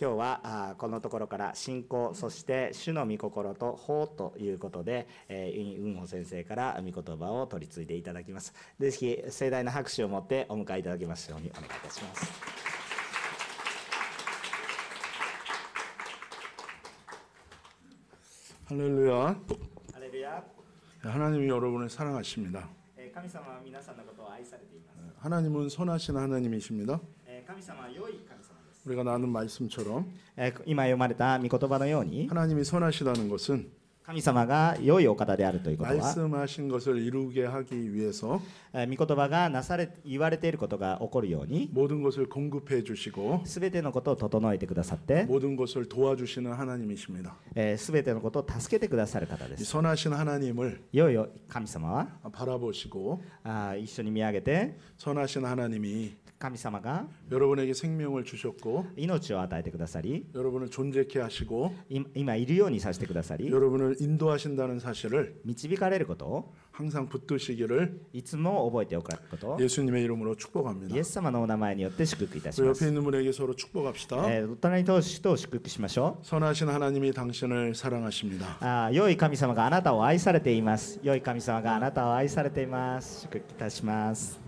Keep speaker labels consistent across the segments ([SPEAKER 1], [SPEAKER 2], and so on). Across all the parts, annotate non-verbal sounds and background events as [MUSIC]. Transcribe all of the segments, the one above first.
[SPEAKER 1] 今日はあーこのところから信仰そして主の御心と法ということで、えー、イン・ウンホ先生から御言葉を取り継いでいただきますぜひ盛大な拍手をもってお迎えいただきますようにお願いいたします
[SPEAKER 2] 할렐루야 네,
[SPEAKER 1] ハレルヤ
[SPEAKER 2] 하나님이 여러분을 사랑하십니다. 네,
[SPEAKER 1] えー神様は皆さんのことを愛されています
[SPEAKER 2] 하나님은 선하신 하나님이십니다.
[SPEAKER 1] えー神様は良い神様です
[SPEAKER 2] 우리가 나눈 말씀처럼
[SPEAKER 1] えー今読まれた御言葉のように
[SPEAKER 2] 하나님이 선하시다는 것은
[SPEAKER 1] 神様が良いお方であるということは
[SPEAKER 2] 말씀하신 것을 이루게 하기 위해서
[SPEAKER 1] えー御言葉がなされ言われていることが起こるように
[SPEAKER 2] 모든 것을 공급해 주시고
[SPEAKER 1] 全てのことを整えてくださって、
[SPEAKER 2] 모든 것을 도와주시는 하나님이십니다.
[SPEAKER 1] えー、全てのことを助けてくださる方で
[SPEAKER 2] 이
[SPEAKER 1] す
[SPEAKER 2] 선하신 하나님을
[SPEAKER 1] いよいよ神様は
[SPEAKER 2] 바라보시고
[SPEAKER 1] あー一緒に見上げて
[SPEAKER 2] 선하신 하나님이
[SPEAKER 1] 神様が
[SPEAKER 2] 여러분에게 생명을 주셨고
[SPEAKER 1] 命を与えてくださり
[SPEAKER 2] 여러분을 존재케 하시고
[SPEAKER 1] い今いるようにさせてくださり
[SPEAKER 2] 여러분을 인도하신다는 사실을
[SPEAKER 1] 導かれることを
[SPEAKER 2] 항상 붙드시기를
[SPEAKER 1] いつも覚えておくことを
[SPEAKER 2] 예수님의 이름으로 축복합니다.
[SPEAKER 1] イエス様のお名前によって祝福いたし
[SPEAKER 2] 그
[SPEAKER 1] ま
[SPEAKER 2] 옆에
[SPEAKER 1] す、
[SPEAKER 2] 있는 분에게 서로 축복합시다.
[SPEAKER 1] えー、お隣同士と祝福しましょう
[SPEAKER 2] 선하신 하나님이 당신을 사랑하십니다.
[SPEAKER 1] あー良い神様があなたを愛されています良い神様があなたを愛されています祝福いたします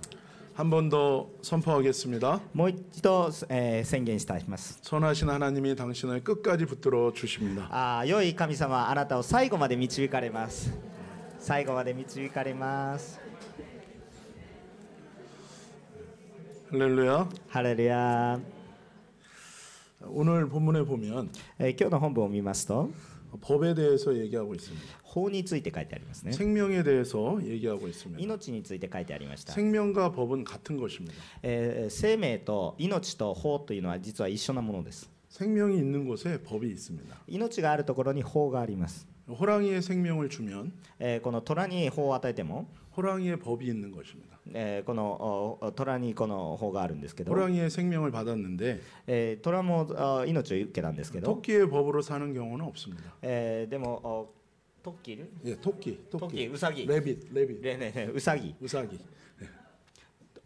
[SPEAKER 2] 한 번 더 선포하겠습니다.
[SPEAKER 1] もう一度、えー宣言したいします
[SPEAKER 2] 선하신 하나님이 당신을 끝까지 붙들어 주십니다.
[SPEAKER 1] ああ良い神様はあなたを最後まで導かれます最後まで導かれます。
[SPEAKER 2] 할렐루야.
[SPEAKER 1] ハレルヤ。
[SPEAKER 2] 오늘 본문에 보면
[SPEAKER 1] えー今日の本文を見ますと
[SPEAKER 2] 법에 대해서 얘기하고 있습니다.
[SPEAKER 1] 法について書いてありますね。
[SPEAKER 2] 생명에 대해서 얘기하고 있습니다.
[SPEAKER 1] 命について書いてありました。
[SPEAKER 2] 생명과 법은 같은 것입니다.
[SPEAKER 1] えー生命と命と法というのは実は一緒なものです。
[SPEAKER 2] 생명이 있는 곳에 법이 있습니다.
[SPEAKER 1] 命があるところに法があります。
[SPEAKER 2] 호랑이의 생명을 주면
[SPEAKER 1] えーこの虎に法を与えても、
[SPEAKER 2] 호랑이의 법이 있는 것입니다.
[SPEAKER 1] えーこのおお虎にこの法があるんですけど、
[SPEAKER 2] 호랑이의 생명을 받았는데
[SPEAKER 1] えー虎もあ命を受けたんですけど、
[SPEAKER 2] 토끼의 법으로 사는 경우는 없습니다.
[SPEAKER 1] えーでもおトッキル、
[SPEAKER 2] 예, 토끼, 토끼,
[SPEAKER 1] 토끼, 우사기.
[SPEAKER 2] 레빗, 레빗,
[SPEAKER 1] ねえねえねえウサギ、
[SPEAKER 2] 우사기.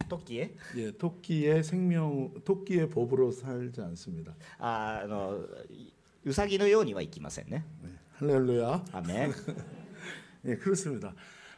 [SPEAKER 1] トッキエ
[SPEAKER 2] 예, 토끼의 생명, 토끼의 법으로 살지 않습니다.
[SPEAKER 1] あーあのいうさぎのようにはいきませんね。
[SPEAKER 2] 네, 할렐루야.
[SPEAKER 1] アメン
[SPEAKER 2] 예, 그렇습니다.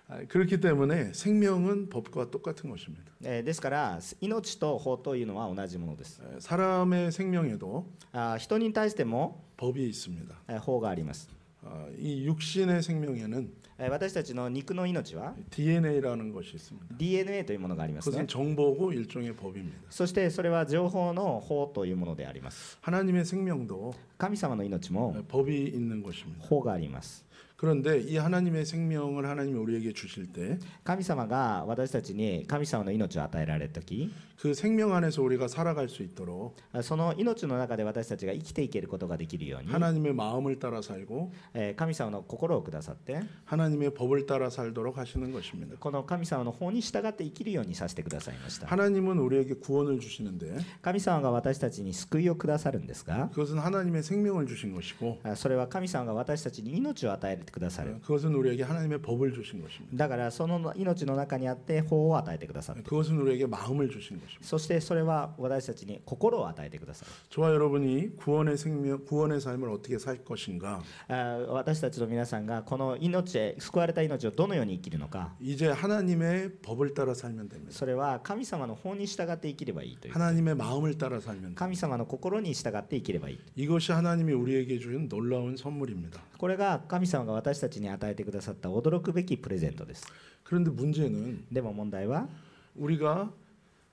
[SPEAKER 2] 아, 그렇기 때문에 생명은 법과 똑같은 것입니다.
[SPEAKER 1] えーですから命と法というのは同じものです。
[SPEAKER 2] 예, 사람의 생명에도
[SPEAKER 1] あー人に対しても
[SPEAKER 2] 법이 있습니다.
[SPEAKER 1] えー法があります。
[SPEAKER 2] 아, 이 육신의 생명에는
[SPEAKER 1] えー私たちの肉の命は
[SPEAKER 2] DNA라는 것이 있습니다.
[SPEAKER 1] DNA というものがありますね
[SPEAKER 2] 그것은 。 정보고 일종의 법입니다.
[SPEAKER 1] そしてそれは情報の法というものであります。
[SPEAKER 2] 하나님의 생명도
[SPEAKER 1] 神様の命も
[SPEAKER 2] 예, 법이 있는 것입니다.
[SPEAKER 1] 法があります。
[SPEAKER 2] 그런데 이 하나님의 생명을 하나님이 우리에게 주실 때 그
[SPEAKER 1] 神様が私たちに神様の命を与えられるとき、
[SPEAKER 2] 그 생명 안에서 우리가 살아갈 수 있도록
[SPEAKER 1] あその命の中で私たちが生きていけることができるように、
[SPEAKER 2] 하나님의 마음을 따라 살고
[SPEAKER 1] えー神様の心をくださって、
[SPEAKER 2] 하나님의 법을 따라 살도록 하시는 것입니다.
[SPEAKER 1] この神様の法に従って生きるようにさせてくださいました。
[SPEAKER 2] 하나님은 우리에게 구원을 주시는데
[SPEAKER 1] 神様が私たちに救いをくださるんですが、
[SPEAKER 2] 그것은 하나님의 생명을 주신 것이고 어,
[SPEAKER 1] あそれは神様が私たちに命を与えてくださる。
[SPEAKER 2] 그것은 우리에게 하나님의 법을 주신 것입니다. 어,
[SPEAKER 1] だからその命の中にあって法を与えてくださる。
[SPEAKER 2] 그것은 우리에게 마음을 주신 것입니다.
[SPEAKER 1] そしてそれは私たちに心を与えてくださる。
[SPEAKER 2] 저와 여러분이 구원의 생명, 구원의 삶을 어떻게 살 것인가?
[SPEAKER 1] あ私たちの皆さんがこの命、救われた命をどのように生きるのか、
[SPEAKER 2] 이제 하나님의 법을 따라 살면 됩니다.
[SPEAKER 1] それは神様の法に従って生きればいいという。
[SPEAKER 2] 하나님의 마음을 따라 살면 됩니다.
[SPEAKER 1] 神様の心に従って生きればいい。
[SPEAKER 2] 이것이 하나님이 우리에게 주신 놀라운 선물입니다.
[SPEAKER 1] これが神様が私たちに与えてくださった驚くべきプレゼントです。
[SPEAKER 2] 그런데 문제는
[SPEAKER 1] でも問題は
[SPEAKER 2] 우리가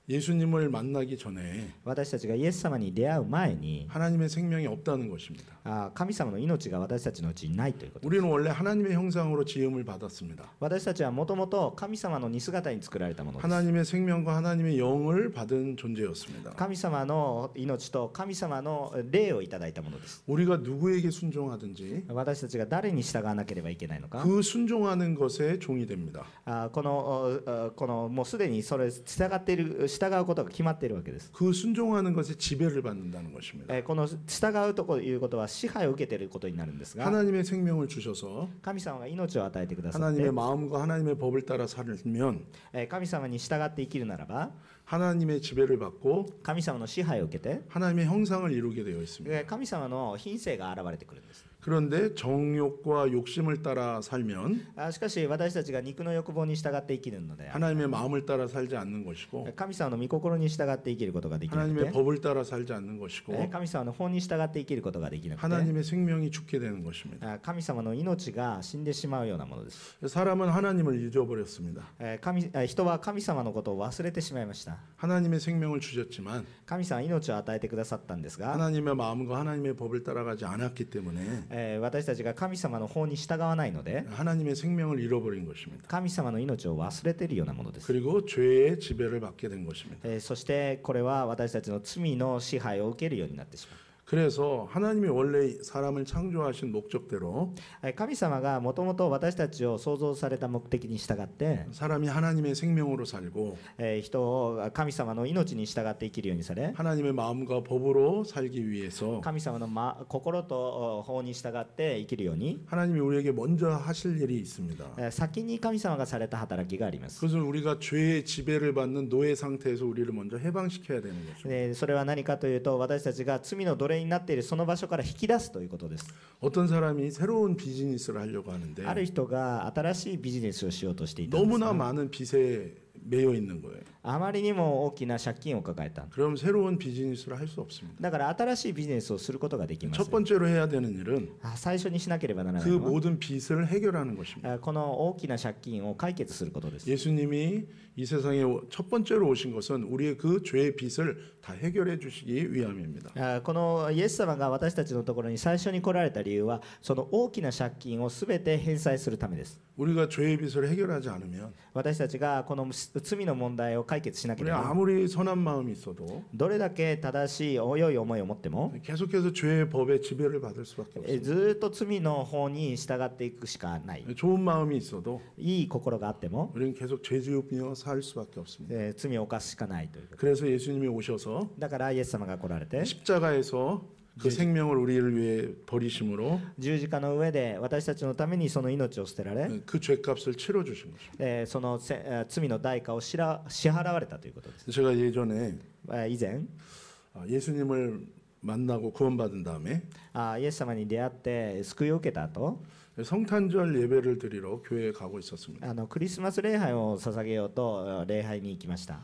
[SPEAKER 2] 예수님을 만나기 전에
[SPEAKER 1] 私たちがイエス様に出会う前に
[SPEAKER 2] 하나님의 생명이 없다는 것입니다.
[SPEAKER 1] あ神様の命が私たちのうちにないということ
[SPEAKER 2] 우리는 원래 하나님의 형상으로 지음을 받았습니다.
[SPEAKER 1] 私たちはもともと神様の似姿に作られたものです
[SPEAKER 2] 하나님의 생명과 하나님의 영을 받은 존재였습니다.
[SPEAKER 1] 神様の命と神様の霊をいただいたものです
[SPEAKER 2] 우리가 누구에게 순종하든지
[SPEAKER 1] 私たちが誰に従わなければいけないのか
[SPEAKER 2] 그 순종하는 것에 종이 됩니다.
[SPEAKER 1] あこのおあこのもうすでにそれ従っている従うことが決まっているわけです
[SPEAKER 2] 그 순종하는 것에 지배를 받는다는 것입니다.
[SPEAKER 1] えーこの従うとこいうことは支配を受けていることになるんですが
[SPEAKER 2] 하나님의 생명을 주셔서
[SPEAKER 1] 神様が命を与えてくださって
[SPEAKER 2] 하나님의 마음과 하나님의 법을 따라 살면
[SPEAKER 1] えー神様に従って生きるならば
[SPEAKER 2] 하나님의 지배를 받고
[SPEAKER 1] 神様の支配を受けて
[SPEAKER 2] 하나님의 형상을 이루게 되어
[SPEAKER 1] で
[SPEAKER 2] 있습니다.
[SPEAKER 1] 神様の品性が現れてくるんです
[SPEAKER 2] 그런데 정욕과 욕심을 따라 살면
[SPEAKER 1] あしかし私たちが肉の欲望に従って生きるのである
[SPEAKER 2] 하나님의 마음을 따라 살지 않는 것이고
[SPEAKER 1] 神様の御心に従って生きることができなく
[SPEAKER 2] 하나님의
[SPEAKER 1] て
[SPEAKER 2] 법을 따라 살지 않는
[SPEAKER 1] え
[SPEAKER 2] 것이고
[SPEAKER 1] 神様の本に従って生きることができなくて
[SPEAKER 2] 하나님의 생명이 죽게 되는 것입니다.
[SPEAKER 1] あ神様の命が死んでしまうようなものです。
[SPEAKER 2] 사람은 하나님을 잊어버렸습니다.
[SPEAKER 1] え神え人は神様のことを忘れてしまいました。
[SPEAKER 2] 하나님의 생명을 주셨지만
[SPEAKER 1] 神様は命を与えてくださったんですが、
[SPEAKER 2] 하나님의 마음과 하나님의 법을 따라가지 않았기 때문에
[SPEAKER 1] えー私たちが神様の法に従わないので
[SPEAKER 2] 하나님의 생명을 잃어버린 것입니다.
[SPEAKER 1] 神様の命を忘れているようなものです、
[SPEAKER 2] 그리고 죄의 지배를 받게 된 것입니다.
[SPEAKER 1] えーそしてこれは私たちの罪の支配を受けるようになってしま
[SPEAKER 2] 그래서 하나님이 원래 사람을 창조하신 목적대로
[SPEAKER 1] う、えー神様がもともと私たちを創造された目的に従って、
[SPEAKER 2] 사람이 하나님의 생명으로 살고
[SPEAKER 1] えー人を神様の命に従って生きるようにされ
[SPEAKER 2] 하나님의 마음과 법으로 살기 위해서
[SPEAKER 1] 神様の、ま、心とお法に従って生きるように
[SPEAKER 2] 하나님이 우리에게 먼저 하실 일이 있습니다.
[SPEAKER 1] えー先に神様がされた働きがあります、
[SPEAKER 2] 그것은 우리가 죄의 지배를 받는 노예 상태에서 우리를 먼저 해방시켜야 되는 거죠.
[SPEAKER 1] でそれは何かというと私たちが罪の奴隷になっているその場所から引き出すということです
[SPEAKER 2] 어떤 사람이 새로운 비즈니스를 하려고
[SPEAKER 1] ある
[SPEAKER 2] 하는데
[SPEAKER 1] 人が新しいビジネスをしようとしていたんです
[SPEAKER 2] 너무나
[SPEAKER 1] が
[SPEAKER 2] 많은 빚에 매여 있는 거예요.
[SPEAKER 1] あまりにも大きな借金を抱えた
[SPEAKER 2] 그럼 새로운 비즈니스를 할 수 없습니다.
[SPEAKER 1] だから新しいビジネスをすることができませ
[SPEAKER 2] 첫
[SPEAKER 1] ん
[SPEAKER 2] 번째로 해야 되는 일은
[SPEAKER 1] あ最初にしなければならな
[SPEAKER 2] 그
[SPEAKER 1] いのは
[SPEAKER 2] 모든 빚을 해결하는 것입니다.
[SPEAKER 1] あこの大きな借金を解決することです
[SPEAKER 2] 예수님이 이 세상에 오- 첫 번째로 오신 것은 우리의 그 죄의 빚을 다 해결해 주시기 위함입니다.
[SPEAKER 1] あこのイエス様が私たちのところに最初に来られた理由はその大きな借金を全て返済するためです
[SPEAKER 2] 우리가 죄의 빚을 해결하지 않으면
[SPEAKER 1] 私たちがこの罪の問題を解決しなけ
[SPEAKER 2] 우리
[SPEAKER 1] れば
[SPEAKER 2] 아무리 선한 마음이 있어도
[SPEAKER 1] どれだけ正しいお良い思いを持っても
[SPEAKER 2] 계속해서 죄의 법에 지배를 받을 수밖에
[SPEAKER 1] え
[SPEAKER 2] 없습니다.
[SPEAKER 1] ずーっと罪の方に従っていくしかない
[SPEAKER 2] 좋은 마음이 있어도
[SPEAKER 1] いい心があっても、
[SPEAKER 2] 우리는 계속 죄지으며 살 수밖에 없습니다.
[SPEAKER 1] えー罪を犯すしかないということ
[SPEAKER 2] 그래서 예수님이 오셔서
[SPEAKER 1] だからイエス様が来られて
[SPEAKER 2] 십자가에서 그 생명을 우리를 위해 버리심으로
[SPEAKER 1] 十字架の上で私たちのためにその命を捨てられ、
[SPEAKER 2] 그 죄값을 치러 주신 것입니다.
[SPEAKER 1] えーそのせえー罪の代価をしら支払われたということです、
[SPEAKER 2] 제가 예전에
[SPEAKER 1] えー以前
[SPEAKER 2] 아, 예수님을 만나고 구원받은 다음에
[SPEAKER 1] あーイエス様に出会って救いを受けた後
[SPEAKER 2] 성탄절 예배를 드리러 교회에 가고 있었습니다.
[SPEAKER 1] あのクリスマス礼拝を捧げようとあー礼拝に行きました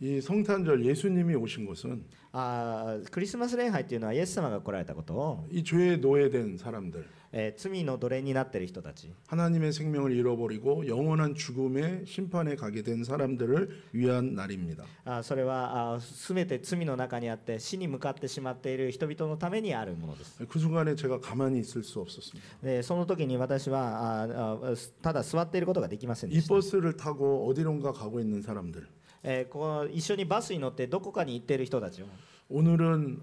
[SPEAKER 2] 이 성탄절 예수님이 오신 것은
[SPEAKER 1] あークリスマス礼拝っていうのはイエス様が来られたことを、
[SPEAKER 2] 이 죄에 노예된 사람들,
[SPEAKER 1] えー罪の奴隷になっている人たち
[SPEAKER 2] 하나님의 생명을 잃어버리고 영원한 죽음의 심판에 가게 된 사람들을 위한 날입니다.
[SPEAKER 1] あーそれはあー全て罪の中にあって死に向かってしまっている人々のためにあるものです
[SPEAKER 2] 그 순간에 제가 가만히 있을 수 없었습니다.
[SPEAKER 1] でその時に私はあーあーただ座っていることができませんで
[SPEAKER 2] 이
[SPEAKER 1] した、
[SPEAKER 2] 버스를 타고 어디론가 가고 있는 사람들,
[SPEAKER 1] えーこう一緒にバスに乗ってどこかに行っている人たちを
[SPEAKER 2] 오늘은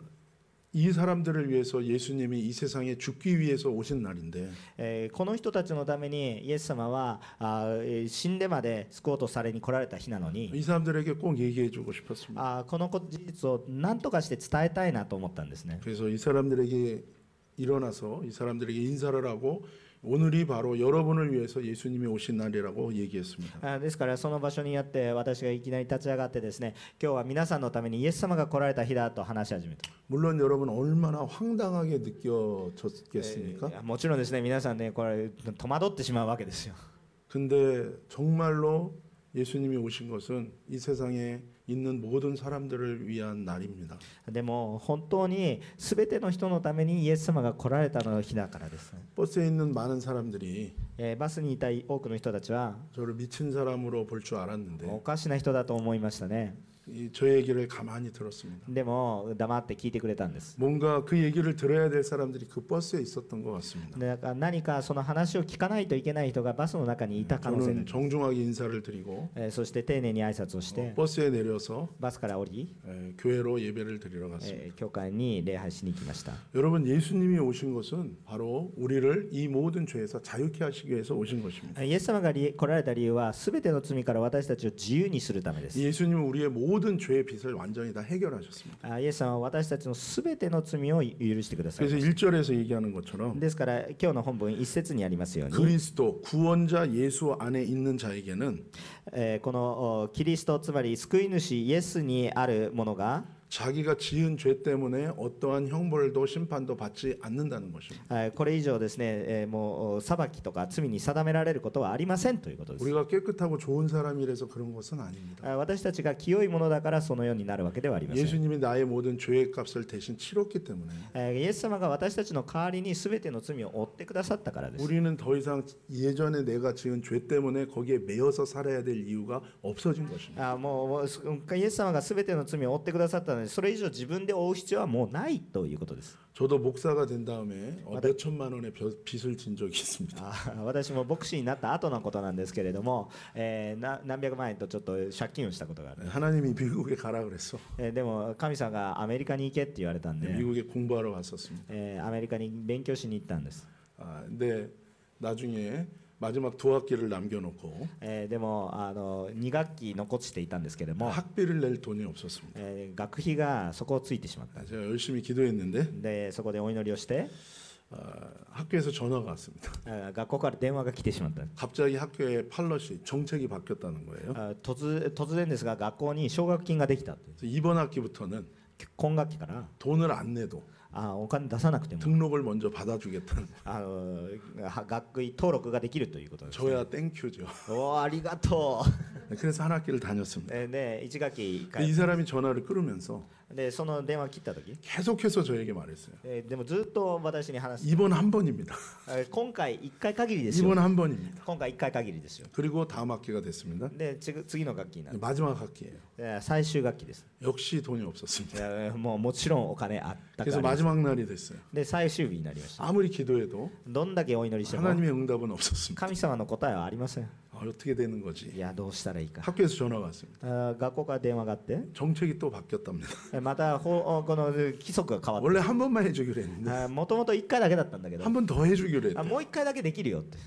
[SPEAKER 2] 이 사람들을 위해서 예수님이 이 세상에 죽기 위해서 오신 날인데
[SPEAKER 1] えーこの人たちのためにイエス様はあーえー死んでまで救おうとされに来られた日なのに
[SPEAKER 2] 이 사람들에게 꼭 얘기해 주고 싶었습니다.
[SPEAKER 1] あーこのこと事実を何とかして伝えたいなと思ったんですね
[SPEAKER 2] 그래서 이 사람들에게 일어나서 이 사람들에게 인사를 하고 오늘이 바로 여러분을 위해서 예수님이 오신 날이라고 얘기했습니다.
[SPEAKER 1] あーですからその場所にあって私がいきなり立ち上がってですね今日は皆さんのためにイエス様が来られた日だと話し始めた
[SPEAKER 2] 물론 여러분 얼마나 황당하게 느껴졌겠습니까?
[SPEAKER 1] えーもちろんですね皆さんねこれ戸惑ってしまうわけですよ
[SPEAKER 2] 근데 정말로 예수님이 오신 것은 이 세상에 있는 모든 사람들을 위한 날입니다.
[SPEAKER 1] でも本当に全ての人のためにイエス様が来られたの日だからです、
[SPEAKER 2] 버스에 있는 많은 사람들이
[SPEAKER 1] えーバスにいた多くの人たちは
[SPEAKER 2] 저를 미친 사람으로 볼 줄
[SPEAKER 1] お
[SPEAKER 2] 알았는데
[SPEAKER 1] かしな人だと思いましたね
[SPEAKER 2] 이, 저 얘기를 가만히 들었습니다.
[SPEAKER 1] でも黙って聞いてくれたんです
[SPEAKER 2] 뭔가 그 얘기를 들어야 될 사람들이 그 버스에 있었던 것 같습니다.
[SPEAKER 1] でなんか何かその話を聞かないといけない人がバスの中にいた可能性が
[SPEAKER 2] 저는 、 정중하게 인사를 드리고
[SPEAKER 1] えーそして丁寧に挨拶をし
[SPEAKER 2] 어,
[SPEAKER 1] て
[SPEAKER 2] 버스에 내려서
[SPEAKER 1] バスから降り、
[SPEAKER 2] 에, 교회로 예배를 드리러 갔습니다.
[SPEAKER 1] えー教会に礼拝しに行きました
[SPEAKER 2] 여러분 예수님이 오신 것은 바로 우리를 이 모든 죄에서 자유케 하시기 위해서 오신 것입니다.
[SPEAKER 1] イエス様がり来られた理由は全ての罪から私たちを自由にするためです
[SPEAKER 2] 예수님은 우리의 모든 죄의 빚을 완전히 다 해결하셨습니다.
[SPEAKER 1] あイエス様は私たちのすべての罪を許してください
[SPEAKER 2] 그래서 1절에서 얘기하는 것처럼
[SPEAKER 1] ですから今日の本文一節にありますように、
[SPEAKER 2] 그리스도 구원자 예수 안에 있는 자에게는
[SPEAKER 1] えーこのおキリストつまり救い主イエスにあるものが
[SPEAKER 2] 자기가 지은 죄 때문에 어떠한 형벌도 심판도 받지 않는다는 것입니다.
[SPEAKER 1] えーこれ以上ですね、えーもうお裁きとか罪に定められることはありませんということです。
[SPEAKER 2] 우리가 깨끗하고 좋은 사람이라서 그런 것은
[SPEAKER 1] あ
[SPEAKER 2] 아닙니다.
[SPEAKER 1] 私たちが清いものだからそのようになるわけではありません。
[SPEAKER 2] 예수님이 나의 모든 죄의 값을 대신 치렀기 때문에
[SPEAKER 1] えーイエス様が私たちの代わりに全ての罪を負ってくださったからです。
[SPEAKER 2] 우리는 더 이상 예전에 내가 지은 죄 때문에 거기에 매여서 살아야 될 이유가 없어진 것입니다.
[SPEAKER 1] あもうもうすイエス様が全ての罪を負ってくださったのでそれ以上自分で負う必要はもうないということです。
[SPEAKER 2] 저도 목사가 된 다음에 어, 몇 천만 원의 벼- 빚을 진 적이 있습니다.
[SPEAKER 1] あ私も牧師になった後のことなんですけれども、えーな何百万円とちょっと借金をしたことがある、
[SPEAKER 2] 예, 하나님이 미국에 가라 그랬어. 네,
[SPEAKER 1] えーでも神様がアメリカに行けって言われたんで、
[SPEAKER 2] 미국에 공부하러 갔었습니다.
[SPEAKER 1] えーアメリカに勉強しに行ったんです、
[SPEAKER 2] 아, 근데 나중에 마지막 두 학기를 남겨놓고
[SPEAKER 1] えーでもあの2学期残していたんですけれども、
[SPEAKER 2] 뭐 학비를 낼 돈이 없었습니다.
[SPEAKER 1] えー学費がそこをついてしまった
[SPEAKER 2] 아, 제가 열심히 기도했는데
[SPEAKER 1] でそこでお祈りをして、
[SPEAKER 2] 아, 학교에서 전화가 왔습니다.
[SPEAKER 1] あ学校から電話が来てしまった
[SPEAKER 2] 갑자기 학교의 팔럿이 정책이 바뀌었다는 거예요.
[SPEAKER 1] あ突突然ですが学校に奨学金ができたっていう
[SPEAKER 2] 그래서 이번 학기부터는
[SPEAKER 1] 今学期から
[SPEAKER 2] 돈을 안 내도
[SPEAKER 1] あお金出さなくても
[SPEAKER 2] 등록을 먼저 받아주겠다는
[SPEAKER 1] あのは学位登録ができるということです
[SPEAKER 2] 저야 땡큐죠. [LAUGHS]
[SPEAKER 1] おーありが [LAUGHS] と
[SPEAKER 2] 그래서 한 학기를 다녔습니다.
[SPEAKER 1] うで1学期か
[SPEAKER 2] 근데 이 사람이 전화를 끊으면서
[SPEAKER 1] でその電話切った時
[SPEAKER 2] 계속해서 저에게 말했어요.
[SPEAKER 1] えでもずっと私に話す
[SPEAKER 2] 이번 한 번입니다.
[SPEAKER 1] え今回1回限りですよ
[SPEAKER 2] 이번 한 번입니다.
[SPEAKER 1] 今回1回限りですよ
[SPEAKER 2] 그리고 다음 학기가 됐습니다.
[SPEAKER 1] でちぐ次の学期になる
[SPEAKER 2] 마지막 학기예요.
[SPEAKER 1] え最終学期です
[SPEAKER 2] 역시 돈이 없었습니다.
[SPEAKER 1] えもうもちろんお金あったか
[SPEAKER 2] 그래서
[SPEAKER 1] ら
[SPEAKER 2] 마지막 날이 됐어요.
[SPEAKER 1] で最終日になりました
[SPEAKER 2] 아무리 기도해도
[SPEAKER 1] どんだけお祈りしても
[SPEAKER 2] 하나님의 응답은 없었습니다.
[SPEAKER 1] 神様の答えはありません
[SPEAKER 2] 아, 어떻게 되는 거지?
[SPEAKER 1] いやどうしたらいいか
[SPEAKER 2] 학교에서 전화가 왔습니다.
[SPEAKER 1] あー学校から電話があって
[SPEAKER 2] 정책이 또 바뀌었답니다.
[SPEAKER 1] えまたほこの規則が変わっ
[SPEAKER 2] 원래 한 번만 해주기로 했는데
[SPEAKER 1] てもともと1回だけだったんだけど
[SPEAKER 2] 아, 한 번 더 해주기로
[SPEAKER 1] あ
[SPEAKER 2] 했대요.
[SPEAKER 1] もう1回だけできるよって、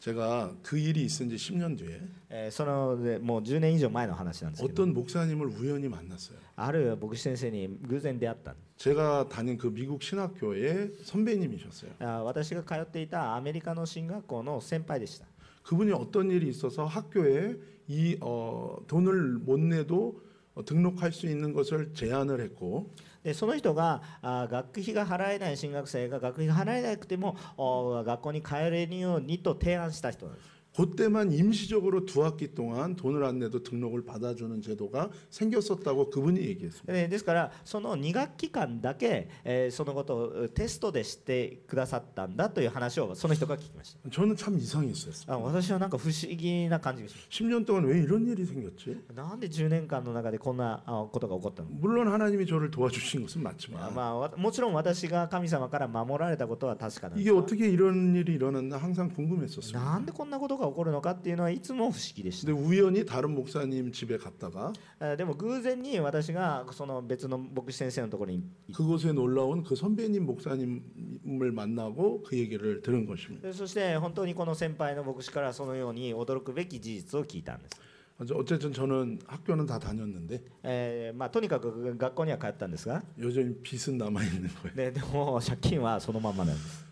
[SPEAKER 2] 제가 그 일이 있은 지 10년 뒤에
[SPEAKER 1] えーそのねもう10年以上前の話なんですけど
[SPEAKER 2] 어떤 목사님을 우연히 만났어요.
[SPEAKER 1] ある牧師先生に偶然出会ったんです
[SPEAKER 2] 제가 다닌 그 미국 신학교의 선배님이셨어요.
[SPEAKER 1] あ私が通っていたアメリカの進学校の先輩でした
[SPEAKER 2] 그분이 어떤 일이 있어서 학교에 이 어, 돈을 못 내도 어, 등록할 수 있는 것을 제안을 했고
[SPEAKER 1] でその人があ学費が払えない進学生が学費が払えなくてもお学校に通れるようにと提案した人なんです
[SPEAKER 2] 그때만 임시적으로 두 학기 동안 돈을 안 내도 등록을 받아주는 제도가 생겼었다고 그분이 얘기했습니다.
[SPEAKER 1] えーですからその2学期間だけ、えーそのことをえーテストでしてくださったんだという話をその人が聞きまし
[SPEAKER 2] 저는 참 이상했어요.
[SPEAKER 1] たあ私はなんか不思議な感じがし
[SPEAKER 2] 10년 동안 왜 이런 일이 생겼지?
[SPEAKER 1] ますなんで10年間の中でこんなあことが起こったの
[SPEAKER 2] 물론 하나님이 저를 도와주신 것은
[SPEAKER 1] まあ、
[SPEAKER 2] 맞지만
[SPEAKER 1] まあわもちろん私が神様から守られたことは確かなんで
[SPEAKER 2] 이게
[SPEAKER 1] すが
[SPEAKER 2] 어떻게 이런 일이 일어났나 항상 궁금했었습니다.
[SPEAKER 1] なんでこんなことが起こるのかっていうのはいつも不思議でした
[SPEAKER 2] 근데 우연히 다른 목사님 집에 갔다가
[SPEAKER 1] えーでも偶然に私がその別の牧師先生のところに
[SPEAKER 2] 그곳에 놀라온 그 선배님 목사님을 만나고 그 얘기를 들은 것입니다.
[SPEAKER 1] でそして本当にこの先輩の牧師からそのように驚くべき事実を聞いたんです、
[SPEAKER 2] 그래서 어쨌든 저는 학교는 다 다녔는데
[SPEAKER 1] えーまあ、とにかく学校には通ったんですが
[SPEAKER 2] 여전히 빚은 남아 있는 거예요.
[SPEAKER 1] ででも借金はそのままなんです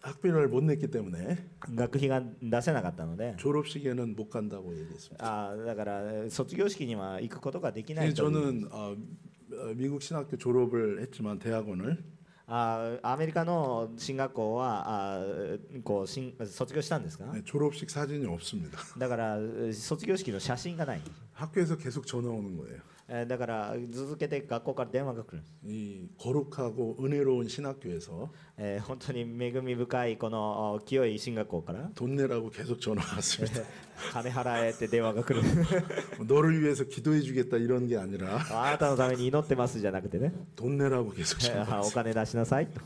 [SPEAKER 2] 학비를 못 냈기 때문에
[SPEAKER 1] 学費が出せなかったので
[SPEAKER 2] 졸업식에는 못 간다고 얘기했습니다.
[SPEAKER 1] あーだからえー卒業式には行くことができな
[SPEAKER 2] 근데
[SPEAKER 1] いという
[SPEAKER 2] 저는 어, 어, 미국 신학교 졸업을 했지만 대학원을
[SPEAKER 1] あーアメリカの進学校はあーこう進卒業したんですか
[SPEAKER 2] 네, 졸업식 사진이 없습니다.
[SPEAKER 1] だからえー卒業式の写真がない、
[SPEAKER 2] 학교에서 계속 전화 오는 거예요.
[SPEAKER 1] えーだから続けて学校から電話が来るんです
[SPEAKER 2] 이 거룩하고 은혜로운 신학교에서
[SPEAKER 1] えー本当に恵み深いこのお清い進学校から [LAUGHS]
[SPEAKER 2] 돈 내라고 계속 전화 왔습니다.
[SPEAKER 1] 金払えって電話が [LAUGHS] 来る
[SPEAKER 2] 너를 위해서 기도해주겠다 이런 게 아니라
[SPEAKER 1] あなたのために祈ってますじゃなくて [LAUGHS] ね
[SPEAKER 2] 돈 내라고 계속
[SPEAKER 1] えー
[SPEAKER 2] 전화.
[SPEAKER 1] あお金出しなさいと、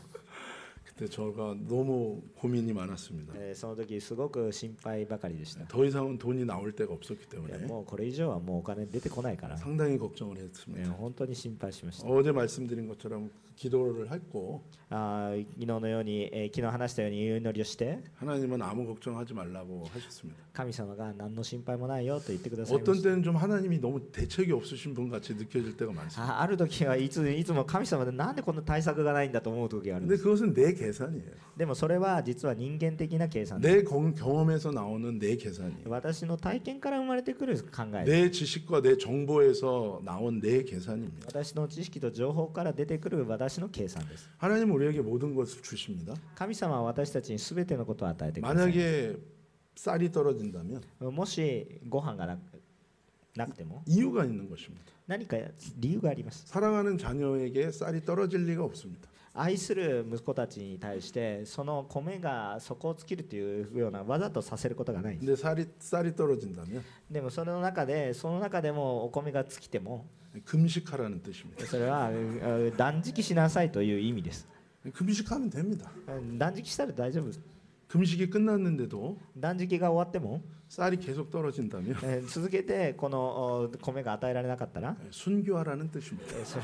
[SPEAKER 2] 그때 저가 너무 고민이 많았습니다.
[SPEAKER 1] えーその時すごく心配ばかりでした
[SPEAKER 2] 더 이상은 돈이 나올 데가 없었기
[SPEAKER 1] いや
[SPEAKER 2] 때문에
[SPEAKER 1] もうこれ以上はもうお金出てこないから、
[SPEAKER 2] 상당히 걱정을
[SPEAKER 1] えー
[SPEAKER 2] 했습니다.
[SPEAKER 1] 本当に心配しました
[SPEAKER 2] 어제 말씀드린 것처럼 기도를 했고
[SPEAKER 1] あー昨日のように、えー昨日話したようにお祈りをして
[SPEAKER 2] 하나님은 아무 걱정하지 말라고 하셨습니다.
[SPEAKER 1] 神様が何の心配もないよと言ってくださいま
[SPEAKER 2] 어떤
[SPEAKER 1] した
[SPEAKER 2] 때는 좀 하나님이 너무 대책이 없으신 분 같이 느껴질 때가 많습니다.
[SPEAKER 1] あある時はいついつも神様でなんでこんな対策がないんだと思う時があるん
[SPEAKER 2] 근데
[SPEAKER 1] です
[SPEAKER 2] 그것은 내 계산이에요.
[SPEAKER 1] でもそれは実は人間的な計算です
[SPEAKER 2] 내 경- 경험에서 나오는 내 계산이에요.
[SPEAKER 1] 私の体験から生まれてくる考えです
[SPEAKER 2] 내 지식과 내 정보에서 나온 내 계산입니다.
[SPEAKER 1] 私の知識と情報から出てくる私の計算です。
[SPEAKER 2] 하나님 은 우리에게 모든 것을 주십니다.
[SPEAKER 1] 神様は私たちに全てのことを与え
[SPEAKER 2] 네,
[SPEAKER 1] てください。
[SPEAKER 2] 만약에 쌀이 떨어진다면
[SPEAKER 1] もしご飯がななくても
[SPEAKER 2] 이유가 있는 것입니다.
[SPEAKER 1] 何か理由があります。
[SPEAKER 2] 사랑하는 자녀에게 쌀이 떨어질 리가 없습니다.
[SPEAKER 1] 愛する息子たちに対してその米が底を尽きるというようなわざとさせることがないんです。
[SPEAKER 2] 근데 쌀이 쌀이 떨어진다면
[SPEAKER 1] でもその中でその中でもお米が尽きても
[SPEAKER 2] 금식하라는 뜻입니다.
[SPEAKER 1] それは [LAUGHS] うう断食しなさいという意味です。
[SPEAKER 2] 금식하면 됩니다.
[SPEAKER 1] 断食したら大丈夫です。
[SPEAKER 2] 금식이 끝났는데도
[SPEAKER 1] 断食が終わっても
[SPEAKER 2] 쌀이 계속 떨어진다면
[SPEAKER 1] えー続けてこのお米が与えられなかったら
[SPEAKER 2] 순교하라는 뜻입니다.
[SPEAKER 1] えーそれは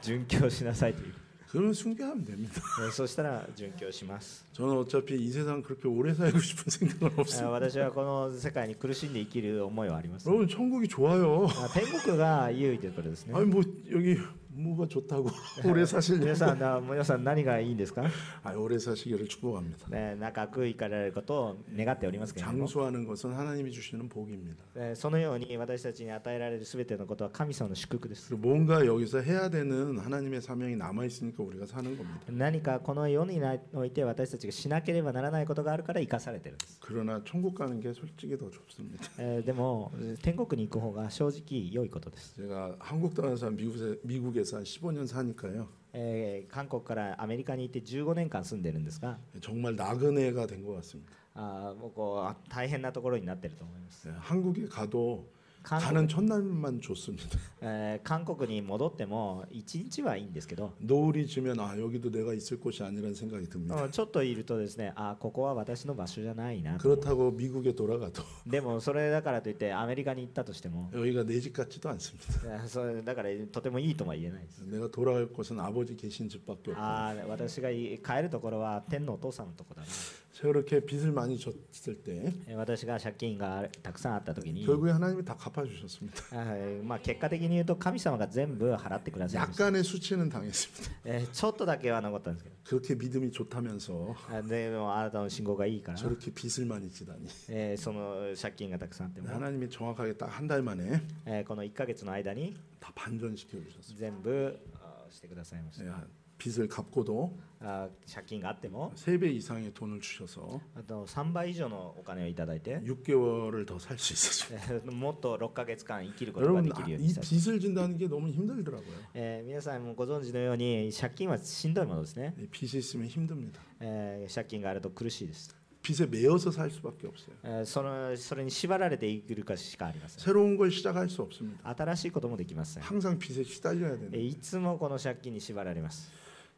[SPEAKER 1] 殉教しなさいという
[SPEAKER 2] 그러면 순교하면 됩니다.
[SPEAKER 1] えーそしたら殉教します
[SPEAKER 2] 저는 어차피 이 세상 그렇게 오래 살고 싶은 생각은
[SPEAKER 1] え
[SPEAKER 2] 없습니다.
[SPEAKER 1] ー私はこの世界に苦しんで生きる思いはあります
[SPEAKER 2] 여러분 천국이 좋아요.
[SPEAKER 1] あ天国が良いということですね
[SPEAKER 2] 아니 뭐 여기 뭐가 좋다고 오래 네. 사실
[SPEAKER 1] 皆さんな皆さん何がいいんですか、
[SPEAKER 2] 아 오래 사시기를 축복합니다.
[SPEAKER 1] ね、長く生かれることを願っておりますけれども
[SPEAKER 2] 장수하는 것은 하나님이 주시는 복입니다.
[SPEAKER 1] えーそのように私たちに与えられる全てのことは神様の祝福です
[SPEAKER 2] 그리고 뭔가 여기서 해야 되는 하나님의 사명이 남아 있으니까 우리가 사는 겁니다.
[SPEAKER 1] 何かこの世において私たちがしなければならないことがあるから生かされてるんです、
[SPEAKER 2] 그러나 천국 가는 게 솔직히 더 좋습니다.
[SPEAKER 1] えーでも天国に行く方が正直良いことです
[SPEAKER 2] 제가 한국 떠나서 미국에, 미국에서 한 15년 사니까요.
[SPEAKER 1] えー韓国からアメリカに行って15年間住んでるんですが
[SPEAKER 2] 정말 나그네가 된 것 같습니다.
[SPEAKER 1] あーもうこうあ大変なところになってると思います、
[SPEAKER 2] 네, 한국에 가도
[SPEAKER 1] 韓国
[SPEAKER 2] 가는 첫날만 좋습니다.
[SPEAKER 1] えー韓国に戻っても1日はいいんですけど
[SPEAKER 2] 노을이 지면 아 여기도 내가 있을 곳이 아니라는 생각이 듭니다.
[SPEAKER 1] ちょっといるとですねあーここは私の場所じゃないなと
[SPEAKER 2] 그렇다고 미국에 돌아가도
[SPEAKER 1] でもそれだからといってアメリカに行ったとしても
[SPEAKER 2] 여기가 내 집 같지도 않습니다.
[SPEAKER 1] いやそれだからとてもいいとは言えないです
[SPEAKER 2] 내가 돌아갈 곳은 아버지 계신 집밖에 없고
[SPEAKER 1] あー私がい帰るところは天のお父さんのとこだな、
[SPEAKER 2] 제가 그렇게 빚을 많이 졌을 때
[SPEAKER 1] えー私が借金がたくさんあった時に
[SPEAKER 2] 결국에 하나님이 다 갚아주셨습니다.
[SPEAKER 1] あーまあ、結果的に言うと神様が全部払ってくださいました
[SPEAKER 2] 약간의 수치는 당했습니다.
[SPEAKER 1] えーちょっとだけは残ったんですけど
[SPEAKER 2] 그렇게 믿음이 좋다면서
[SPEAKER 1] あでもあなたの信号がいいから、
[SPEAKER 2] 저렇게 빚을 많이 지다니
[SPEAKER 1] えーその借金がたくさんあっても、
[SPEAKER 2] 하나님이 정확하게 딱 한 달 만에
[SPEAKER 1] えーこの1ヶ月の間に
[SPEAKER 2] 다 반전시켜 주셨습니다.
[SPEAKER 1] 全部あーしてくださいました
[SPEAKER 2] 예, 빚을 갚고도
[SPEAKER 1] あー借金があっても
[SPEAKER 2] 세 배 이상의 돈을 주셔서
[SPEAKER 1] あと3倍以上のお金をいただいて、
[SPEAKER 2] 6개월을 더 살 수 있었습니다.
[SPEAKER 1] えーもっと6ヶ月間生きることが
[SPEAKER 2] 여러분
[SPEAKER 1] でき
[SPEAKER 2] 아,
[SPEAKER 1] るように
[SPEAKER 2] 이
[SPEAKER 1] したい、
[SPEAKER 2] 빚을 진다는 게 너무 힘들더라고요.
[SPEAKER 1] えー皆さんもご存知のように借金はしんどいものですね、
[SPEAKER 2] 이 빚이 있으면 힘듭니다.
[SPEAKER 1] えー借金があると苦しいです、
[SPEAKER 2] 빚에 매여서 살 수밖에 없어요.
[SPEAKER 1] えーそのそれに縛られて生きるかしかありません
[SPEAKER 2] 새로운 걸 시작할 수 없습니다.
[SPEAKER 1] 新しいこともできません、
[SPEAKER 2] 항상 빚에
[SPEAKER 1] え
[SPEAKER 2] 시달려야
[SPEAKER 1] ー
[SPEAKER 2] 되는
[SPEAKER 1] いつもこの借金に縛られます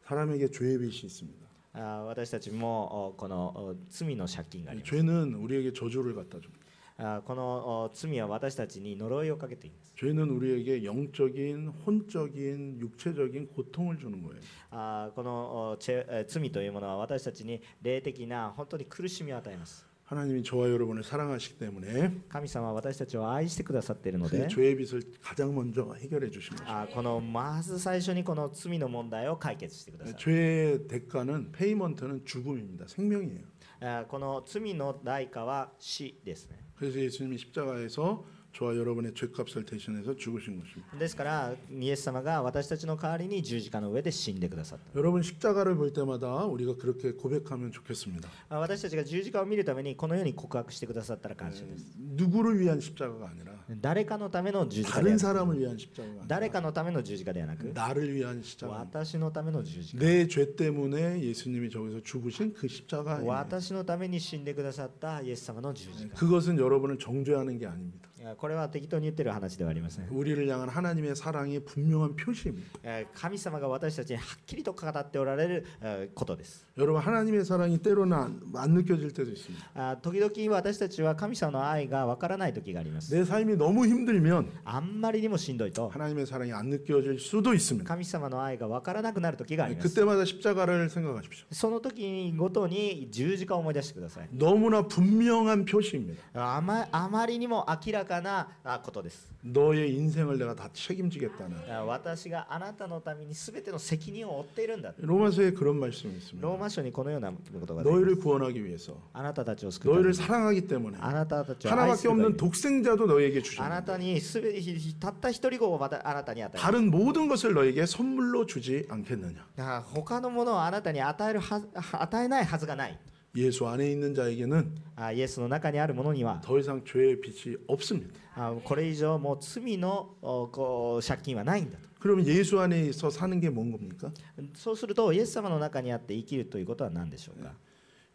[SPEAKER 2] 사람에게 죄의 빚이 있습니다.
[SPEAKER 1] あー私たちもおこのお罪の借金があり
[SPEAKER 2] 이
[SPEAKER 1] ます。
[SPEAKER 2] 죄는 우리에게 저주를 갖다 줍니다.
[SPEAKER 1] あーこのお罪は私たちに呪いをかけています。
[SPEAKER 2] 죄는 우리에게 영적인, 혼적인, 육체적인 고통을 주는 거예요.
[SPEAKER 1] あーこのお죄えー罪というものは私たちに霊的な本当に苦しみを与えます。
[SPEAKER 2] 하나님이 저와 여러분을 사랑하시기 때문에
[SPEAKER 1] 神様は私たちを愛してくださっているの
[SPEAKER 2] 그
[SPEAKER 1] で、
[SPEAKER 2] 죄의 빚을 가장 먼저 해결해 주십니다.
[SPEAKER 1] あーこのまず最初にこの罪の問題を解決してください。
[SPEAKER 2] 죄의 대가는 페이먼트는 죽음입니다. 생명이에요.
[SPEAKER 1] あーこの罪の代価は死ですね。
[SPEAKER 2] 그래서 예수님이 십자가에서 저와 여러분의 죄값을 대신해서 죽으신 것입니다.
[SPEAKER 1] ですから、イエス様が私たちの代わりに十字架の上で死んでくださった。
[SPEAKER 2] 여러분 십자가를 볼 때마다 우리가 그렇게 고백하면 좋겠습니다.
[SPEAKER 1] あー私たちが十字架を見るためにこのように告白してくださったら感謝です。
[SPEAKER 2] 누구를 위한 십자가가 아니라
[SPEAKER 1] 誰かのための十字架ではな
[SPEAKER 2] 다른
[SPEAKER 1] く
[SPEAKER 2] 사람을 위한 십자가가
[SPEAKER 1] 誰
[SPEAKER 2] 아니라
[SPEAKER 1] かのための十字架ではなく
[SPEAKER 2] 나를 위한 십자가.
[SPEAKER 1] 私のための十字架
[SPEAKER 2] 내 죄 때문에 예수님이 저기서 죽으신 그 십자가.
[SPEAKER 1] 私のために死んでくださったイエス様の十字架
[SPEAKER 2] 그것은 여러분을 정죄하는 게 아닙니다.
[SPEAKER 1] あえーこれは適当に言ってる話ではありません
[SPEAKER 2] 우리를 향한 하나님의 사랑의 분명한 표시입니다.
[SPEAKER 1] えー神様が私たちにはっきりと語っておられるえーことです
[SPEAKER 2] 여러분 하나님의 사랑이 때로는 안, 안 느껴질 때도 있습니다.
[SPEAKER 1] あー時々私たちは神様の愛がわからない時があります
[SPEAKER 2] 내 삶이 너무 힘들면
[SPEAKER 1] あんまりにもしんどいと
[SPEAKER 2] 하나님의 사랑이 안 느껴질 수도 있습니다.
[SPEAKER 1] 神様の愛がわからなくなる時があります
[SPEAKER 2] 그때마다 십자가를 생각하십시오.
[SPEAKER 1] その時ごとに十字架を思い出してください
[SPEAKER 2] 너무나 분명한 표시입니다.
[SPEAKER 1] あまあまりにも明らかなあことです
[SPEAKER 2] 너의 인생을 내가 다 책임지겠다는
[SPEAKER 1] あ私があなたのために全ての責任を負っているんだ
[SPEAKER 2] 로마서에 그런 말씀이
[SPEAKER 1] ロ
[SPEAKER 2] 있습니다.
[SPEAKER 1] ーマ書にこのようなことが出てます
[SPEAKER 2] 너희를 구원하기 위해서
[SPEAKER 1] あなたたちを救うため
[SPEAKER 2] 너희를
[SPEAKER 1] に
[SPEAKER 2] 사랑하기 때문에
[SPEAKER 1] あなたたちを愛する
[SPEAKER 2] 하나밖에
[SPEAKER 1] ため
[SPEAKER 2] 없는
[SPEAKER 1] に
[SPEAKER 2] 독생자도 너희에게
[SPEAKER 1] あ
[SPEAKER 2] 주시는
[SPEAKER 1] なたにすべてひたった一人子をまたあなたに与える
[SPEAKER 2] 다른 모든 것을 너희에게 선물로 주지 않겠느냐
[SPEAKER 1] あ他のものをあなたに与えるはず与えないはずがない
[SPEAKER 2] 예수 안에 있는 자에게는
[SPEAKER 1] あイエスの中にあるものには
[SPEAKER 2] 더 이상 죄의 빛이 없습니다.
[SPEAKER 1] あこれ以上もう罪のおこう借金はないんだと
[SPEAKER 2] 그러면 예수 안에 있어 사는 게 뭔 겁니까?
[SPEAKER 1] そうするとイエス様の中にあって生きるということは何でしょうか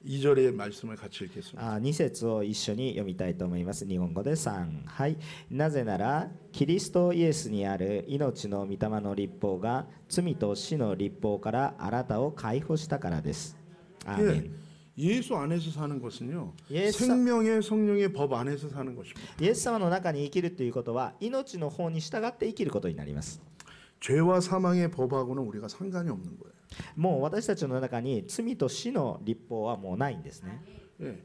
[SPEAKER 2] 2절의 말씀을 같이 읽겠습니다.
[SPEAKER 1] あ2節を一緒に読みたいと思います日本語で3はいなぜならキリストイエスにある命の御霊の立法が罪と死の立法からあなたを解放したからですアーメ
[SPEAKER 2] 예,
[SPEAKER 1] ン
[SPEAKER 2] 예수 안에서 사는 것은요.
[SPEAKER 1] 예수-
[SPEAKER 2] 생명의 성령의 법 안에서 사는 것입니다.
[SPEAKER 1] イエス様の中に生きるということは命の方に従って生きることになります
[SPEAKER 2] 죄와 사망의 법하고는 우리가 상관이 없는 거예요.
[SPEAKER 1] もう私たちの中に罪と死の立法はもうないんですね
[SPEAKER 2] 예.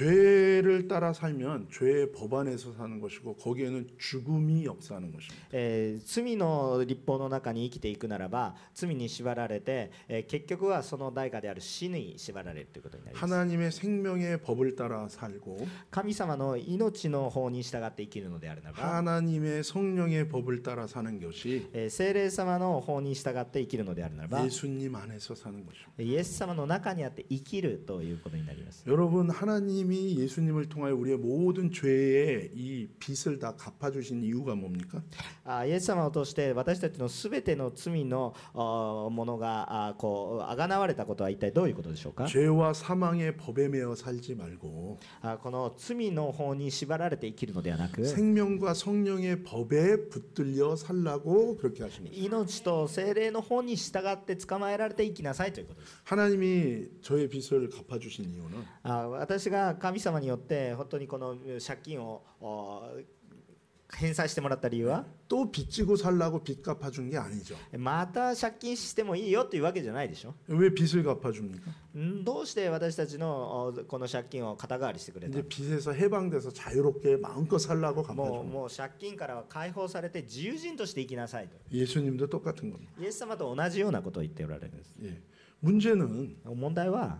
[SPEAKER 2] 죄를 따라 살면 죄의 법 안에서 사는 것이고 거기에는 죽음이 역사하는 것입니다.
[SPEAKER 1] えー罪の立法の中に生きていくならば罪に縛られて、えー結局はその代価である死に縛られるということになります
[SPEAKER 2] 하나님의 생명의 법을 따라 살고
[SPEAKER 1] 神様の命の方に従って生きるのであるならば、
[SPEAKER 2] 하나님의 성령의 법을 따라 사는 것이
[SPEAKER 1] えー聖霊様の方に従って生きるのであるならば、
[SPEAKER 2] 예수님 안에서 사는 것입니다.
[SPEAKER 1] イエス様の中にあって生きるということになります。
[SPEAKER 2] 여러분 하나님이 예수님을 통하여 우리의 모든 죄의 이 빚을 다 갚아 주신 이유가 뭡니까?
[SPEAKER 1] あイエス様を通して私たちのすべての罪のあものがあこう贖われたことは一体どういうことでしょうか
[SPEAKER 2] 죄와 사망의 법에 매어 살지 말고
[SPEAKER 1] あこの罪の方に縛られて生きるのではなく
[SPEAKER 2] 생명과 성령의 법에 붙들려 살라고 그렇게 하신 거예요.
[SPEAKER 1] 命と聖霊の方に従って捕まえられて生きなさいということです。
[SPEAKER 2] 하나님이 저의 빚을 갚아 주신 이유는
[SPEAKER 1] あ私が神様によって本当にこの借金をお返済してもらった理由は
[SPEAKER 2] 또 빚지고 살라고 빚 갚아 준 게 아니죠.
[SPEAKER 1] また借金してもいいよというわけじゃないでしょ
[SPEAKER 2] 왜 빚을 갚아 줍니까?
[SPEAKER 1] んどうして私たちのおこの借金を肩代わりしてくれた
[SPEAKER 2] 이제 빚에서 해방돼서 자유롭게 마음껏 살라고 갚아
[SPEAKER 1] もう
[SPEAKER 2] 줍니다.
[SPEAKER 1] もう借金からは解放されて自由人として生きなさいと
[SPEAKER 2] 예수님도 똑같은 겁니다.
[SPEAKER 1] イエス様と同じようなことを言っておられるんです
[SPEAKER 2] 예. 문제는
[SPEAKER 1] 問題は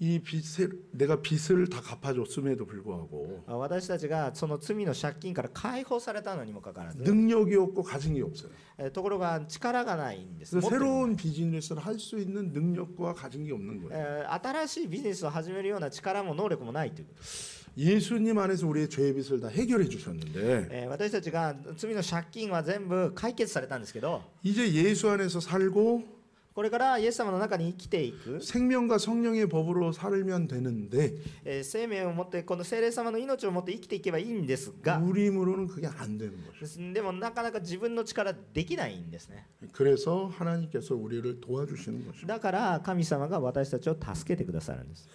[SPEAKER 2] 이 빚을 내가 빚을 다 갚아줬음에도 불구하고
[SPEAKER 1] あ私たちがその罪の借金から解放されたのにもかかわらず
[SPEAKER 2] 능력이 없고 가진 게 없어요.
[SPEAKER 1] えところが力がないんです持
[SPEAKER 2] 그래서
[SPEAKER 1] ってるの
[SPEAKER 2] 새로운 비즈니스를 할 수 있는 능력과 가진 게 없는 거예요.
[SPEAKER 1] えー新しいビジネスを始めるような力も能力もないということ、
[SPEAKER 2] 예수님 안에서 우리의 죄의 빚을 다 해결해 주셨는데
[SPEAKER 1] えー私たちが罪の借金は全部解決されたんですけど
[SPEAKER 2] 이제 예수 안에서 살고
[SPEAKER 1] これからイエス様の中に生きていく
[SPEAKER 2] 생명과 성령의 법으로 살면 되는데
[SPEAKER 1] えー生命を持ってこの聖霊様の命を持って生きていけばいいんですが
[SPEAKER 2] 우리 힘으로는 그게 안 되는 거죠.
[SPEAKER 1] でもなかなか自分の力できないんですね
[SPEAKER 2] 그래서 하나님께서 우리를 도와주시는 것입니다.
[SPEAKER 1] だから神様が私たちを助けてくださるんです、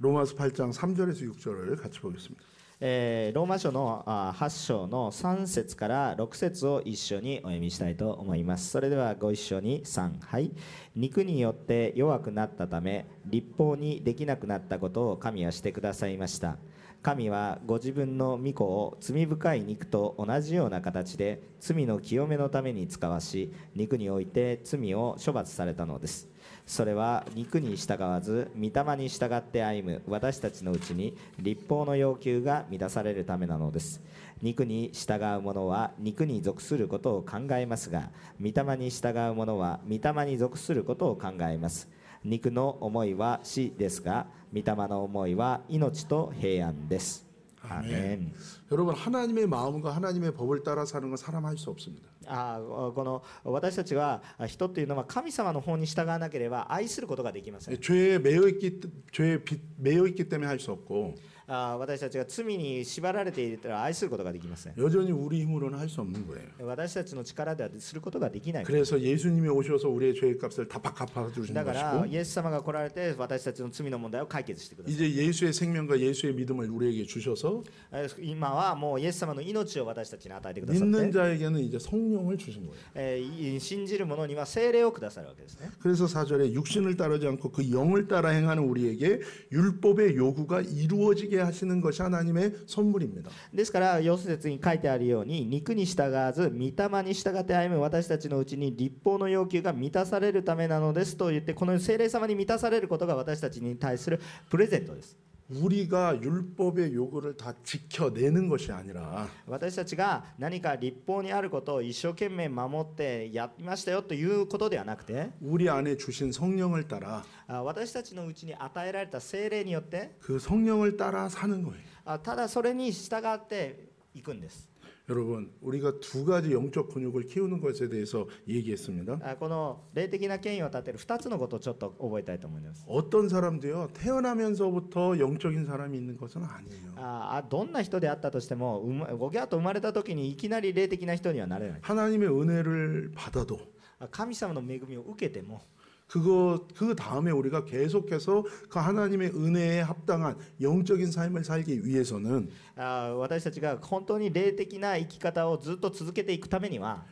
[SPEAKER 2] 로마서 8장 3절에서 6절을 같이 보겠습니다.
[SPEAKER 1] えーローマ書のあ8章の3節から6節を一緒にお読みしたいと思いますそれではご一緒に3はい肉によって弱くなったため立法にできなくなったことを神はしてくださいました神はご自分の御子を罪深い肉と同じような形で罪の清めのために使わし肉において罪を処罰されたのですそれは肉に従わず御霊に従って歩む私たちのうちに立法の要求が満たされるためなのです肉に従う者は肉に属することを考えますが御霊に従う者は御霊に属することを考えます肉の思いは死ですが御霊の思いは命と平安ですアーメン
[SPEAKER 2] 여러분 하나님의 마음과 하나님의 법을 따라 사는 건 사람 할 수 없습니다.
[SPEAKER 1] あーこの私たちは人というのは神様の方に従わなければ愛することができません
[SPEAKER 2] 죄에 매여 있기 죄에 빗- 매여 있기 때문에 할 수 없고
[SPEAKER 1] あー私たちが罪に縛られていたら愛することができません
[SPEAKER 2] 여전히 우리 힘으로는 할 수 없는 거예요.
[SPEAKER 1] 私たちの力ではすることができない
[SPEAKER 2] 그래서 예수님이 오셔서 우리의 죄의 값을 다 갚아
[SPEAKER 1] だ
[SPEAKER 2] 주신
[SPEAKER 1] から、
[SPEAKER 2] 것이고
[SPEAKER 1] イエス様が来られて、私たちの罪の問題を解決してください。
[SPEAKER 2] 이제 예수의 생명과 예수의 믿음을 우리에게 주셔서
[SPEAKER 1] えー今はもうイエス様の命を私たちに与えてくださっ
[SPEAKER 2] 믿는
[SPEAKER 1] て、
[SPEAKER 2] 자에게는 이제 성령을 주신 거예요.
[SPEAKER 1] えーい信じる者には聖霊をくださるわけですね。
[SPEAKER 2] 그래서 4절에 육신을 따르지 않고 그 영을 따라 행하는 우리에게 율법의 요구가 이루어지게 하시는 것이 하나님의 선물입니다.
[SPEAKER 1] ですから、四節に書いてあるように、肉に従わず、御霊に従って歩む私たちのうちに立法の要求が満たされるためなのですと言って、この聖霊様に満たされることが私たちに対するプレゼントです。
[SPEAKER 2] 우리가 율법의 요구를 다 지켜내는 것이 아니라
[SPEAKER 1] 私たちが何か立法にあることを一生懸命守ってやりましたよということではなくて、
[SPEAKER 2] 우리 안에 주신 성령을 따라
[SPEAKER 1] あ私たちのうちに与えられた聖霊によって
[SPEAKER 2] 그 성령을 따라 사는 거예요.
[SPEAKER 1] あただそれに従っていくんです
[SPEAKER 2] 여러분, 우리가 두 가지 영적 근육을 키우는 것에 대해서 얘기했습니다.
[SPEAKER 1] あこの霊的な権威を立てる2つのことをちょっと覚えたいと思います
[SPEAKER 2] 어떤 사람도요 태어나면서부터 영적인 사람이 있는 것은 아니에요.
[SPEAKER 1] ああどんな人であったとしてもうまごきゃと生まれた時にいきなり霊的な人にはなれない
[SPEAKER 2] 하나님의 은혜를 받아도
[SPEAKER 1] あ神様の恵みを受けても
[SPEAKER 2] 그거 그 다음에 우리가 계속해서 그 하나님의 은혜에 합당한 영적인 삶을 살기 위해서는
[SPEAKER 1] あ私たちが本当に霊的な生き方をずっと続けていくためには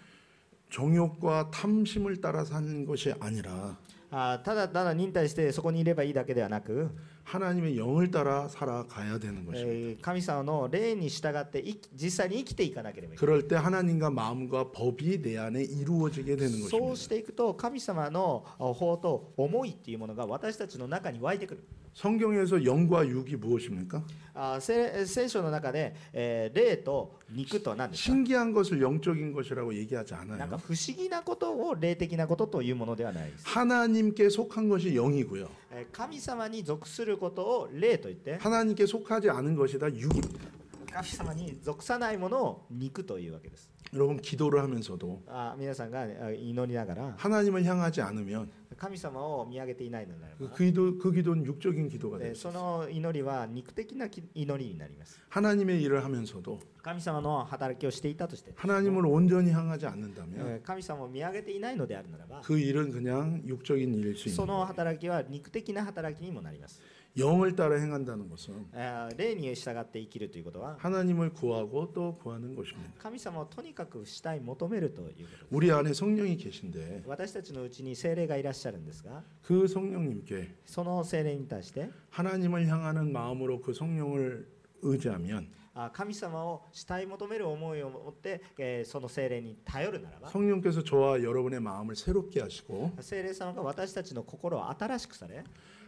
[SPEAKER 2] 정욕과 탐심을 따라 사는 것이 아니라
[SPEAKER 1] あただただ忍耐してそこにいればいいだけではなく、
[SPEAKER 2] 하나님의 영을 따라 살아가야 되는
[SPEAKER 1] え
[SPEAKER 2] 것입니다.
[SPEAKER 1] ー神様の霊に従っていき実際に生きていかなければいけない
[SPEAKER 2] 그럴 때 하나님과 마음과 법이 내 안에 이루어지게 되는
[SPEAKER 1] そう
[SPEAKER 2] 것입니다.
[SPEAKER 1] していくと神様の法と思いっていうものが私たちの中に湧いてくる
[SPEAKER 2] 성경에서 영과 육이 무엇입니까?
[SPEAKER 1] あ聖聖書の中で、えー霊と肉と何ですか
[SPEAKER 2] 신기한 것을 영적인 것이라고 얘기하지
[SPEAKER 1] なん
[SPEAKER 2] 않아요.
[SPEAKER 1] か不思議なことを霊的なことというものではないです、
[SPEAKER 2] 하나님께 속한 것이 영이고요.
[SPEAKER 1] えー神様に属することを霊と言って
[SPEAKER 2] 하나님께 속하지 않은 것이 다 육입니다.
[SPEAKER 1] 神様に属さないものを肉というわけです
[SPEAKER 2] 여러분 기도를 하면서도
[SPEAKER 1] あ皆さんがあ祈りながら
[SPEAKER 2] 하나님을 향하지 않으면
[SPEAKER 1] 神様を見上げていないのならば
[SPEAKER 2] 그 기도 그 기도는 육적인 기도가
[SPEAKER 1] えー
[SPEAKER 2] 돼
[SPEAKER 1] そ
[SPEAKER 2] 요
[SPEAKER 1] の祈りは肉的なき祈りになります
[SPEAKER 2] 하나님의 일을 하면서도
[SPEAKER 1] 神様の働きをしていたとして
[SPEAKER 2] 하나님을 온전히 향하지 않는다면
[SPEAKER 1] えー神様を見上げていないのであるならば
[SPEAKER 2] 그 일은 그냥 육적인 일일 수
[SPEAKER 1] そ
[SPEAKER 2] 있는
[SPEAKER 1] の
[SPEAKER 2] 거예요.
[SPEAKER 1] 働きは肉的な働きにもなります
[SPEAKER 2] 영을 따라 행한다는 것은
[SPEAKER 1] えー霊に従って生きるということは
[SPEAKER 2] 하나님을 구하고 또 구하는 것입니다.
[SPEAKER 1] 神様をとにかく主体求めるということで
[SPEAKER 2] 우리 안에 성령이
[SPEAKER 1] す
[SPEAKER 2] 계신데
[SPEAKER 1] 私たちのうちに精霊がいらっしゃるんですが
[SPEAKER 2] 그 성령님께
[SPEAKER 1] その精霊に対して
[SPEAKER 2] 하나님을 향하는 마음으로 그 성령을 의지하면
[SPEAKER 1] あ神様を主体求める思いを持って、えーその精霊に頼るならば
[SPEAKER 2] 성령께서 저와 여러분의 마음을 새롭게 하시고
[SPEAKER 1] 精霊様が私たちの心を新しくされ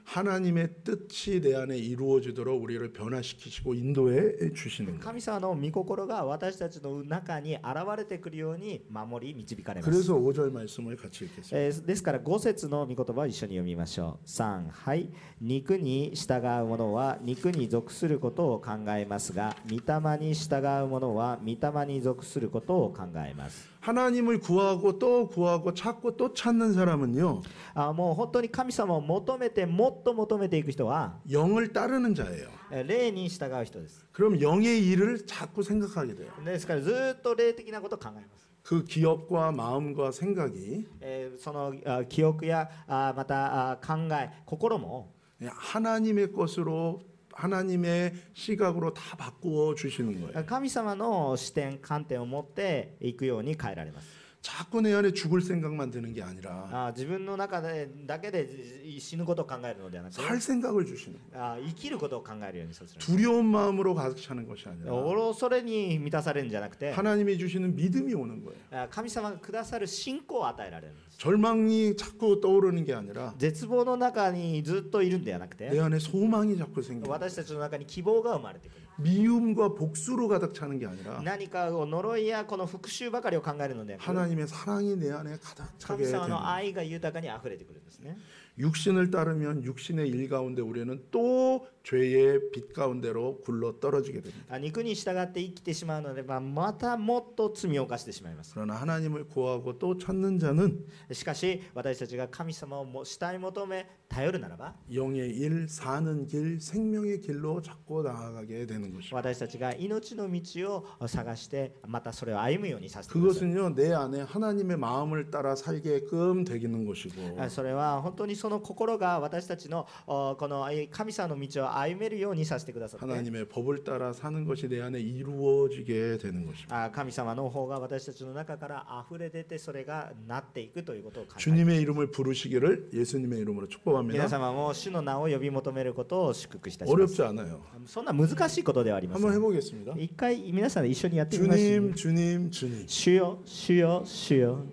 [SPEAKER 2] 하나님의 뜻이 내 안에 이루어지도록 우리를 변화시키시고 인도해 주시는 거예요.
[SPEAKER 1] 神様の御心が私たちの中に現れてくるように守り導かれます
[SPEAKER 2] 그래서 5절 말씀을 같이 읽겠습니다.
[SPEAKER 1] えーですから5節の御言葉を一緒に読みましょう3はい肉に従う者は肉に属することを考えますが御霊に従う者は御霊に属することを考えます
[SPEAKER 2] 하나님을 구하고 또 구하고 찾고 또 찾는 사람은요.
[SPEAKER 1] あもう本当に神様を求めてもっと求めていく人は
[SPEAKER 2] 영을 따르는 자예요.
[SPEAKER 1] えー霊に従う人です
[SPEAKER 2] 그럼 영의 일을 자꾸 생각하게 돼요.
[SPEAKER 1] ですからずーっと霊的なことを考えます
[SPEAKER 2] 그 기억과 마음과 생각이
[SPEAKER 1] えーそのあ記憶やあまたあ考え心も
[SPEAKER 2] 하나님의 것으로 하나님의 시각으로 다 바꾸어 주시는 거예요.
[SPEAKER 1] 神様の視点観点を持っていくように変えられます
[SPEAKER 2] 자꾸 내 안에 죽을 생각만 드는 게 아니라
[SPEAKER 1] あ自分の中でだけでじ死ぬことを考えるのではなく
[SPEAKER 2] 살 생각을 주시는 거예요.
[SPEAKER 1] あ生きることを考えるようにさせる
[SPEAKER 2] 두려운 마음으로 가득 차는 것이
[SPEAKER 1] 네,
[SPEAKER 2] 아니라
[SPEAKER 1] 恐れに満たされるんじゃなくて
[SPEAKER 2] 하나님이 주시는 믿음이 오는 거예요.
[SPEAKER 1] あ神様がくださる信仰を与えられるんです
[SPEAKER 2] 절망이 자꾸 떠오르는 게 아니라
[SPEAKER 1] 絶望の中にずっといるんではなく
[SPEAKER 2] 내
[SPEAKER 1] て
[SPEAKER 2] 안에 소망이 자꾸 생겨요.
[SPEAKER 1] 私たちの中に希望が生まれてくる
[SPEAKER 2] 미움과 복수로 가득 차는 게 아니라
[SPEAKER 1] 何かを呪いやこの復讐ばかりを考えるのではなく
[SPEAKER 2] 하나님의 사랑이 내 안에 가득
[SPEAKER 1] 神
[SPEAKER 2] 차게
[SPEAKER 1] 様の
[SPEAKER 2] 되는
[SPEAKER 1] 愛が豊かに溢れてくるんですね
[SPEAKER 2] 육신을 따르면 육신의 일 가운데 우리는 또 죄의 빛 가운데로 굴러 떨어지게 됩니다.
[SPEAKER 1] あ肉に従って生きてしまうので、まあ、またもっと罪を犯してしまいます
[SPEAKER 2] 그러나 하나님을 구하고 또 찾는 자는
[SPEAKER 1] しかし私たちが神様をも主体求め頼るならば
[SPEAKER 2] 영의 일, 사는 길, 생명의 길로 자꾸 나아가게 되는 것입니다.
[SPEAKER 1] 私たちが命の道を探してまたそれを歩むようにさせてください
[SPEAKER 2] 그것은요 내 안에 하나님의 마음을 따라 살게끔 되기는 것이고
[SPEAKER 1] あそれは本当にその心が私たちのおこのえ神様の道を歩めるようにさせてくださって
[SPEAKER 2] 하나님의 법을 따라 사는 것이 내 안에 이루어지게 되는 것입니다.
[SPEAKER 1] あ神様の方が私たちの中から溢れ出てそれがなっていくということを考え
[SPEAKER 2] 주님의 이름을 부르시기를 예수님의 이름으로
[SPEAKER 1] 皆
[SPEAKER 2] 축복합니다.
[SPEAKER 1] 様も主の名を呼び求めることを祝福いたします
[SPEAKER 2] 어렵지 않아요.
[SPEAKER 1] そんな難しいことではありませ
[SPEAKER 2] 한번
[SPEAKER 1] ん
[SPEAKER 2] 해보겠습니다.
[SPEAKER 1] 一回皆さんで一緒
[SPEAKER 2] 예,
[SPEAKER 1] にやってみましょう
[SPEAKER 2] 주님, 주님, 주님.
[SPEAKER 1] 主よ主よ主よ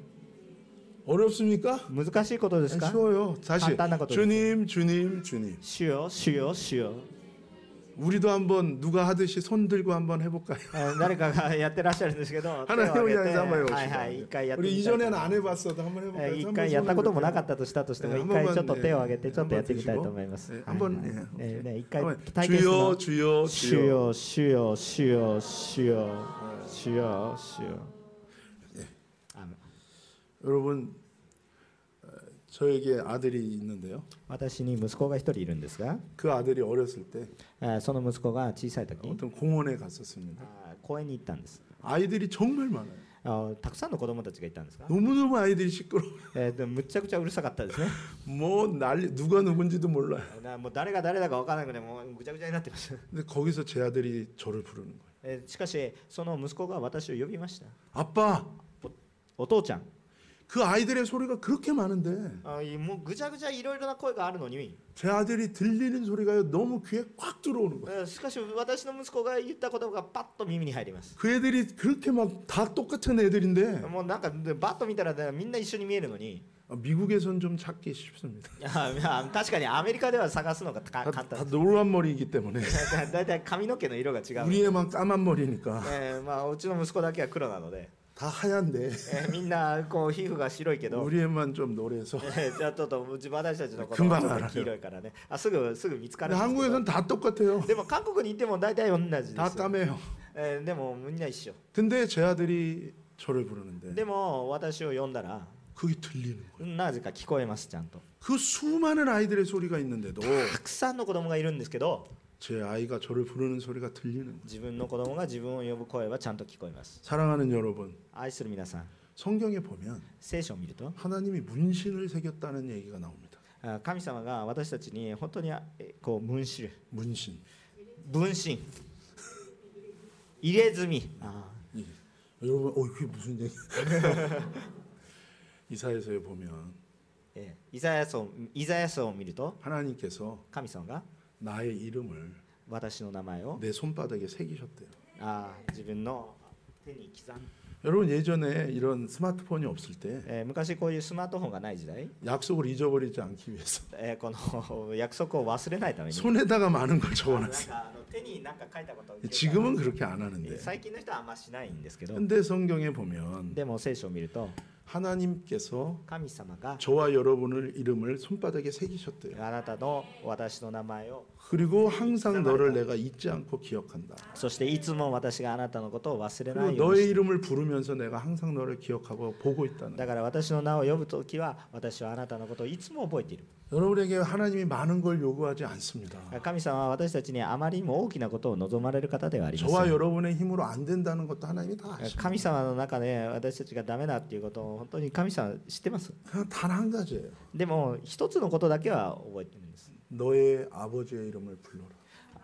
[SPEAKER 2] 어렵습니까? 아,
[SPEAKER 1] 難しいことですか
[SPEAKER 2] 쉬워요. 다시
[SPEAKER 1] 간단한 것도
[SPEAKER 2] 주님, 주님, 주님.
[SPEAKER 1] 主よ主よ主よ
[SPEAKER 2] 우리도 한번 누가 하듯이 손 들고 한번 해볼까요?
[SPEAKER 1] あ誰かがやってらっしゃるんですけ [LAUGHS] ど
[SPEAKER 2] 하나님을
[SPEAKER 1] 手を
[SPEAKER 2] 위한
[SPEAKER 1] 挙げて
[SPEAKER 2] 한번
[SPEAKER 1] はいはい一回や
[SPEAKER 2] 해봅시다.
[SPEAKER 1] ってみた
[SPEAKER 2] 우리
[SPEAKER 1] いと思い
[SPEAKER 2] 이전에는
[SPEAKER 1] ます
[SPEAKER 2] 안 해봤어도 한번
[SPEAKER 1] え
[SPEAKER 2] 해볼까요?
[SPEAKER 1] ー一
[SPEAKER 2] 한번
[SPEAKER 1] 回やったこともなかっ
[SPEAKER 2] 손을
[SPEAKER 1] たとしたとしても
[SPEAKER 2] えー
[SPEAKER 1] 一回ちょっと
[SPEAKER 2] 한번만
[SPEAKER 1] 手を挙げてちょっとやってみたいと
[SPEAKER 2] 드시고.
[SPEAKER 1] 思います。
[SPEAKER 2] 네,
[SPEAKER 1] はいはい
[SPEAKER 2] 한번
[SPEAKER 1] えー
[SPEAKER 2] 네.
[SPEAKER 1] ね一回
[SPEAKER 2] 한번
[SPEAKER 1] 体験する
[SPEAKER 2] 주여,
[SPEAKER 1] の
[SPEAKER 2] 주여,
[SPEAKER 1] 主
[SPEAKER 2] 주여.
[SPEAKER 1] よ主よ主よ主よ主よ主よあの
[SPEAKER 2] 여러분 어, 저에게 아들이 있는데요.
[SPEAKER 1] 私に息子が一人いるんですが
[SPEAKER 2] 그 아들이 어렸을 때
[SPEAKER 1] えーその息子が小さい時
[SPEAKER 2] 어떤 공원에 갔었습니다.
[SPEAKER 1] あー公園に行ったんです
[SPEAKER 2] 아이들이 정말 많아요.
[SPEAKER 1] あーたくさんの子供たちがいたんですが、
[SPEAKER 2] 너무너무 아이들이 시끄러워.
[SPEAKER 1] えーでもむちゃくちゃうるさかったですね [LAUGHS]
[SPEAKER 2] 뭐 난리 누가 누군지도 몰라요.
[SPEAKER 1] なもう誰が誰だか分からなくてもうぐちゃぐちゃになってました、
[SPEAKER 2] 근데 거기서 제 아들이 저를 부르는 거예요.
[SPEAKER 1] [LAUGHS] えーしかしその息子が私を呼びました
[SPEAKER 2] 아빠,
[SPEAKER 1] お父ちゃん
[SPEAKER 2] 그 아이들의 소리가 그렇게 많은데
[SPEAKER 1] あいもうぐちゃぐちゃいろいろな声があるのに、
[SPEAKER 2] 제 아들이 들리는 소리가 너무 귀에 꽉 들어오는 거예요.
[SPEAKER 1] えーしかし私の息子が言った言葉がパッと耳に入ります。
[SPEAKER 2] 그 애들이 그렇게 막 다 똑같은 애들인데 아,
[SPEAKER 1] もうなんかでバッと見たらねみんな一緒に見えるのに、 [LAUGHS]
[SPEAKER 2] 미국에선 좀 찾기 쉽습니다.
[SPEAKER 1] いやいや確かにアメリカでは探すのがか
[SPEAKER 2] 다
[SPEAKER 1] 簡
[SPEAKER 2] 다
[SPEAKER 1] 単。
[SPEAKER 2] 노란 머리이기 때문에
[SPEAKER 1] [LAUGHS] だいたい髪の毛の色が違う。
[SPEAKER 2] 우리 애만 까만 머리니까
[SPEAKER 1] えーまあうちの息子だけは黒なので、
[SPEAKER 2] 다 하얀데
[SPEAKER 1] え [LAUGHS] ーみんなこう皮膚が白いけど。
[SPEAKER 2] 우리 애만 좀 노래서
[SPEAKER 1] え [LAUGHS] ーじゃあちょっとうち私たちのことはちょっと黄色いからねあすぐすぐ見つか
[SPEAKER 2] 근데
[SPEAKER 1] るんですけど
[SPEAKER 2] 한국에선 다 똑같아요.
[SPEAKER 1] でも韓国に行っても大体同じです
[SPEAKER 2] 다
[SPEAKER 1] よ、
[SPEAKER 2] 까매요.
[SPEAKER 1] えーでもみんな一緒
[SPEAKER 2] 근데 제 아들이 저를 부르는데
[SPEAKER 1] でも私を呼んだら
[SPEAKER 2] 그게 들리는 거예요.
[SPEAKER 1] なぜか聞こえますちゃんと
[SPEAKER 2] 그 수많은 아이들의 소리가 있는데도
[SPEAKER 1] たくさんの子供がいるんですけど
[SPEAKER 2] 제 아이가 저를 부르는 소리가 들리는 거예요.
[SPEAKER 1] 自分の子供が自分を呼ぶ声はちゃんと聞こえます
[SPEAKER 2] 사랑하는 여러분,
[SPEAKER 1] 愛する皆さん
[SPEAKER 2] 성경에 보면
[SPEAKER 1] 聖書を見ると
[SPEAKER 2] 하나님이 문신을 새겼다는 얘기가 나옵니다.
[SPEAKER 1] あ神様が私たちに本当にえこう分子
[SPEAKER 2] 문신.
[SPEAKER 1] 分身入れ墨あ
[SPEAKER 2] 예. 여러분, 어 이게 무슨 얘기? [LAUGHS] 이사에서에 보면
[SPEAKER 1] えイザヤ書イザヤ書を見ると
[SPEAKER 2] 하나님께서
[SPEAKER 1] 神様が
[SPEAKER 2] 나의 이름을
[SPEAKER 1] 私の名前を
[SPEAKER 2] 내 손바닥에 새기셨대요.
[SPEAKER 1] あ自分の手に刻ん、
[SPEAKER 2] 여러분 예전에 이런 스마트폰이 없을 때
[SPEAKER 1] えー昔こういうスマートフォンがない時代、
[SPEAKER 2] 약속을 잊어버리지 않기 위해서
[SPEAKER 1] えーこの約束を忘れないために
[SPEAKER 2] 손에다가 많은 걸
[SPEAKER 1] あのなん
[SPEAKER 2] 적어놨어요.
[SPEAKER 1] かあの手になんか書いたことを記憶が
[SPEAKER 2] 지금은 그렇게 안
[SPEAKER 1] え
[SPEAKER 2] 하는데
[SPEAKER 1] 最近の人はあんましないんですけど
[SPEAKER 2] 근데 성경에 보면
[SPEAKER 1] でも聖書を見ると
[SPEAKER 2] 하나님께서
[SPEAKER 1] 神様が
[SPEAKER 2] 저와 여러분을 이름을 손바닥에 새기셨대요.
[SPEAKER 1] あなたの私の名前を
[SPEAKER 2] 그리고 항상 너를 내가 잊지 않고 기억한다.
[SPEAKER 1] そしていつも私があなたのことを忘れな
[SPEAKER 2] 그리고
[SPEAKER 1] いように
[SPEAKER 2] 너의 이름을 부르면서 내가 항상 너를 기억하고 보고 있다는.
[SPEAKER 1] だから私の名を呼ぶときは私はあなたのことをいつも覚えている
[SPEAKER 2] 여러분에게 하나님이 많은 걸 요구하지 않습니다.
[SPEAKER 1] 神様は私たちにあまりにも大きなことを望まれる方ではありま
[SPEAKER 2] 저와
[SPEAKER 1] せん
[SPEAKER 2] 여러분의 힘으로 안 된다는 것도 하나님이 다
[SPEAKER 1] 神
[SPEAKER 2] 아십니다.
[SPEAKER 1] 様の中で私たちがダメだっていうことを本当に神様知ってます
[SPEAKER 2] 그냥 단 한 가지예요.
[SPEAKER 1] でも一つのことだけは覚えてるんです
[SPEAKER 2] 너의 아버지의 이름을 불러라.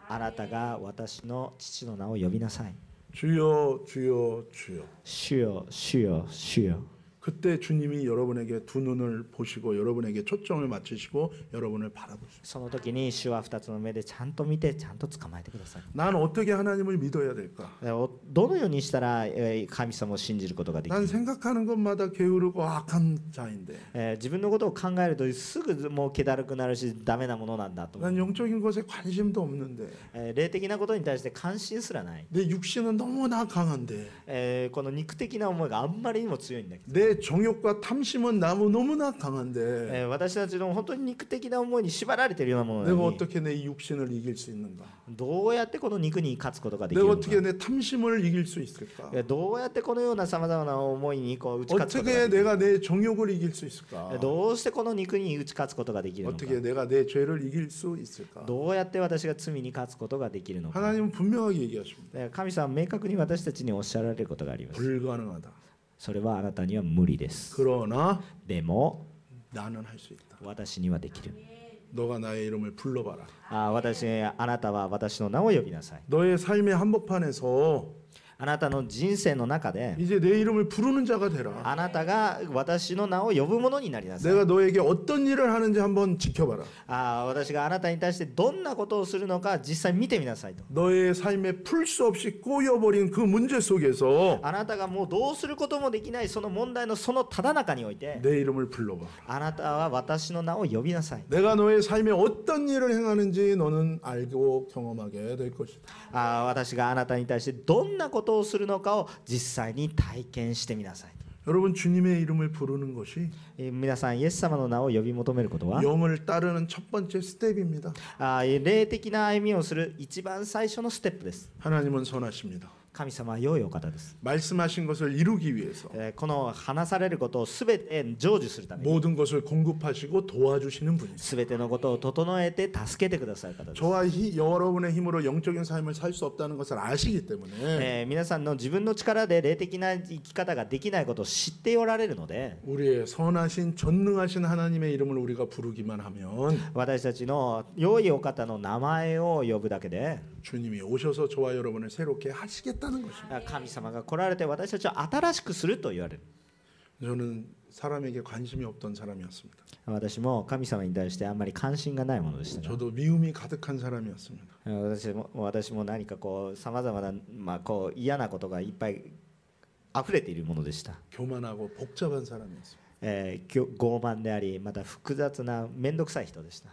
[SPEAKER 1] あなたが私の父の名を呼びなさい
[SPEAKER 2] 주여, 주여, 주여.
[SPEAKER 1] 主よ主よ主よ
[SPEAKER 2] 그때 주님이 여러분에게 두 눈을 보시고 여러분에게 초점을 맞추시고 여러분을 바라보세요.
[SPEAKER 1] その時に主は二つの目でちゃんと見てちゃんと捕まえてください
[SPEAKER 2] 난 어떻게 하나님을 믿어야 될까?
[SPEAKER 1] えおどのようにしたらえー神様を信じることができる
[SPEAKER 2] 난 생각하는 것마다 게으르고 악한 자인데
[SPEAKER 1] えー自分のことを考えるとすぐもう気だるくなるしダメなものなんだと思う
[SPEAKER 2] 난 영적인 것에 관심도 없는데
[SPEAKER 1] えー霊的なことに対して関心すらない
[SPEAKER 2] 내 육신은 너무나 강한데
[SPEAKER 1] えーこの肉的な思いがあんまりにも強いんだけど
[SPEAKER 2] 내 육의 정욕과 탐심은 너무 너무나 강한데
[SPEAKER 1] えー私たちの本当に肉的な思いに縛られているようなものな
[SPEAKER 2] 내가
[SPEAKER 1] のに
[SPEAKER 2] 어떻게 내 이 육신을 이길 수 있는가?
[SPEAKER 1] どうやってこの肉に勝つことができる
[SPEAKER 2] 내가
[SPEAKER 1] のか
[SPEAKER 2] 어떻게 내 탐심을 이길 수 있을까?
[SPEAKER 1] いやどうやってこのようなさまざまな思いにこう打ち勝つこと
[SPEAKER 2] 어떻게
[SPEAKER 1] ができる
[SPEAKER 2] 내가 내 정욕을 이길 수
[SPEAKER 1] い
[SPEAKER 2] 있을까?
[SPEAKER 1] やどうしてこの肉に打ち勝つことができるのか
[SPEAKER 2] 어떻게 내가 내 죄를 이길 수 있을까?
[SPEAKER 1] どうやって私が罪に勝つことができるのか
[SPEAKER 2] 하나님은 분명하게 얘기하십니다.
[SPEAKER 1] で神様は明確に私たちにおっしゃられることがあります
[SPEAKER 2] 불가능하다.
[SPEAKER 1] それはあなたには無理です
[SPEAKER 2] 그러나
[SPEAKER 1] でも
[SPEAKER 2] 나는 할 수 있다.
[SPEAKER 1] 私にはできる
[SPEAKER 2] 너가 나의 이름을 불러봐라.
[SPEAKER 1] あ私あなたは私の名を呼びなさい
[SPEAKER 2] 너의 삶의 한복판에서
[SPEAKER 1] あなたの人生の中で
[SPEAKER 2] 이제 내 이름을 부르는 자가 되라.
[SPEAKER 1] あなたが私の名を呼ぶものになりなさい
[SPEAKER 2] 내가 너에게 어떤 일을 하는지 한번 지켜봐라.
[SPEAKER 1] あ私があなたに対してどんなことをするのか実際見てみなさいと
[SPEAKER 2] 너의 삶에 풀 수 없이 꼬여버린 그 문제 속에서
[SPEAKER 1] あなたがもうどうすることもできないその問題のそのただ中において
[SPEAKER 2] 내 이름을 불러봐.
[SPEAKER 1] あなたは私の名を呼びなさい
[SPEAKER 2] 내가 너의 삶에 어떤 일을 행하는지 너는 알고 경험하게 될 것이다.
[SPEAKER 1] あ私があなたに対してどんなことをするのかを実際に体験してみなさい
[SPEAKER 2] 여러분 주님의 이름을 부르는 것이
[SPEAKER 1] えー皆さんイエス様の名を呼び求めることは
[SPEAKER 2] 영을 따르는 첫 번째 스텝입니다.
[SPEAKER 1] あー霊的な歩みをする一番最初のステップです
[SPEAKER 2] 하나님은 선하십니다.
[SPEAKER 1] 神様は良いお方です、
[SPEAKER 2] 말씀하신 것을 이루기 위해서
[SPEAKER 1] えーこの話されることを全て成就するために
[SPEAKER 2] 모든 것을 공급하시고 도와주시는 분이죠.
[SPEAKER 1] 全てのことを整えて助けてくださる方です
[SPEAKER 2] 저와 히- 여러분의 힘으로 영적인 삶을 살 수 없다는 것을 아시기 때문에
[SPEAKER 1] えー皆さんの自分の力で霊的な生き方ができないことを知っておられるので
[SPEAKER 2] 우리의 선하신 전능하신 하나님의 이름을 우리가 부르기만 하면
[SPEAKER 1] 私たちの良いお方の名前を呼ぶだけで
[SPEAKER 2] 주님이 오셔서 저와 여러분을 새롭게 하시겠다는 것입니다.
[SPEAKER 1] 神様が来られて私たちを新しくすると言われる
[SPEAKER 2] 저는 사람에게 관심이 없던 사람이었습니다.
[SPEAKER 1] 私も神様に対してあんまり関心がないものでしたが
[SPEAKER 2] 저도 미움이 가득한 사람이었습니다.
[SPEAKER 1] えー私も私も何かこうさまざまな、まあ、こう嫌なことがいっぱい溢れているものでした、
[SPEAKER 2] 교만하고 복잡한 사람이었습니다.
[SPEAKER 1] えーきょ傲慢でありまた複雑な面倒くさい人でした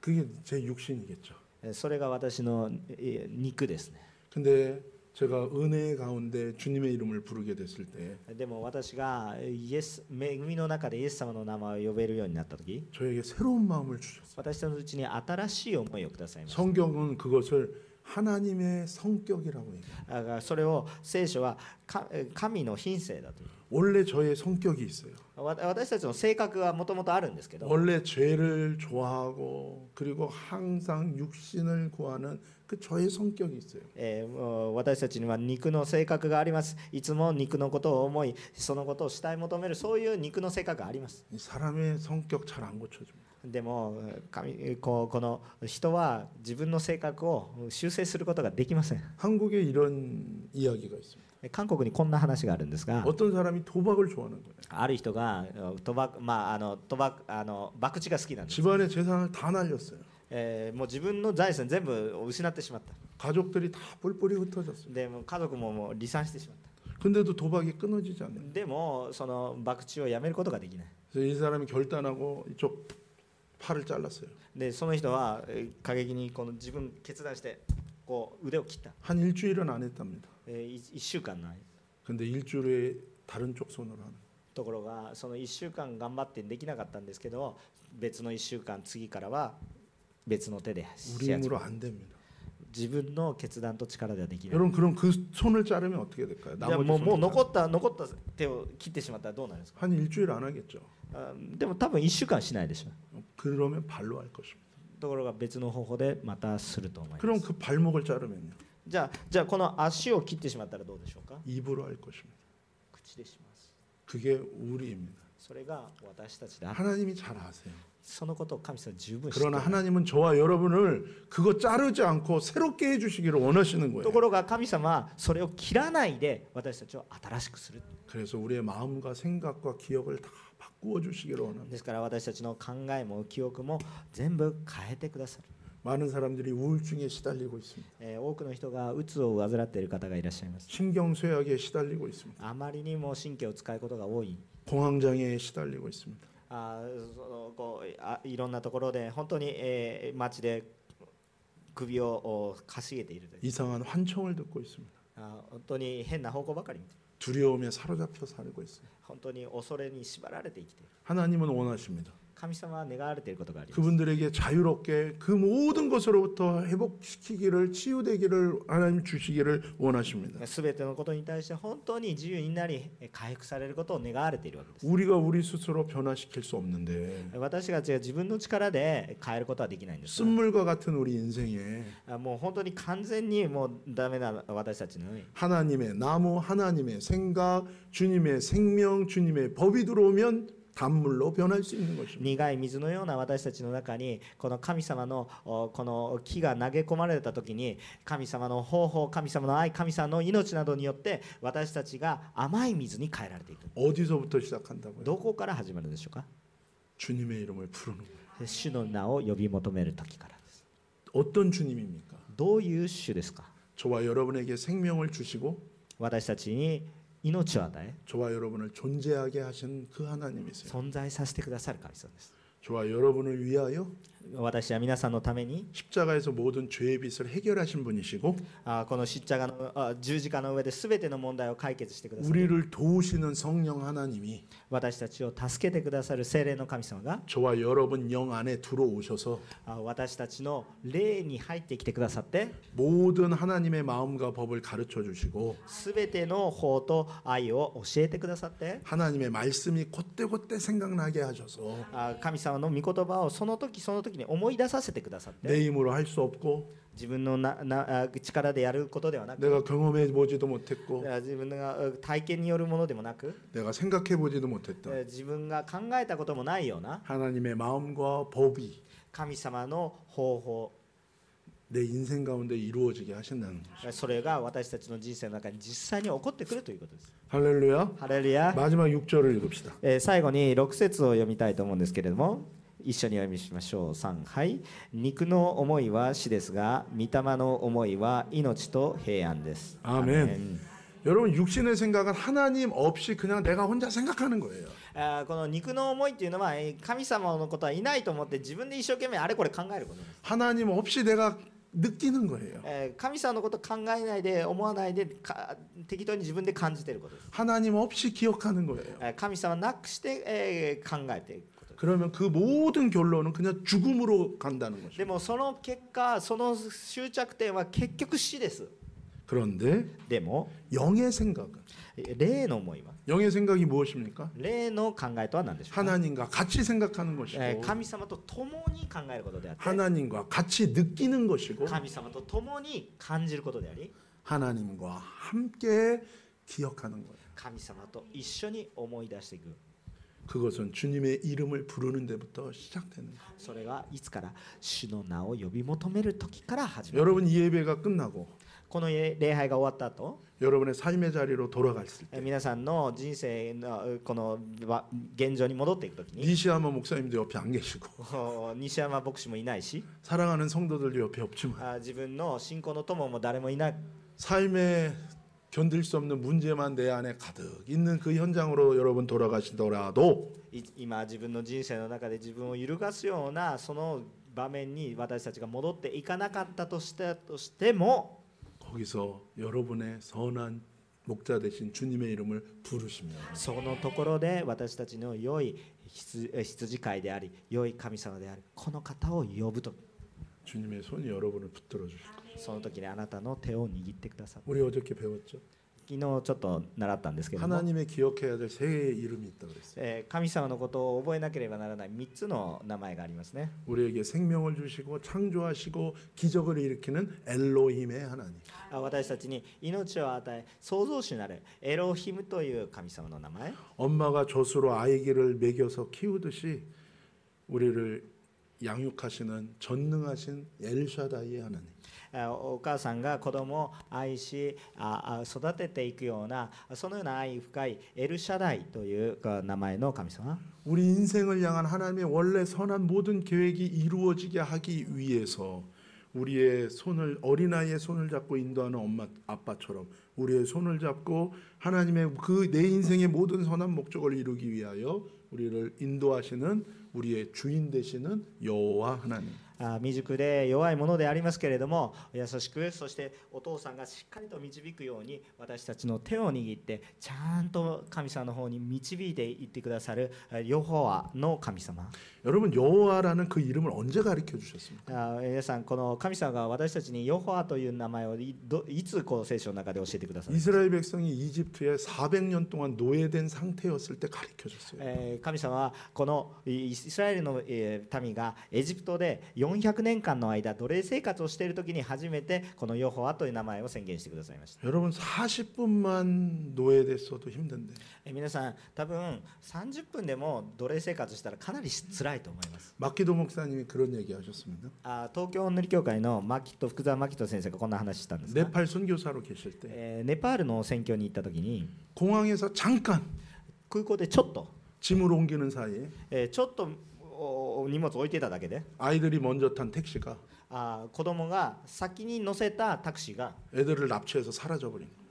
[SPEAKER 2] 그게 제 육신이겠죠.
[SPEAKER 1] えーそれが私のえー肉ですね
[SPEAKER 2] 근데 제가 은혜 가운데 주님의 이름을 부르게 됐을 때
[SPEAKER 1] でも私がイエス恵みの中でイエス様の名前を呼べるようになった時
[SPEAKER 2] 저에게 새로운 마음을 주셨어요.
[SPEAKER 1] 私のうちに新しい思いをくださいました
[SPEAKER 2] 성경은 그것을 하나님의 성격이라고 얘기해요.
[SPEAKER 1] だからそれを聖書はかえー神の品性だという
[SPEAKER 2] 원래 저의 성격이 있어요.
[SPEAKER 1] わ私たちの性格はもともとあるんですけど
[SPEAKER 2] 원래 죄를 좋아하고 그리고 항상 육신을 구하는 그 저의 성격이 있어요.
[SPEAKER 1] えーもう私たちには肉の性格がありますいつも肉のことを思いそのことを主体求めるそういう肉の性格があります
[SPEAKER 2] 이 사람의 성격 잘 안 고쳐줍니다.
[SPEAKER 1] でも神こうこの人は自分の性格を修正することができません
[SPEAKER 2] 한국에 이런 이야기가 있습니다.
[SPEAKER 1] 韓国にこんな話があるんですが
[SPEAKER 2] 어떤 사람이 도박을 좋아하는 거예요.
[SPEAKER 1] ある人が賭博まああの賭博あの博打が好きなんです、
[SPEAKER 2] 집안의 재산을 다 날렸어요.
[SPEAKER 1] えーもう自分の財産全部失ってしまった
[SPEAKER 2] 가족들이 다 뿔뿔이 흩어졌어요.
[SPEAKER 1] でもう家族ももう離散してしまった
[SPEAKER 2] 근데도 도박이 끊어지지 않아요.
[SPEAKER 1] でもその博打をやめることができない
[SPEAKER 2] 그래서 이 사람이 결단하고 이쪽 팔을 잘랐어요.
[SPEAKER 1] でその人はえー過激にこの自分決断してこう腕を切った、
[SPEAKER 2] 한 일주일은 안 했답니다.
[SPEAKER 1] え1週間の間
[SPEAKER 2] 근데 일주일 후에 다른 쪽 손으로 하는. 거예요.
[SPEAKER 1] ところがその1週間頑張ってできなかったんですけど別の1週間次からは別の手で
[SPEAKER 2] 우리
[SPEAKER 1] 制圧
[SPEAKER 2] 힘으로 안 됩니다.
[SPEAKER 1] 自分の決断と力ではできない
[SPEAKER 2] 여러분 그럼 그 손을 자르면 어떻게 될까요?
[SPEAKER 1] じゃあ
[SPEAKER 2] 나머지
[SPEAKER 1] もうもう
[SPEAKER 2] 손을
[SPEAKER 1] 残った残った手を切ってしまったらどうなるんですか
[SPEAKER 2] 한 일주일 안 하겠죠.
[SPEAKER 1] あでも多分1週間しないでしょ
[SPEAKER 2] 그러면 발로 할 것입니다.
[SPEAKER 1] ところが別の方法でまたすると思いま
[SPEAKER 2] 그럼
[SPEAKER 1] す
[SPEAKER 2] 그 발목을 자르면요.
[SPEAKER 1] じゃあじゃあこの足を切ってしまったらどうでしょうか
[SPEAKER 2] 입으로 할 것입니다.
[SPEAKER 1] 口でします
[SPEAKER 2] 그게 우리입니다.
[SPEAKER 1] それが私たちだ
[SPEAKER 2] 하나님이 잘 아세요.
[SPEAKER 1] そのことを神様は十分知って
[SPEAKER 2] 그러나
[SPEAKER 1] る
[SPEAKER 2] 하나님은 저와 여러분을 그거 자르지 않고 새롭게 해주시기를 원하시는
[SPEAKER 1] と
[SPEAKER 2] 거예요.
[SPEAKER 1] ころが神様はそれを切らないで私たちを新しくする
[SPEAKER 2] 그래서 우리의 마음과 생각과 기억을 다 바꾸어 주시기를 원합니다.
[SPEAKER 1] ですから私たちの考えも記憶も全部変えてくださる、
[SPEAKER 2] 많은 사람들이 우울증에 시달리고 있습니다.
[SPEAKER 1] えー多くの人がうつを患っている方がいらっしゃいます
[SPEAKER 2] 신경쇠약에 시달리고 있습니다.
[SPEAKER 1] あまりにも神経を使うことが多い
[SPEAKER 2] 공황장애에 시달리고 있습니다.
[SPEAKER 1] あーそのこうあいろんなところで本当に、えー街で首をおかしげているという
[SPEAKER 2] 이상한 환청을 듣고 있습니다.
[SPEAKER 1] あー本当に変な方向ばかり見てる
[SPEAKER 2] 두려움에 사로잡혀 살고 있어요.
[SPEAKER 1] 本当に恐れに縛られて生きている
[SPEAKER 2] 하나님은 원하십니다.
[SPEAKER 1] 神様は願われていることがあります
[SPEAKER 2] 그분들에게 자유롭게 그 모든 것으로부터 회복시키기를 치유되기를 하나님 주시기를 원하십니다.
[SPEAKER 1] 全てのことに対して本当に自由になりえ回復されることを願われているわけです
[SPEAKER 2] 우리가 우리 스스로 변화시킬 수 없는데
[SPEAKER 1] 私たちが自分の力で変えることはできないんですが
[SPEAKER 2] 쓴물과 같은 우리 인생에
[SPEAKER 1] あもう本当に完全にもうダメな私たちのように
[SPEAKER 2] 하나님의 나무, 하나님의 생각, 주님의 생명, 주님의 법이 들어오면 단물로 변할 수 있는 것입니다.
[SPEAKER 1] 苦い水のような私たちの中にこの神様のおこの木が投げ込まれた時に神様の方法神様の愛神様の命などによって私たちが甘い水に変えられていく
[SPEAKER 2] 어디서부터 시작한다고요?
[SPEAKER 1] どこから始まるんでしょうか
[SPEAKER 2] 주님의 이름을 부르는 거예요.
[SPEAKER 1] 主の名を呼び求める時からです
[SPEAKER 2] 어떤 주님입니까?
[SPEAKER 1] どういう主ですか
[SPEAKER 2] 저와 여러분에게 생명을 주시고
[SPEAKER 1] 私たちに命を与え
[SPEAKER 2] 저와 여러분을 존재하게 하신 그 하나님이세요.
[SPEAKER 1] 存在させてくださる神様です
[SPEAKER 2] 저와 여러분을 위하여
[SPEAKER 1] 私は皆さんのために
[SPEAKER 2] 십자가에서 모든 죄의 빚을 해결하신 분이시고
[SPEAKER 1] あこの十字架のあ十字架の上で全ての問題を解決してくださる
[SPEAKER 2] 우리를 도우시는 성령 하나님이
[SPEAKER 1] 私たちを助けてくださる精霊の神様が
[SPEAKER 2] 저와 여러분 영 안에 들어오셔서
[SPEAKER 1] あ私たちの霊に入ってきてくださって
[SPEAKER 2] 모든 하나님의 마음과 법을 가르쳐 주시고
[SPEAKER 1] 全ての法と愛を教えてくださって
[SPEAKER 2] 하나님의 말씀이 곧대곧대 생각나게 하셔서
[SPEAKER 1] あ神様の御言葉をその時その時に思い出させてくださって
[SPEAKER 2] 내 힘으로 할 수 없고
[SPEAKER 1] 自分のななあ力でやることではなく
[SPEAKER 2] 내가 경험해 보지도 못했고
[SPEAKER 1] あ自分があ体験によるものでもなく
[SPEAKER 2] 내가 생각해 보지도 못했다.
[SPEAKER 1] え自分が考えたこともないような
[SPEAKER 2] 하나님의 마음과 법이
[SPEAKER 1] 神様の方法
[SPEAKER 2] 내 인생 가운데 이루어지게 하신다는 거예요.
[SPEAKER 1] えそれが私たちの人生の中に実際に起こってくるということです
[SPEAKER 2] 할렐루야.
[SPEAKER 1] ハレルヤ、
[SPEAKER 2] 마지막 6절을 읽읍시다.
[SPEAKER 1] えー最後に6節を読みたいと思うんですけれども一緒に読みしましょう3はい肉の思いは死ですが御霊の思いは命と平安です
[SPEAKER 2] アーメン 여러분 육신의 생각은 하나님 없이 그냥 내가 혼자 생각하는 거예요.
[SPEAKER 1] あーこの肉の思いっていうのはえー神様のことはいないと思って自分で一生懸命あれこれ考えることです、
[SPEAKER 2] 하나님 없이 내가 느끼는 거예요.
[SPEAKER 1] えー神様のこと考えないで思わないでか適当に自分で感じていることです
[SPEAKER 2] 하나님 없이 기억하는 거예요.
[SPEAKER 1] えー神様なくして、えー考えていくこと
[SPEAKER 2] 그러면 그 모든 결론은 그냥 죽음으로 간다는
[SPEAKER 1] で
[SPEAKER 2] 거죠.
[SPEAKER 1] もその結果その終着点は結局死です
[SPEAKER 2] 그런데
[SPEAKER 1] でも
[SPEAKER 2] 영의 생각은
[SPEAKER 1] え霊の思いは
[SPEAKER 2] 영의 생각이 무엇입니까?
[SPEAKER 1] 霊の考えとは何でしょうか、
[SPEAKER 2] 하나님과 같이 생각하는
[SPEAKER 1] えー
[SPEAKER 2] 것이고
[SPEAKER 1] 神様と共に考えることであって
[SPEAKER 2] 하나님과 같이 느끼는 것이고
[SPEAKER 1] 神様と共に感じることであり
[SPEAKER 2] 하나님과 함께 기억하는 거예요.
[SPEAKER 1] 神様と一緒に思い出していく
[SPEAKER 2] 그것은 주님의 이름을 부르는 데부터 시작되는 거예요.
[SPEAKER 1] それがいつから主の名を呼び求める時から始まる
[SPEAKER 2] 여러분 이 예배가 끝나고
[SPEAKER 1] このえ礼拝が終わった後
[SPEAKER 2] 여러분의 삶의 자리로 돌아갔을
[SPEAKER 1] え
[SPEAKER 2] 때
[SPEAKER 1] 皆さんの人生のえこのわ現状に戻っていく時に
[SPEAKER 2] 니시아마 목사님도 옆에 안 계시고
[SPEAKER 1] お [LAUGHS] 西山牧師もいないし
[SPEAKER 2] 사랑하는 성도들도 옆에 없지만
[SPEAKER 1] あ自分の信仰の友も誰もいない
[SPEAKER 2] 삶에 견딜 수 없는 문제만 내 안에 가득 있는 그 현장으로 여러분 돌아가시더라도
[SPEAKER 1] い今自分の人生の中で自分を揺るがすようなその場面に私たちが戻っていかなかったとしたとしても
[SPEAKER 2] 거기서 여러분의 선한 목자 되신 주님의 이름을 부르시면
[SPEAKER 1] そのところで私たちの良い羊え羊飼いであり良い神様であるこの方を呼ぶと
[SPEAKER 2] 주님의 손이 여러분을 붙들어 주실 거예요.
[SPEAKER 1] その時にあなたの手を握ってください
[SPEAKER 2] 우리 어저께 배웠죠.
[SPEAKER 1] 昨日ちょっと習ったんですけども、
[SPEAKER 2] 하나님의 기억해야 될 세 개의 이름이 있다고 그랬어요.
[SPEAKER 1] えー神様のことを覚えなければならない3つの名前がありますね
[SPEAKER 2] 우리에게 생명을 주시고 창조하시고 기적을 일으키는 엘로힘의 하나님.
[SPEAKER 1] あ私たちに命を与え創造主なるエロヒムという神様の名前
[SPEAKER 2] 엄마가 젖으로 아이기를 먹여서 키우듯이 우리를 양육하시는 전능하신 엘샤다이의 하나님.
[SPEAKER 1] あお母さんが子供を愛しああ育てていくようなそのような愛深いエルシャダイというか名前の神様
[SPEAKER 2] 우리 인생을 향한 하나님의 원래 선한 모든 계획이 이루어지게 하기 위해서 우리의 손을 어린아이의 손을 잡고 인도하는 엄마 아빠처럼 우리의 손을 잡고 하나님의 그 내 인생의 모든 선한 목적을 이루기 위하여 우리를 인도하시는 우리의 주인 되시는 여호와 하나님.
[SPEAKER 1] あ未熟で弱いものでありますけれども優しくそしてお父さんがしっかりと導くように私たちの手を握ってちゃんと神様の方に導いていってくださるえヨホアの神様
[SPEAKER 2] 여러분 여호와라는 그 이름을 언제 가르쳐 주셨습니까?
[SPEAKER 1] あ皆さんこの神様が私たちにヨホアという名前をいどいつこう聖書の中で教えてくださる
[SPEAKER 2] 이스라엘 백성이 이집트에 400년 동안 노예된 상태였을 때 가르쳐 줬어요.
[SPEAKER 1] えー神様はこのイイスラエルのえー民がエジプトで400年間の間奴隷生活をしている時に初めてこのヨホアという名前を宣言してくださいました、
[SPEAKER 2] 여러분 40분만 노예됐어도 힘든데
[SPEAKER 1] えー皆さん多分30分でも奴隷生活したらかなりし辛いと思います
[SPEAKER 2] 막기도 목사님이 그런 얘기 하셨습니다.
[SPEAKER 1] あー東京塗り協会のマキト福沢マキト先生がこんな話したんですが、
[SPEAKER 2] 네팔 선교사로 계실 때
[SPEAKER 1] えーネパールの選挙に行った時に
[SPEAKER 2] 공항에서 잠깐
[SPEAKER 1] 空港でちょっと、
[SPEAKER 2] 짐을 옮기는 사이에
[SPEAKER 1] えーちょっとおお荷物置いてただけで
[SPEAKER 2] 아이들이 먼저 탄 택시가
[SPEAKER 1] あー子供が先に乗せたタクシーが
[SPEAKER 2] 애들을 납치해서 사라져 버린 거예요.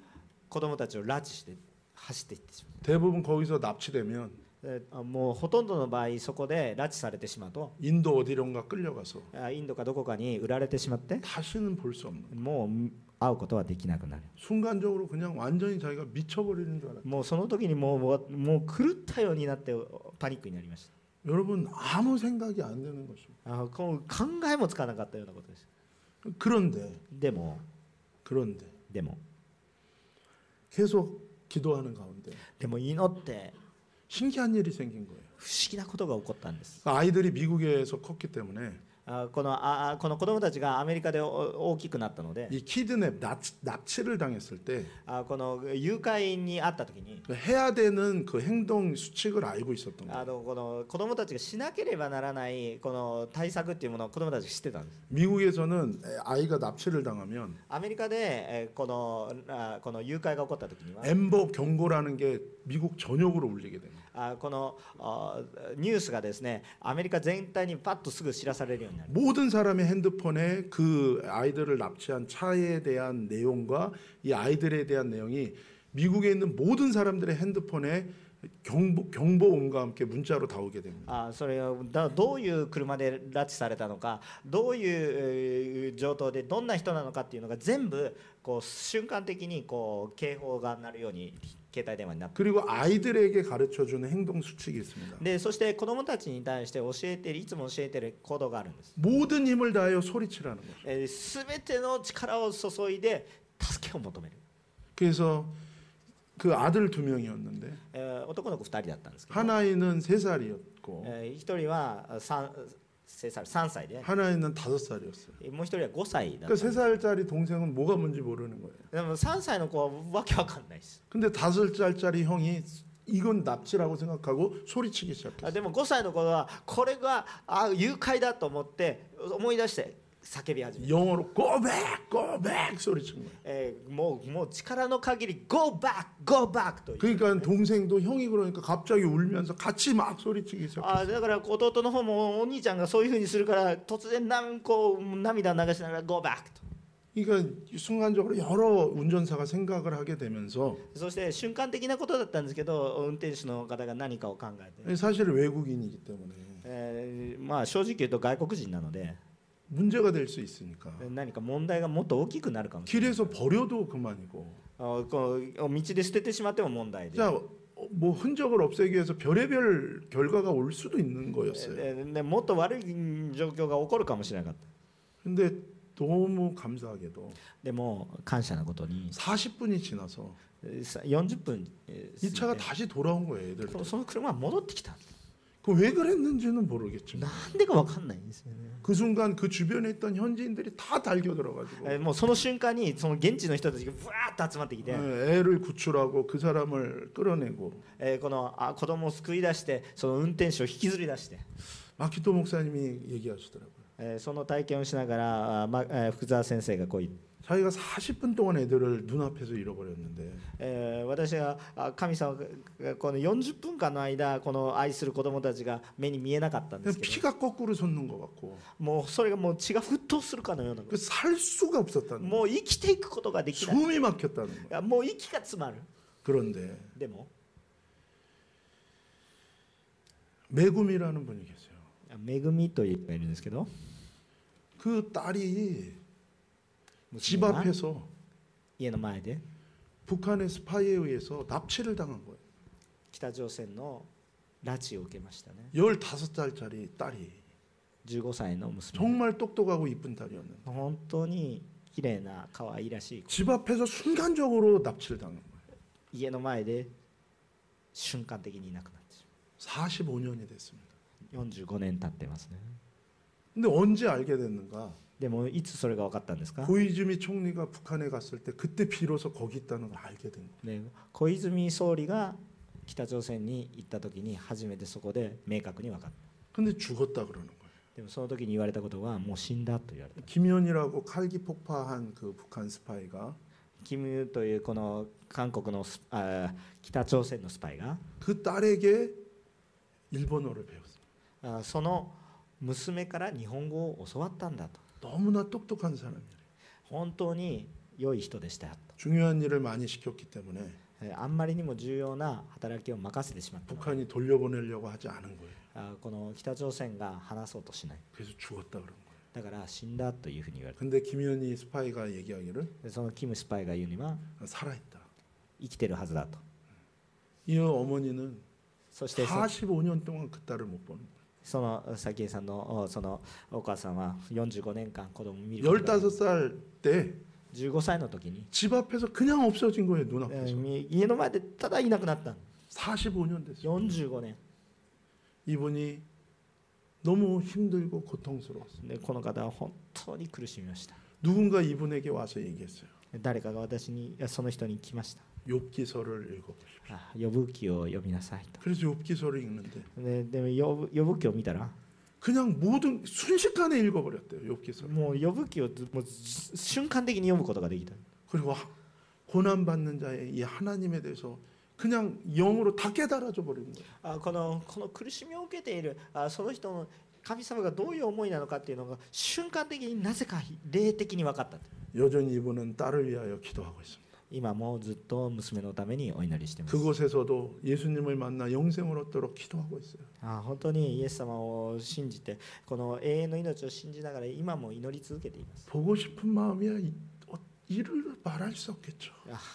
[SPEAKER 1] 子供たちを拉致して走っていってしまう
[SPEAKER 2] 대부분 거기서 납치되면
[SPEAKER 1] えーあもうほとんどの場合そこで拉致されてしまうと
[SPEAKER 2] 인도 어디론가 끌려가서
[SPEAKER 1] あインドかどこかに売られてしまって
[SPEAKER 2] 다시는 볼 수 없는
[SPEAKER 1] もう会うことはできなくなる
[SPEAKER 2] 순간적으로 그냥 완전히 자기가 미쳐버리는 줄 알아요.
[SPEAKER 1] もうその時にもうもうもう狂ったようになっておパニックになりまし
[SPEAKER 2] 여러분 아무 생각이 안 드는 것이죠.
[SPEAKER 1] たあこう考えもつかなかったようなことです
[SPEAKER 2] 그런데
[SPEAKER 1] でも
[SPEAKER 2] 그런데
[SPEAKER 1] でも
[SPEAKER 2] 계속 기도하는 가운데
[SPEAKER 1] でも祈って
[SPEAKER 2] 신기한 일이 생긴 거예요.
[SPEAKER 1] 不思議なことが起こったんです
[SPEAKER 2] 그 아이들이 미국에서 컸기 때문에
[SPEAKER 1] あこのああこの子供たちがアメリカでお大きくなったので
[SPEAKER 2] 이 키드냅 납치, 납치를 당했을 때
[SPEAKER 1] あこの誘拐にあった時に
[SPEAKER 2] 그 해야 되는 그 행동 수칙을 알고 있었던
[SPEAKER 1] あ
[SPEAKER 2] 거예요.
[SPEAKER 1] のこの子供たちがしなければならないこの対策っていうものを子供たちが知ってたんです
[SPEAKER 2] 미국에서는 아이가 납치를 당하면
[SPEAKER 1] アメリカでえーこのあこの誘拐が起こった時には
[SPEAKER 2] 엠버 경고라는 게 미국 전역으로 울리게 됩니다.
[SPEAKER 1] あこのあニュースがですねアメリカ全体にパッとすぐ知らされるようになる
[SPEAKER 2] 모든 사람의 핸드폰에 그 아이들을 납치한 차에 대한 내용과 이 아이들에 대한 내용이 미국에 있는 모든 사람들의 핸드폰에 경보, 경보음과 함께 문자로 다 오게 됩니다.
[SPEAKER 1] あそれをだどういう車で拉致されたのかどういうえー状況でどんな人なのかっていうのが全部こう瞬間的にこう警報が鳴るように携帯電話になって
[SPEAKER 2] 그리고 아이들에게 가르쳐 주는 행동 수칙이 있습니다.
[SPEAKER 1] でそして子どもたちに対して教えてるいつも教えてる行動があるんです、
[SPEAKER 2] 모든 힘을 다하여 소리치라는 거죠.
[SPEAKER 1] えー、全ての力を注いで助けを求める、
[SPEAKER 2] 그래서 그 아들 두 명이었는데
[SPEAKER 1] えー男の子2人だったんですけど
[SPEAKER 2] 하나이는 세 살이었고
[SPEAKER 1] えー一人はあ三生産三歳で
[SPEAKER 2] 하나이는 다섯 살이었어요.
[SPEAKER 1] もう一人は5歳だった
[SPEAKER 2] 그 세 살짜리 동생은 뭐가 뭔지 모르는 거예요.
[SPEAKER 1] でも3歳の子はわけわかんないです
[SPEAKER 2] 근데 다섯 살짜리 형이 이건 납치라고 생각하고 소리치기
[SPEAKER 1] あ
[SPEAKER 2] 시작했어요.
[SPEAKER 1] でも5歳の子はこれがあ誘拐だと思って思い出して叫び始める、
[SPEAKER 2] 영어로 고백 고백 소리친 거예요.
[SPEAKER 1] えーもうもう力の限り「Go back! Go back!」という
[SPEAKER 2] 그러니까 동생도 형이 그러니까 갑자기 울면서 같이 막 소리치기 시작했어요.
[SPEAKER 1] あだから弟の方もお兄ちゃんがそういうふうにするから突然なんこう涙流しながら「Go back!」と
[SPEAKER 2] 그러니까 순간적으로 여러 운전사가 생각을 하게 되면서
[SPEAKER 1] そして瞬間的なことだったんですけど運転手の方が何かを考えて、
[SPEAKER 2] 사실 외국인이기 때문에
[SPEAKER 1] えーまあ正直言うと外国人なので
[SPEAKER 2] 문제가 될 수 있으니까
[SPEAKER 1] 何か問題がもっと大きくなるかもしれない
[SPEAKER 2] 길에서 버려도 그만이고
[SPEAKER 1] あこう道で捨ててしまっても問題で
[SPEAKER 2] 자 뭐 흔적을 없애기 위해서 별의별 결과가 올 수도 있는
[SPEAKER 1] え
[SPEAKER 2] 거였어요.
[SPEAKER 1] えねもっと悪い状況が起こるかもしれなかった
[SPEAKER 2] 근데 너무 감사하게도
[SPEAKER 1] でも感謝なことに
[SPEAKER 2] 40분이 지나서
[SPEAKER 1] えさ40分え
[SPEAKER 2] 이 차가
[SPEAKER 1] 過
[SPEAKER 2] 다시 돌아온 거예요,
[SPEAKER 1] ぎ
[SPEAKER 2] 애들.
[SPEAKER 1] てそその車は戻ってきた
[SPEAKER 2] 그 왜 그랬는지는 모르겠지만
[SPEAKER 1] なんでか分かんないんですよね
[SPEAKER 2] 그 순간 그 주변에 있던 현지인들이 다 달겨들어가지고
[SPEAKER 1] えもうその瞬間にその現地の人たちがブワーッと集まってきて、
[SPEAKER 2] 예, 애를 구출하고 그 사람을 끌어내고
[SPEAKER 1] えこのあ子供を救い出してその運転手を引きずり出して、
[SPEAKER 2] 마키토 목사님이 얘기하시더라고요.
[SPEAKER 1] えその体験をしながらあ、まえ福沢先生がこう言って
[SPEAKER 2] 자기가 40분 동안 애들을 눈앞에서 잃어버렸는데
[SPEAKER 1] えー私があ神様がこの40分間の間この愛する子供たちが目に見えなかったんで
[SPEAKER 2] 그냥
[SPEAKER 1] すけど
[SPEAKER 2] 피가 거꾸로 솟는 것 같고
[SPEAKER 1] もうそれがもう血が沸騰するかのような
[SPEAKER 2] 그 살 수가 없었다는 거예요.
[SPEAKER 1] もう生きていくことができないい
[SPEAKER 2] 숨이 막혔다는 거예요.
[SPEAKER 1] やもう息が詰まる
[SPEAKER 2] 그런데
[SPEAKER 1] でも
[SPEAKER 2] 매금이라는 분이 계세요.
[SPEAKER 1] めぐみという人がいるんですけど
[SPEAKER 2] 그 딸이 집 앞에서
[SPEAKER 1] 家の前で
[SPEAKER 2] 북한의 스파이에 의해서 납치를 당한 거예요.
[SPEAKER 1] 北朝鮮の拉致を受けましたね
[SPEAKER 2] 15살짜리 딸이
[SPEAKER 1] 15歳の娘
[SPEAKER 2] 정말 똑똑하고 이쁜 딸이었는데
[SPEAKER 1] 本当に綺麗な可愛らしい子
[SPEAKER 2] 집 앞에서 순간적으로 납치를 당한 거예요.
[SPEAKER 1] 家の前で瞬間的にいなくなってし
[SPEAKER 2] 45년이 됐습니다.
[SPEAKER 1] まう45年経ってますね
[SPEAKER 2] 근데 언제 알게 됐는가?
[SPEAKER 1] でもいつそれが分かったんですか、
[SPEAKER 2] 고이즈미 총리가 북한에 갔을 때 그때 비로소 거기 있다는 걸 알게 된 거예요.
[SPEAKER 1] ね、小泉総理が北朝鮮に行った時に初めてそこで明確に分かった
[SPEAKER 2] 근데 죽었다 그러는 거예요.
[SPEAKER 1] でもその時に言われたことはもう死んだと言われた
[SPEAKER 2] 김현이라고 칼기 폭파한 그 북한 스파이가
[SPEAKER 1] キムというこの韓国のスあー北朝鮮のスパイが
[SPEAKER 2] 그 딸에게 일본어를 배웠어요.
[SPEAKER 1] あーその娘から日本語を教わったんだと
[SPEAKER 2] 너무나 똑똑한 사람이에요.
[SPEAKER 1] 本当に良い人でしたと
[SPEAKER 2] 중요한 일을 많이 시켰기 때문에
[SPEAKER 1] えーあんまりにも重要な働きを任せてしまったの
[SPEAKER 2] 북한이 돌려보내려고 하지 않은 거예요.
[SPEAKER 1] あーこの北朝鮮が話そうとしない
[SPEAKER 2] 그래서 죽었다 그런 거예요.
[SPEAKER 1] だから死んだというふうに言われた
[SPEAKER 2] 근데 김현이 스파이가 얘기하기를
[SPEAKER 1] でそのキムスパイが言うには
[SPEAKER 2] 살아있다.
[SPEAKER 1] 生きてるはずだと
[SPEAKER 2] 이 어머니는
[SPEAKER 1] そしてそ
[SPEAKER 2] 45년 동안 그 딸을 못 보는 거예요.
[SPEAKER 1] その早紀江さんのおそのお母さんは45年間子供を見ることが
[SPEAKER 2] 15살 때 집
[SPEAKER 1] 15歳の時に、
[SPEAKER 2] 앞에서 그냥 없어진 거예요. 눈
[SPEAKER 1] え
[SPEAKER 2] 앞에서.
[SPEAKER 1] ーみ家の前でただいなくなったの
[SPEAKER 2] 45년 됐어요.
[SPEAKER 1] 45年
[SPEAKER 2] 이분이 너무 힘들고 고통스러웠어요.
[SPEAKER 1] でこの方は本当に苦しみました
[SPEAKER 2] 누군가 이분에게 와서 얘기했어요.
[SPEAKER 1] 誰かが私にいやその人に来ました
[SPEAKER 2] 욥기서를 읽어보십시오.
[SPEAKER 1] あ呼ぶ記を読みなさい
[SPEAKER 2] 그래서 욥기서를 읽는데
[SPEAKER 1] とででも呼ぶ呼ぶ記を見たら
[SPEAKER 2] 그냥 모든 순식간에 읽어버렸대요. 욥기서를.
[SPEAKER 1] もう呼ぶ記をずもうず瞬間的に読むことができた
[SPEAKER 2] 그리고 하- 고난받는 자의 이 하나님에 대해서 그냥 영으로 다 깨달아져 버린 거예요.
[SPEAKER 1] あこのこの苦しみを受けているあその人の神様がどういう思いなのかっていうのが瞬間的になぜか霊的に分かった
[SPEAKER 2] 여전히 이분은 딸을 위하여 기도하고 있습니다.
[SPEAKER 1] 今もずっと娘のためにお祈りしてます
[SPEAKER 2] 그곳에서도 예수님을 만나 영생을 얻도록 기도하고 있어요.
[SPEAKER 1] あ本当にイエス様を信じてこの永遠の命を信じながら今も祈り続けています
[SPEAKER 2] 보고 싶은 마음이야 이- 어, 이를 말할 수 없겠죠.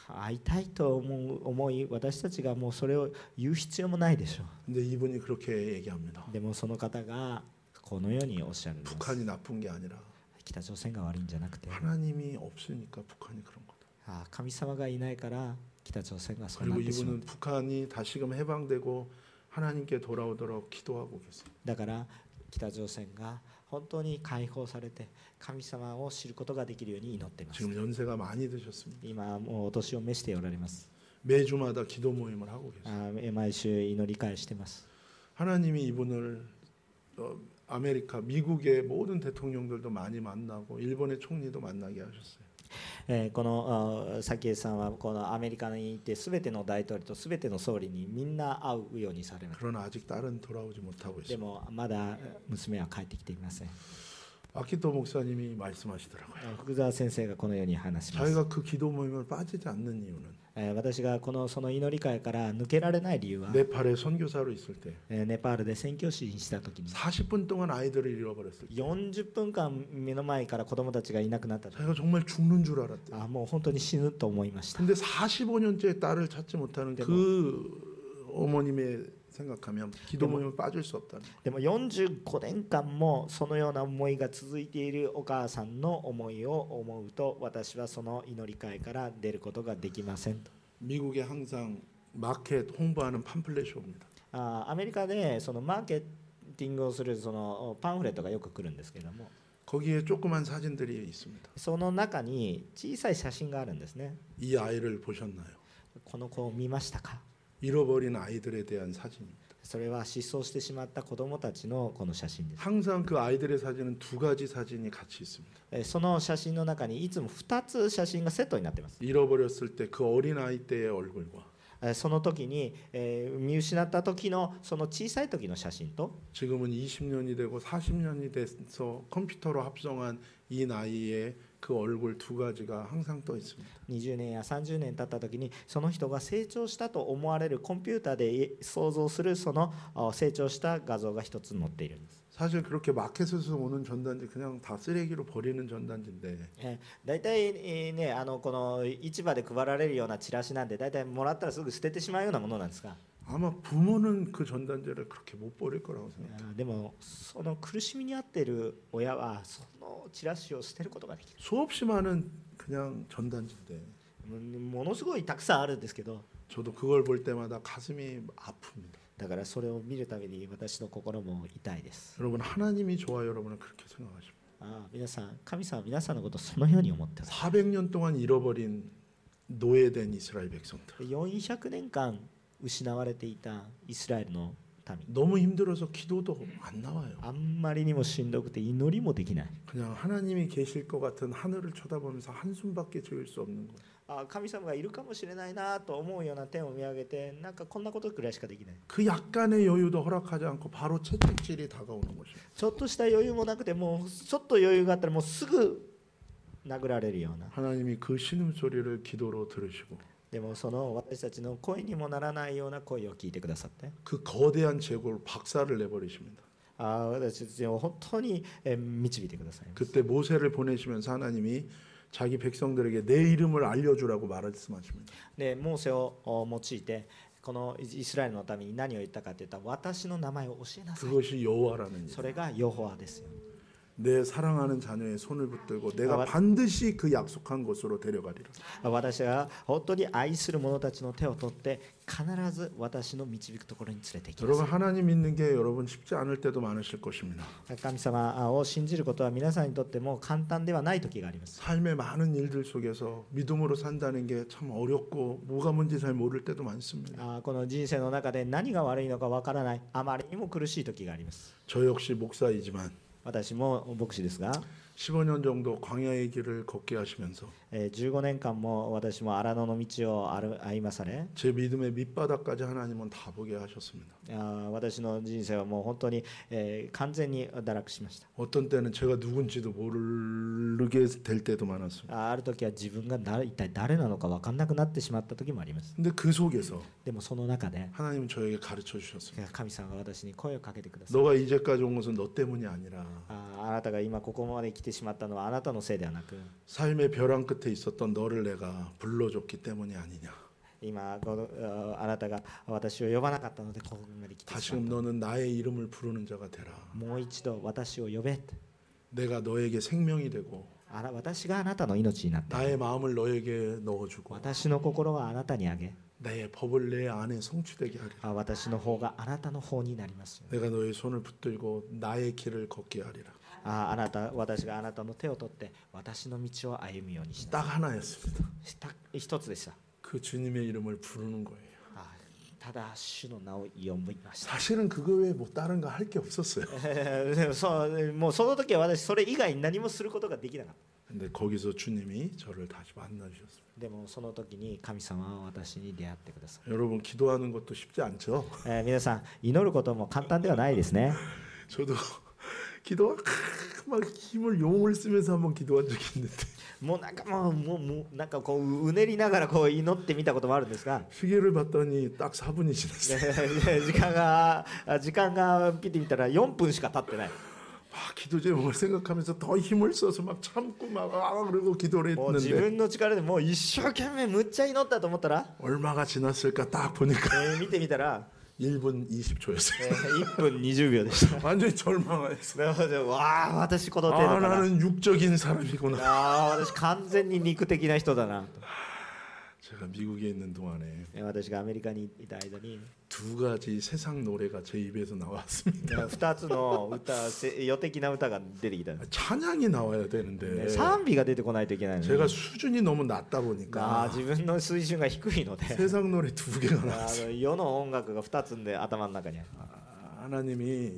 [SPEAKER 1] あ会いたいと思う思い私たちがもうそれを言う必要もないでしょ
[SPEAKER 2] 근데 이분이 그렇게 얘기합니다.
[SPEAKER 1] うでもその方がこのようにおっしゃるんです
[SPEAKER 2] 북한이 나쁜 게 아니라
[SPEAKER 1] 北朝鮮が悪いんじゃなくて
[SPEAKER 2] 하나님이 없으니까 북한이 그런 거다.
[SPEAKER 1] あ神様がいないから北朝鮮がそうなっ
[SPEAKER 2] 그리고
[SPEAKER 1] てしまう
[SPEAKER 2] 이분은 북한이 다시금 해방되고 하나님께 돌아오도록 기도하고 계세요.
[SPEAKER 1] だから北朝鮮が本当に解放されて神様を知ることができるように祈っています
[SPEAKER 2] 지금 연세가 많이 드셨습니다.
[SPEAKER 1] 今もうお年を召しておられます
[SPEAKER 2] 매주마다 기도 모임을 하고 계세요.
[SPEAKER 1] あ毎週祈り返してます
[SPEAKER 2] 하나님이 이분을 어, 아메리카 미국의 모든 대통령들도 많이 만나고 일본의 총리도 만나게 하셨어요.
[SPEAKER 1] えーこのあ早紀江さんはこのアメリカに行って全ての大統領と全ての総理にみんな会うようにされます
[SPEAKER 2] 그러나 아직 딸은 돌아오지 못하고
[SPEAKER 1] で
[SPEAKER 2] 있어요.
[SPEAKER 1] もまだ娘は帰ってきていません
[SPEAKER 2] 네. 아키토 목사님이 말씀하시더라고요.
[SPEAKER 1] 福澤先生がこのように話します、
[SPEAKER 2] 자기가 그 기도 모임을 빠지지 않는 이유는
[SPEAKER 1] えー私がこのその祈り会から抜けられない理由は、
[SPEAKER 2] 네팔에 음. 선교사로 있을 때
[SPEAKER 1] えーネパールで宣教師にした時に
[SPEAKER 2] 40분 동안 아이들을 잃어버렸을 때
[SPEAKER 1] 40分間目の前から子供たちがいなくなった時
[SPEAKER 2] 자기가 정말 죽는 줄 알았대요.
[SPEAKER 1] あもう本当に死ぬと思いました
[SPEAKER 2] 근데 45년째 딸을 찾지 못하는 그 어머님의 생각하면 기도
[SPEAKER 1] 네, 뭐-
[SPEAKER 2] 모임을 빠질 수 없다는 거예요.
[SPEAKER 1] でも45年間もそのような思いが続いているお母さんの思いを思うと私はその祈り会から出ることができませんと
[SPEAKER 2] 미국에 항상 마켓 홍보하는 팜플렛이 옵니다.
[SPEAKER 1] あアメリカでそのマーケティングをするそのパンフレットがよく来るんですけども
[SPEAKER 2] 거기에 조그만 사진들이 있습니다.
[SPEAKER 1] その中に小さい写真があるんですね
[SPEAKER 2] 이 아이를 보셨나요?
[SPEAKER 1] この子を見ましたか
[SPEAKER 2] 잃어버린 아이들에 대한 사진입니다.
[SPEAKER 1] それは失踪してしまった子どもたちのこの写真です
[SPEAKER 2] 항상 그 아이들의 사진은 두 가지 사진이 같이 있습니다.
[SPEAKER 1] えーその写真の中にいつも2つ写真がセットになってます
[SPEAKER 2] 잃어버렸을 때 그 어린 아이 때의 얼굴과
[SPEAKER 1] えーその時に、えー見失った時のその小さい時の写真と
[SPEAKER 2] 지금은 20년이 되고 40년이 돼서 컴퓨터로 합성한 이 나이의 그 얼굴 두 가지가 항상 떠 있습니다.
[SPEAKER 1] 20年や30年経った時にその人が成長したと思われるコンピューターで想像するそのあ成長した画像が一つ載っているんです
[SPEAKER 2] 사실 그렇게 마켓에서 오는 전단지 그냥 다 쓰레기로 버리는 전단지인데
[SPEAKER 1] えー大体、えーねあのこの市場で配られるようなチラシなんで大体もらったらすぐ捨ててしまうようなものなんですが
[SPEAKER 2] 아마 부모는 그 전단지를 그렇게 못 버릴 거라고
[SPEAKER 1] い
[SPEAKER 2] 생각해요.
[SPEAKER 1] やーでもその苦しみに遭っている親はそのチラシを捨てることができる
[SPEAKER 2] 수없이 많은 그냥 전단지인데
[SPEAKER 1] うんものすごいたくさんあるんですけど
[SPEAKER 2] 저도 그걸 볼 때마다 가슴이 아픕니다.
[SPEAKER 1] だからそれを見るために私の心も痛いです
[SPEAKER 2] 여러분 하나님이 좋아 여러분은 그렇게 생각하십니다.
[SPEAKER 1] ああ皆さん神様は皆さんのことをそのように思ってます
[SPEAKER 2] 400년 동안 잃어버린 노예된 이스라엘 백성들
[SPEAKER 1] 400年間失われていたイスラエルの民
[SPEAKER 2] 너무 힘들어서 기도도 안 나와요.
[SPEAKER 1] あんまりにもしんどくて祈りもできない
[SPEAKER 2] 그냥 하나님이 계실 것 같은 하늘을 쳐다보면서 한숨밖에 지을 수 없는 거예요.
[SPEAKER 1] あ神様がいるかもしれないなと思うような天を見上げてなんかこんなことくらいしかできない
[SPEAKER 2] 그 약간의 여유도 허락하지 않고 바로 채찍질이 다가오는 것이죠.
[SPEAKER 1] ちょっとした余裕もなくてもうちょっと余裕があったらもうすぐ殴られるような
[SPEAKER 2] 하나님이 그 신음소리를 기도로 들으시고
[SPEAKER 1] でもその私たちの声にもならないような声を聞いてくださって
[SPEAKER 2] 그 거대한 재고를 박살을 내버리십니다.
[SPEAKER 1] ああ私たちを本当にえー導いてくださいます
[SPEAKER 2] 그때 모세를 보내시면서 하나님이 자기 백성들에게 내 이름을 알려주라고 말씀하십니다.
[SPEAKER 1] でモーセをお用いてこのイイスラエルのために何を言ったかといったら私の名前を教えなさい
[SPEAKER 2] 그것이 여호와라는 일.
[SPEAKER 1] それがヨホアですよ
[SPEAKER 2] 내 사랑하는 자녀의 손을 붙들고
[SPEAKER 1] 아,
[SPEAKER 2] 내가
[SPEAKER 1] 맞-
[SPEAKER 2] 반드시 그 약속한 곳으로 데려가리라.
[SPEAKER 1] 私は本当に愛する者たちの手を取って必ず私の導くところに連れて行きま
[SPEAKER 2] 여러분 하나님 믿는 게 여러분 쉽지 않을 때도 많으실 것입니다.
[SPEAKER 1] す神様を信じることは皆さんにとっても簡単ではない時があります
[SPEAKER 2] 삶의 많은 일들 속에서 믿음으로 산다는 게 참 어렵고 뭐가 뭔지 잘 모를 때도 많습니다.
[SPEAKER 1] あこの人生の中で何が悪いのかわからないあまりにも苦しい時があります
[SPEAKER 2] 저 역시 목사이지만
[SPEAKER 1] 私も牧師ですが
[SPEAKER 2] 15년 정도 광야의 길을 걷게 하시면서
[SPEAKER 1] えー15年間も私も荒野の道を歩歩まされ
[SPEAKER 2] 제 믿음의 밑바닥까지 하나님은 다 보게 하셨습니다.
[SPEAKER 1] あー私の人生はもう本当に、えー完全に堕落しました
[SPEAKER 2] 어떤 때는 제가 누군지도 모르게 될 때도 많았습니다.
[SPEAKER 1] あーある時は自分がな一体誰なのか分かんなくなってしまった時もあります
[SPEAKER 2] 근데 그 속에서
[SPEAKER 1] でもその中で
[SPEAKER 2] 하나님은 저에게 가르쳐 주셨습니다.
[SPEAKER 1] 神様が私に声をかけてください
[SPEAKER 2] 너가 이제까지 온 것은 너 때문이 아니라
[SPEAKER 1] あーあなたが今ここまで来てしまったのはあなたのせいではなく
[SPEAKER 2] 삶의 벼랑 끝에 있었던 너를 내가 불러줬기 때문이 아니냐.
[SPEAKER 1] 今このあーあなたが私を呼ばなかったのでここまで来てしまっ
[SPEAKER 2] 다시금
[SPEAKER 1] た
[SPEAKER 2] 너는 나의 이름을 부르는 자가 되라.
[SPEAKER 1] もう一度私を呼べ
[SPEAKER 2] 내가 너에게 생명이 되고
[SPEAKER 1] あら私があなたの命になった
[SPEAKER 2] 나의 마음을 너에게 넣어주고
[SPEAKER 1] 私の心はあなたにあげ
[SPEAKER 2] 나의 법을 내 안에 성취되게 하리라.
[SPEAKER 1] あ私の方があなたの方になりますよ
[SPEAKER 2] 내가 너의 손을 붙들고 나의 길을 걷게 하리라.
[SPEAKER 1] ああなた私があなたの手を取って私の道を歩むようにした
[SPEAKER 2] 딱 하나였습니다.
[SPEAKER 1] した一つでした
[SPEAKER 2] 그 주님의 이름을 부르는 거예요.
[SPEAKER 1] あただ主の名を呼びました [LAUGHS]
[SPEAKER 2] 사실은 그거 외에 뭐 다른 거 할 게 없었어요.
[SPEAKER 1] でもそうもうその時は私それ以外に何もすることができなかっ
[SPEAKER 2] 근데 거기서 주님이 저를 다시 만나주셨습니다.
[SPEAKER 1] たでもその時に神様は私に出会ってください、
[SPEAKER 2] 여러분 기도하는 것도 쉽지 않죠.
[SPEAKER 1] えー皆さん祈ることも簡単ではないですね
[SPEAKER 2] 저도 [LAUGHS] 기도가 크으, 막 힘을 용을 쓰면서 한번 기도한 적이 있는데
[SPEAKER 1] もうなんかもうもうもうなんかこううねりながらこう祈ってみたこともあるんですが
[SPEAKER 2] 시계를 봤더니 딱 4분이 지났어요.
[SPEAKER 1] 네. ね時間があ時間がピッて見たら4分しか経ってない
[SPEAKER 2] 막 아, 기도 제목을 생각하면서 더 힘을 써서 막 참고 막 아, 그러고 기도를
[SPEAKER 1] もう自
[SPEAKER 2] 했는데
[SPEAKER 1] 分の力でもう一生懸命むっちゃ祈ったと思ったら、
[SPEAKER 2] 얼마가 지났을까 딱 보니까
[SPEAKER 1] えー見てみたら、
[SPEAKER 2] 1분
[SPEAKER 1] え
[SPEAKER 2] 20초였어요.
[SPEAKER 1] 1分20秒でした
[SPEAKER 2] 완전히 절망했어요.
[SPEAKER 1] なるほどわあ私この程
[SPEAKER 2] 아
[SPEAKER 1] 度かな
[SPEAKER 2] 나는 육적인 사람이구나.
[SPEAKER 1] ああー私完全に肉的な人だな
[SPEAKER 2] 제가 미국에 있는 동안에
[SPEAKER 1] と私がアメリカにいた間に
[SPEAKER 2] 두 가지 세상 노래가 제 입에서 나왔습니다.
[SPEAKER 1] 2つの歌せ予的な歌が出てきたんで
[SPEAKER 2] 찬양이 나와야
[SPEAKER 1] す、ね
[SPEAKER 2] 되는데
[SPEAKER 1] 賛美が出てこないといけないのに
[SPEAKER 2] 제가 수준이 너무 낮다
[SPEAKER 1] あー
[SPEAKER 2] 보니까
[SPEAKER 1] 自分の水準が低いので
[SPEAKER 2] 세상 노래 두 개가
[SPEAKER 1] あ
[SPEAKER 2] 나왔어요.
[SPEAKER 1] の世の音楽が2つんで頭の中にある
[SPEAKER 2] 아, 하나님이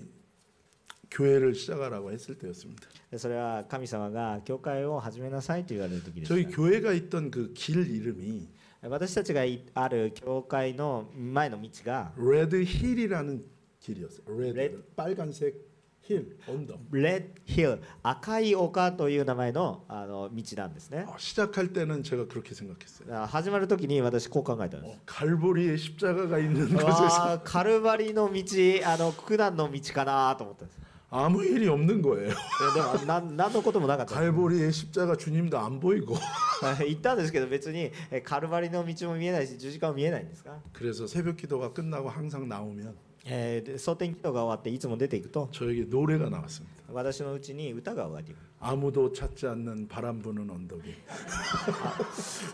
[SPEAKER 2] 교회를 시작하라고 했을 때였습니다.
[SPEAKER 1] でそれは神様が教会を始めなさいと言われる時でした
[SPEAKER 2] 저희 교회가 있던 그 길 이름이
[SPEAKER 1] 私たちがいある教会の前の道が
[SPEAKER 2] 레드 힐이라는 길이었어요. 레드,
[SPEAKER 1] 레드.
[SPEAKER 2] 빨간색 힐 언덕.
[SPEAKER 1] Red Hill 赤い丘という名前のあの道なんですね
[SPEAKER 2] 어, 시작할 때는 제가 그렇게 생각했어요.
[SPEAKER 1] あ始まる時に私こう考えたん
[SPEAKER 2] [LAUGHS]
[SPEAKER 1] です
[SPEAKER 2] 어, 아. 갈보리의 십자가가 있는 곳에서
[SPEAKER 1] わあカルバリの道あの苦難の道かなと思ったんです
[SPEAKER 2] 아무 일이 없는
[SPEAKER 1] い
[SPEAKER 2] 거예요.
[SPEAKER 1] やでもな何のこともな
[SPEAKER 2] 아, 네.
[SPEAKER 1] かったです
[SPEAKER 2] 갈보리의 십자가 주님도 안
[SPEAKER 1] [LAUGHS]
[SPEAKER 2] 보이고
[SPEAKER 1] 行ったんですけど別にえカルバリの道も見えないし十字架も見えないんですか、
[SPEAKER 2] 그래서 새벽 기도가 끝나고 항상 나오면
[SPEAKER 1] えー、蒼天祈祷が終わっていつも出ていくと
[SPEAKER 2] 저에게 노래가 나왔습니다.
[SPEAKER 1] 私のうちに歌が終わります
[SPEAKER 2] 아무도 찾지 않는 바람 부는 언덕이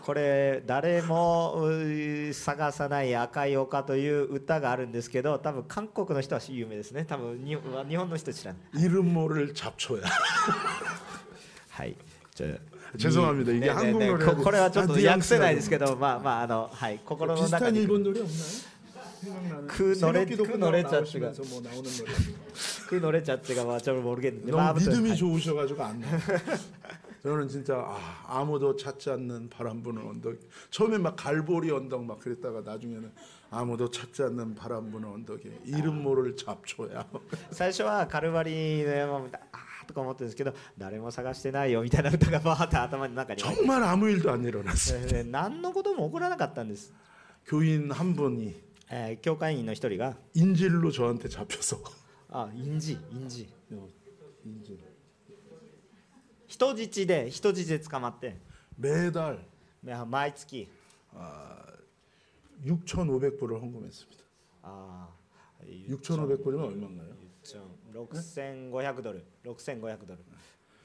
[SPEAKER 1] これ誰もうー探さない赤い丘という歌があるんですけど多分韓国の人は有名ですね多分に日本の人知らない
[SPEAKER 2] 이름 모를 잡초야.
[SPEAKER 1] はいじゃあ
[SPEAKER 2] [LAUGHS] 죄송합니다. 이게
[SPEAKER 1] ねね
[SPEAKER 2] 한국 아, 그
[SPEAKER 1] ね
[SPEAKER 2] 노래.
[SPEAKER 1] ここれはちょっと訳せないですけどまあまああのはい心の中
[SPEAKER 2] 비슷한
[SPEAKER 1] に
[SPEAKER 2] 일본 노래 없나요?
[SPEAKER 1] 그 노래- 그 노래 자체가.
[SPEAKER 2] 나오시면서 뭐 나오는 노래.
[SPEAKER 1] くのれちゃってがまあちょっと모르겠는데
[SPEAKER 2] 너무
[SPEAKER 1] まあ아무튼
[SPEAKER 2] 믿음이
[SPEAKER 1] はい
[SPEAKER 2] 좋으셔가지고 안 나요. [LAUGHS] 저는 진짜 아, 아무도 찾지 않는 바람 부는 언덕. 처음에 막 갈보리 언덕 막 그랬다가 나중에는 아무도 찾지 않는 바람 부는 언덕에 이름 모를 잡초야.
[SPEAKER 1] 最初はカルバリーの山を見たあーとか思ってるんですけど誰も探してないよみたいな歌がバーって頭の中に入って
[SPEAKER 2] 정말 아무 일도 안 일어났어요.
[SPEAKER 1] えーね何のことも起こらなかったんです、
[SPEAKER 2] 네. 교인 한 분이
[SPEAKER 1] えー教会員の一人が
[SPEAKER 2] 인질로 저한테 잡혀서
[SPEAKER 1] あ印字印字
[SPEAKER 2] 인질.
[SPEAKER 1] 人質で人質で捕まって
[SPEAKER 2] 매달
[SPEAKER 1] まあ毎月
[SPEAKER 2] 아, 6,500불을 헌금했습니다.
[SPEAKER 1] ああ
[SPEAKER 2] 예, 6,500불이면 얼마인가요?
[SPEAKER 1] 6500ドル6500ドル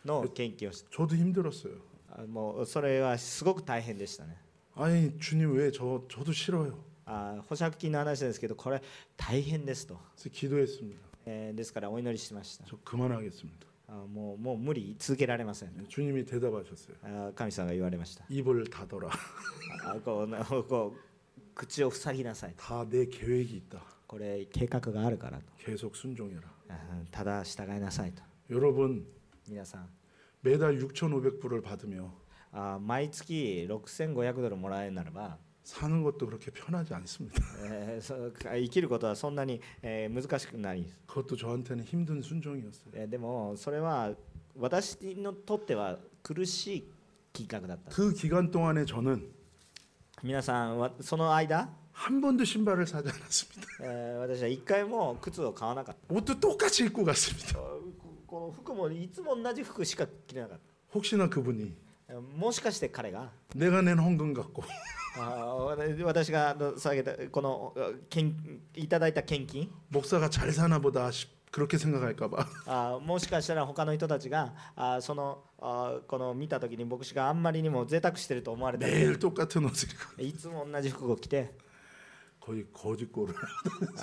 [SPEAKER 1] の献金をし
[SPEAKER 2] 저도 힘들었어요.
[SPEAKER 1] あもうそれはすごく大変でしたね
[SPEAKER 2] 아니 주님 왜 저 저도 싫어요.
[SPEAKER 1] あ保釈金の話ですけどこれ大変ですと、
[SPEAKER 2] 그래서 기도했습니다.
[SPEAKER 1] えーですからお祈りしました
[SPEAKER 2] 저 그만하겠습니다.
[SPEAKER 1] あもうもう無理続けられません
[SPEAKER 2] 네, 주님이 대답하셨어요.
[SPEAKER 1] あ神様が言われました
[SPEAKER 2] 입을 닫아라.
[SPEAKER 1] あこうなこう口を塞ぎなさいと
[SPEAKER 2] 다 내 계획이 있다.
[SPEAKER 1] これ計画があるからと
[SPEAKER 2] 계속 순종해라.
[SPEAKER 1] あただ従いなさいと
[SPEAKER 2] 여러분
[SPEAKER 1] 皆さん
[SPEAKER 2] 매달 6,500불을 받으며
[SPEAKER 1] あ毎月6500ドルもらえるならば、
[SPEAKER 2] 사는 것도 그렇게 편하지 않습니다.
[SPEAKER 1] えーそ [LAUGHS] 生きることはそんなに、えー難しくないです、
[SPEAKER 2] 그것도 저한테는 힘든 순종이었어요.
[SPEAKER 1] えーでもそれは私のとっては苦しい金額だった
[SPEAKER 2] 그 기간 동안에 저는
[SPEAKER 1] 皆さんはその間、
[SPEAKER 2] 한 번도 신발을 사지 않았습니다.
[SPEAKER 1] えー私は一回も靴を買わなかっ
[SPEAKER 2] 옷도 똑같이 입고 갔습니다.
[SPEAKER 1] たこの服もいつも同じ服しか着れなかっ
[SPEAKER 2] 혹시나 그분이
[SPEAKER 1] たもしかして彼が
[SPEAKER 2] 내가 낸 헌금 갖고 [LAUGHS]
[SPEAKER 1] あー私があの下げたこの献いただいた献金
[SPEAKER 2] 목사가 잘 사나 보다 싶 그렇게 생각할까 봐. [LAUGHS]
[SPEAKER 1] あーもしかしたら他の人たちがあーそのあーこの見た時に牧師があんまりにも贅沢してると思われたり
[SPEAKER 2] 매일 똑같은 옷을 입고 [LAUGHS]
[SPEAKER 1] いつも同じ服を着て
[SPEAKER 2] 거의 거짓골을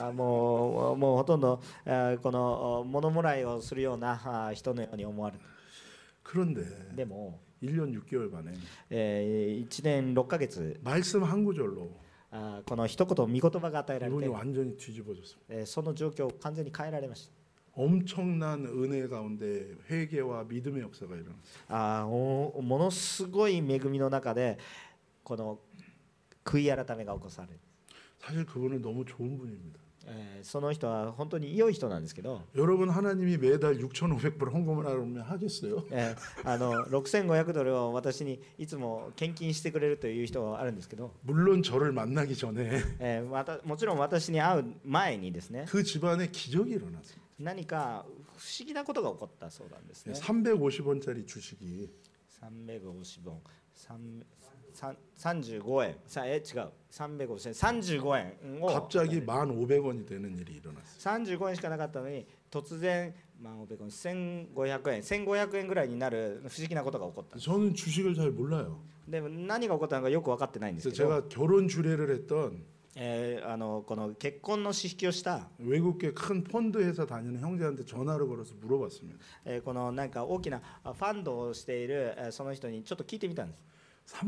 [SPEAKER 1] あーもうもうほとんどあーこの物もらいをするようなあー人のように思われ
[SPEAKER 2] [LAUGHS] 그런데
[SPEAKER 1] るでも、
[SPEAKER 2] 1년 6개월 만에
[SPEAKER 1] え1年6ヶ月
[SPEAKER 2] 말씀 한 구절로
[SPEAKER 1] あーこの一言御言葉が与えられ
[SPEAKER 2] 이분이
[SPEAKER 1] て、
[SPEAKER 2] 완전히 뒤집어졌습니다.
[SPEAKER 1] えーその状況を完全に変えられました
[SPEAKER 2] 엄청난 은혜 가운데 회개와 믿음의 역사가 일어났어요.
[SPEAKER 1] あーおものすごい恵みの中でこの悔い改めが起こされる、
[SPEAKER 2] 사실 그분은 너무 좋은 분입니다.
[SPEAKER 1] えーその人は本当に良い人なんですけど
[SPEAKER 2] 여러분 하나님이 매달 6,500불 헌금을 하면 하겠어요?
[SPEAKER 1] えーあの6500ドルを私にいつも献金してくれるという人があるんですけど、
[SPEAKER 2] 물론 저를 만나기 전에
[SPEAKER 1] えーわたもちろん私に会う前にですね
[SPEAKER 2] 그 집안에 기적이 일어났어요.
[SPEAKER 1] 何か不思議なことが起こったそうなんですね
[SPEAKER 2] 350원짜리 주식이
[SPEAKER 1] 350本3 35円さえ違う350円35円を
[SPEAKER 2] 갑자기 1,500원이 되는 일이 일어났어요.
[SPEAKER 1] 35円しかなかったのに突然、まあ、オペコン1500円1500円ぐらいになる不思議なことが起こった
[SPEAKER 2] 저는 주식을 잘 몰라요.
[SPEAKER 1] でも何が起こったのかよく分かってないんです
[SPEAKER 2] 그래서
[SPEAKER 1] けど、
[SPEAKER 2] 제가 결혼 주례를 했던
[SPEAKER 1] えーあのこの結婚の私式をした、
[SPEAKER 2] 외국계 큰 펀드 회사 다니는 형제한테 전화를 걸어서 물어봤습니다.
[SPEAKER 1] えーこのなんか大きなあファンドをしている、えーその人にちょっと聞いてみたんです、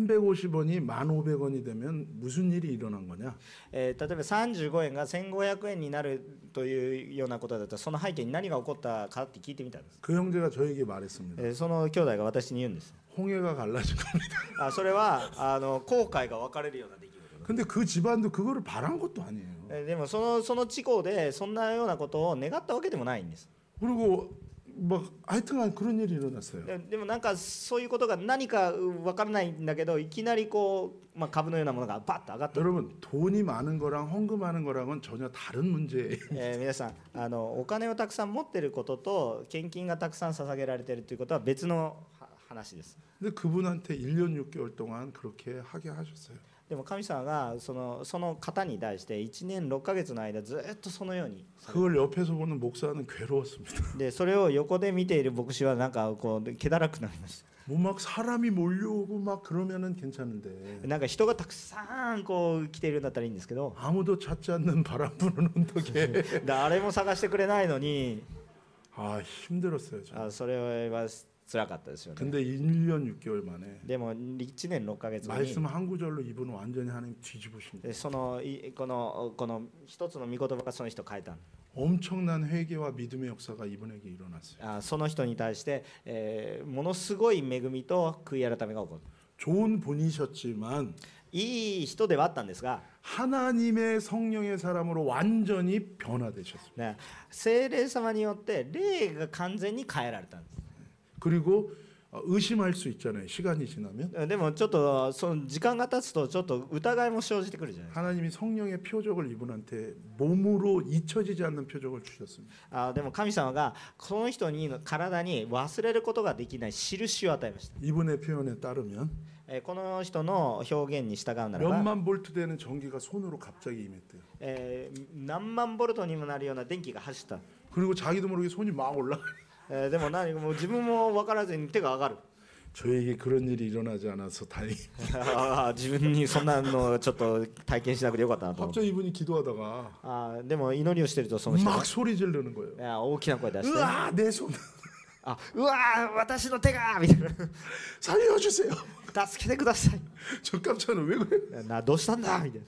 [SPEAKER 2] 350원이 1,500원이 되면 무슨 일이 일어난 거냐?
[SPEAKER 1] えー例えば35円が1500円になるというようなことだったらその背景に何が起こったかって聞いてみたんです、
[SPEAKER 2] 그 형제가 저에게 말했습니다.
[SPEAKER 1] えーその兄弟が私に言うんです
[SPEAKER 2] 홍해가 갈라진 겁니다.
[SPEAKER 1] あそれはあの後悔が分かれるような出来事
[SPEAKER 2] 근데 그 집안도 그거를 바란 것도 아니에요.
[SPEAKER 1] えーでもそのその地方でそんなようなことを願ったわけでもないんです。
[SPEAKER 2] 그리고 막 하여튼간 그런 일이 일어났어요.
[SPEAKER 1] ででもなんかそういうことが何かわからないんだけどいきなりこう、まあ、株のようなものがバッと上がった
[SPEAKER 2] 여러분 돈이 많은 거랑 헌금하는 거랑은 전혀 다른 문제예요. [LAUGHS]
[SPEAKER 1] えー皆さんあのお金をたくさん持ってることと献金がたくさん捧げられてるということは別のは話です
[SPEAKER 2] 근데 그분한테 1년 6개월 동안 그렇게 하게 하셨어요.
[SPEAKER 1] でも神様がそのその方に対して1年6ヶ月の間ずっとそのように
[SPEAKER 2] 그걸 옆에서 보는 목사는 괴로웠습니다. [LAUGHS]
[SPEAKER 1] でそれを横で見ている牧師はなんかこう気だらくなりまし
[SPEAKER 2] 뭐 막 사람이 몰려오고 막 그러면은 괜찮은데
[SPEAKER 1] たなんか人がたくさんこう来ているんだったらいいんですけど
[SPEAKER 2] 아무도 찾지 않는 바람 부는
[SPEAKER 1] [LAUGHS]
[SPEAKER 2] 언덕에
[SPEAKER 1] 誰も探してくれないのに
[SPEAKER 2] 아 힘들었어요. 저.
[SPEAKER 1] あそれは辛かったですよね
[SPEAKER 2] 근데 1년 6개월 만에
[SPEAKER 1] でも1年6ヶ月後に
[SPEAKER 2] 말씀 한 구절로 이분은 완전히 하나님 뒤집으신 거예요.
[SPEAKER 1] でそのいこのこの一つの御言葉がその人を変えた
[SPEAKER 2] 엄청난 회개와 믿음의 역사가 이분에게 일어났어요.
[SPEAKER 1] あその人に対して、えーものすごい恵みと悔い改めが起こる
[SPEAKER 2] 좋은 분이셨지만
[SPEAKER 1] いい人ではあったんですが、
[SPEAKER 2] 하나님의 성령의 사람으로 완전히 변화되셨어요.
[SPEAKER 1] ね、精霊様によって霊が完全に変えられたんです
[SPEAKER 2] 그리고 어, 의심할 수 있잖아요. 시간이 지나면
[SPEAKER 1] でもちょっとその時間が経つとちょっと疑いも生じてくるじゃないです
[SPEAKER 2] 하나님이 성령의 표적을 이분한테 몸으로 잊혀지지 않는 표적을 주셨습니다.
[SPEAKER 1] かあでも神様がその人に体に忘れることができない印を与えました、
[SPEAKER 2] 이분의 표현에 따르면
[SPEAKER 1] えーこの人の表現に従うならば、
[SPEAKER 2] 몇만 볼트 되는 전기가 손으로 갑자기 임했대요.
[SPEAKER 1] えー何万ボルトにもなるような電気が走った、
[SPEAKER 2] 그리고 자기도 모르게 손이 막 올라. [LAUGHS]
[SPEAKER 1] えーでも何もう自分も分からずに手が上が [LAUGHS] る
[SPEAKER 2] 저에게 그런 일이 일어나지 않아서 다행히.
[SPEAKER 1] あー自分にそんなのちょっと体験しなくてよかったなと思って
[SPEAKER 2] 갑자기 이분이 기도하다가
[SPEAKER 1] あーでも祈りをしてるとその人が
[SPEAKER 2] 막 소리 지르는 거예요.
[SPEAKER 1] いや大きな声出して
[SPEAKER 2] 어, 으아 내 손. [LAUGHS]
[SPEAKER 1] あうわー私の手がみたい [LAUGHS]
[SPEAKER 2] 살려주세요. [LAUGHS]
[SPEAKER 1] な助けてください
[SPEAKER 2] 저 깜짝 놀왜 그래?
[SPEAKER 1] などうしたんだみたいな、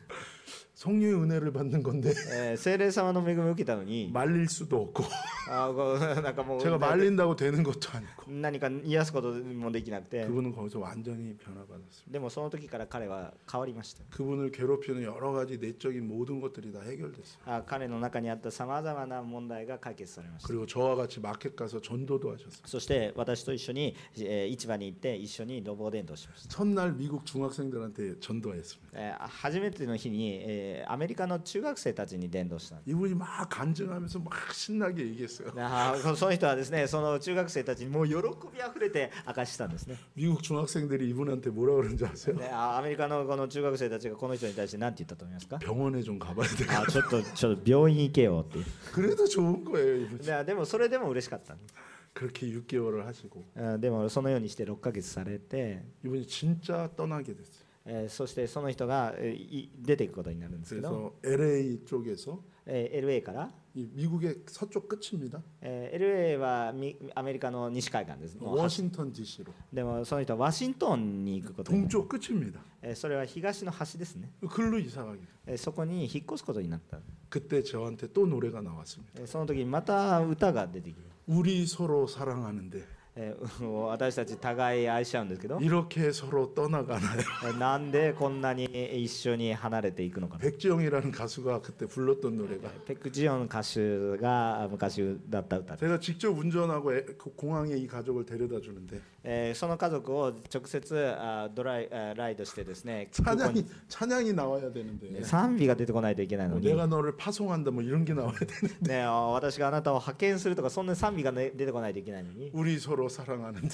[SPEAKER 2] 성령의 은혜를 받는 건데 [LAUGHS]
[SPEAKER 1] えー精霊様の恵みを受けたのに
[SPEAKER 2] 말릴 수도 없고 [LAUGHS]
[SPEAKER 1] あーこう [LAUGHS] なんかもう
[SPEAKER 2] 제가 말린다고 되는 것도 아니고
[SPEAKER 1] 何か癒すこともできなくて
[SPEAKER 2] 그분은 거기서 완전히 변화받았습니다.
[SPEAKER 1] でもその時から彼は変わりました
[SPEAKER 2] 그분을 괴롭히는 여러 가지 내적인 모든 것들이 다 해결됐어요.
[SPEAKER 1] あー彼の中にあったさまざまな問題が解決されました
[SPEAKER 2] 그리고 저와 같이 마켓 가서 전도도 하셨어요.
[SPEAKER 1] そして私と一緒に、えー市場に行って一緒に路傍伝道しました
[SPEAKER 2] 첫날 미국 중학생들한테 전도하였습니다.
[SPEAKER 1] えー初めての日に、えーアメリカの中学生たちに伝道したんで
[SPEAKER 2] 이분이 막 간증하면서 막 신나게 얘기했어요.
[SPEAKER 1] すあーそその人はですねその中学生たちにもう喜びあふれて明かしたんですね
[SPEAKER 2] 미국 중학생들이 이분한테 뭐라 그러는지 아세요?
[SPEAKER 1] であーアメリカのこの中学生たちがこの人に対して何て言ったと思いますか
[SPEAKER 2] 병원에 좀 가봐야 돼. [LAUGHS]
[SPEAKER 1] あーちょっとちょっと病院行けよっていう
[SPEAKER 2] 그래도 좋은 거예요. 이분.
[SPEAKER 1] ででもそれでも嬉しかったんです
[SPEAKER 2] 그렇게 6개월을 하시고
[SPEAKER 1] うんでもそのようにして6ヶ月されて、
[SPEAKER 2] 이분이 진짜 떠나게 됐어요.
[SPEAKER 1] えーそしてその人が、えーい出ていくことになるんですけど、
[SPEAKER 2] 그래서 LA 쪽에서
[SPEAKER 1] えー LA から、
[SPEAKER 2] 이 미국의 서쪽 끝입니다.
[SPEAKER 1] えー LA はみアメリカの西海岸ですの端
[SPEAKER 2] 워싱턴 DC로
[SPEAKER 1] でもその人はワシントンに行くことになる
[SPEAKER 2] 동쪽 끝입니다.
[SPEAKER 1] えーそれは東の端ですね、
[SPEAKER 2] 글로 이사 가게. 돼요.
[SPEAKER 1] えーそこに引っ越すことになった、
[SPEAKER 2] 그때 저한테 또 노래가 나왔습니다.
[SPEAKER 1] えーその時にまた歌が出てきて、
[SPEAKER 2] 우리 서로 사랑하는데
[SPEAKER 1] えー [LAUGHS] 私たち互い愛し合うんですけど、
[SPEAKER 2] 이렇게 서로 떠나가나요? [LAUGHS]
[SPEAKER 1] えーなんでこんなに一緒に離れていくのかな
[SPEAKER 2] 백지영이라는 가수가 그때 불렀던 노래가
[SPEAKER 1] ペク・ジヨン歌手が昔だった歌で、
[SPEAKER 2] 제가 직접 운전하고 애- 그 공항에 이 가족을 데려다 주는데
[SPEAKER 1] えーその家族を直接あードライあーライドしてですね空港
[SPEAKER 2] 찬양이
[SPEAKER 1] に
[SPEAKER 2] 찬양이 나와야 되는데
[SPEAKER 1] 賛美が出てこないといけないの
[SPEAKER 2] 뭐
[SPEAKER 1] に、
[SPEAKER 2] 내가 너를 파송한다 뭐 이런 게 나와야 되는데 [LAUGHS]
[SPEAKER 1] ね、あー私があなたを派遣するとかそんな賛美が、ね、出てこないといけないのに
[SPEAKER 2] 우리 서로 사랑하는데 네.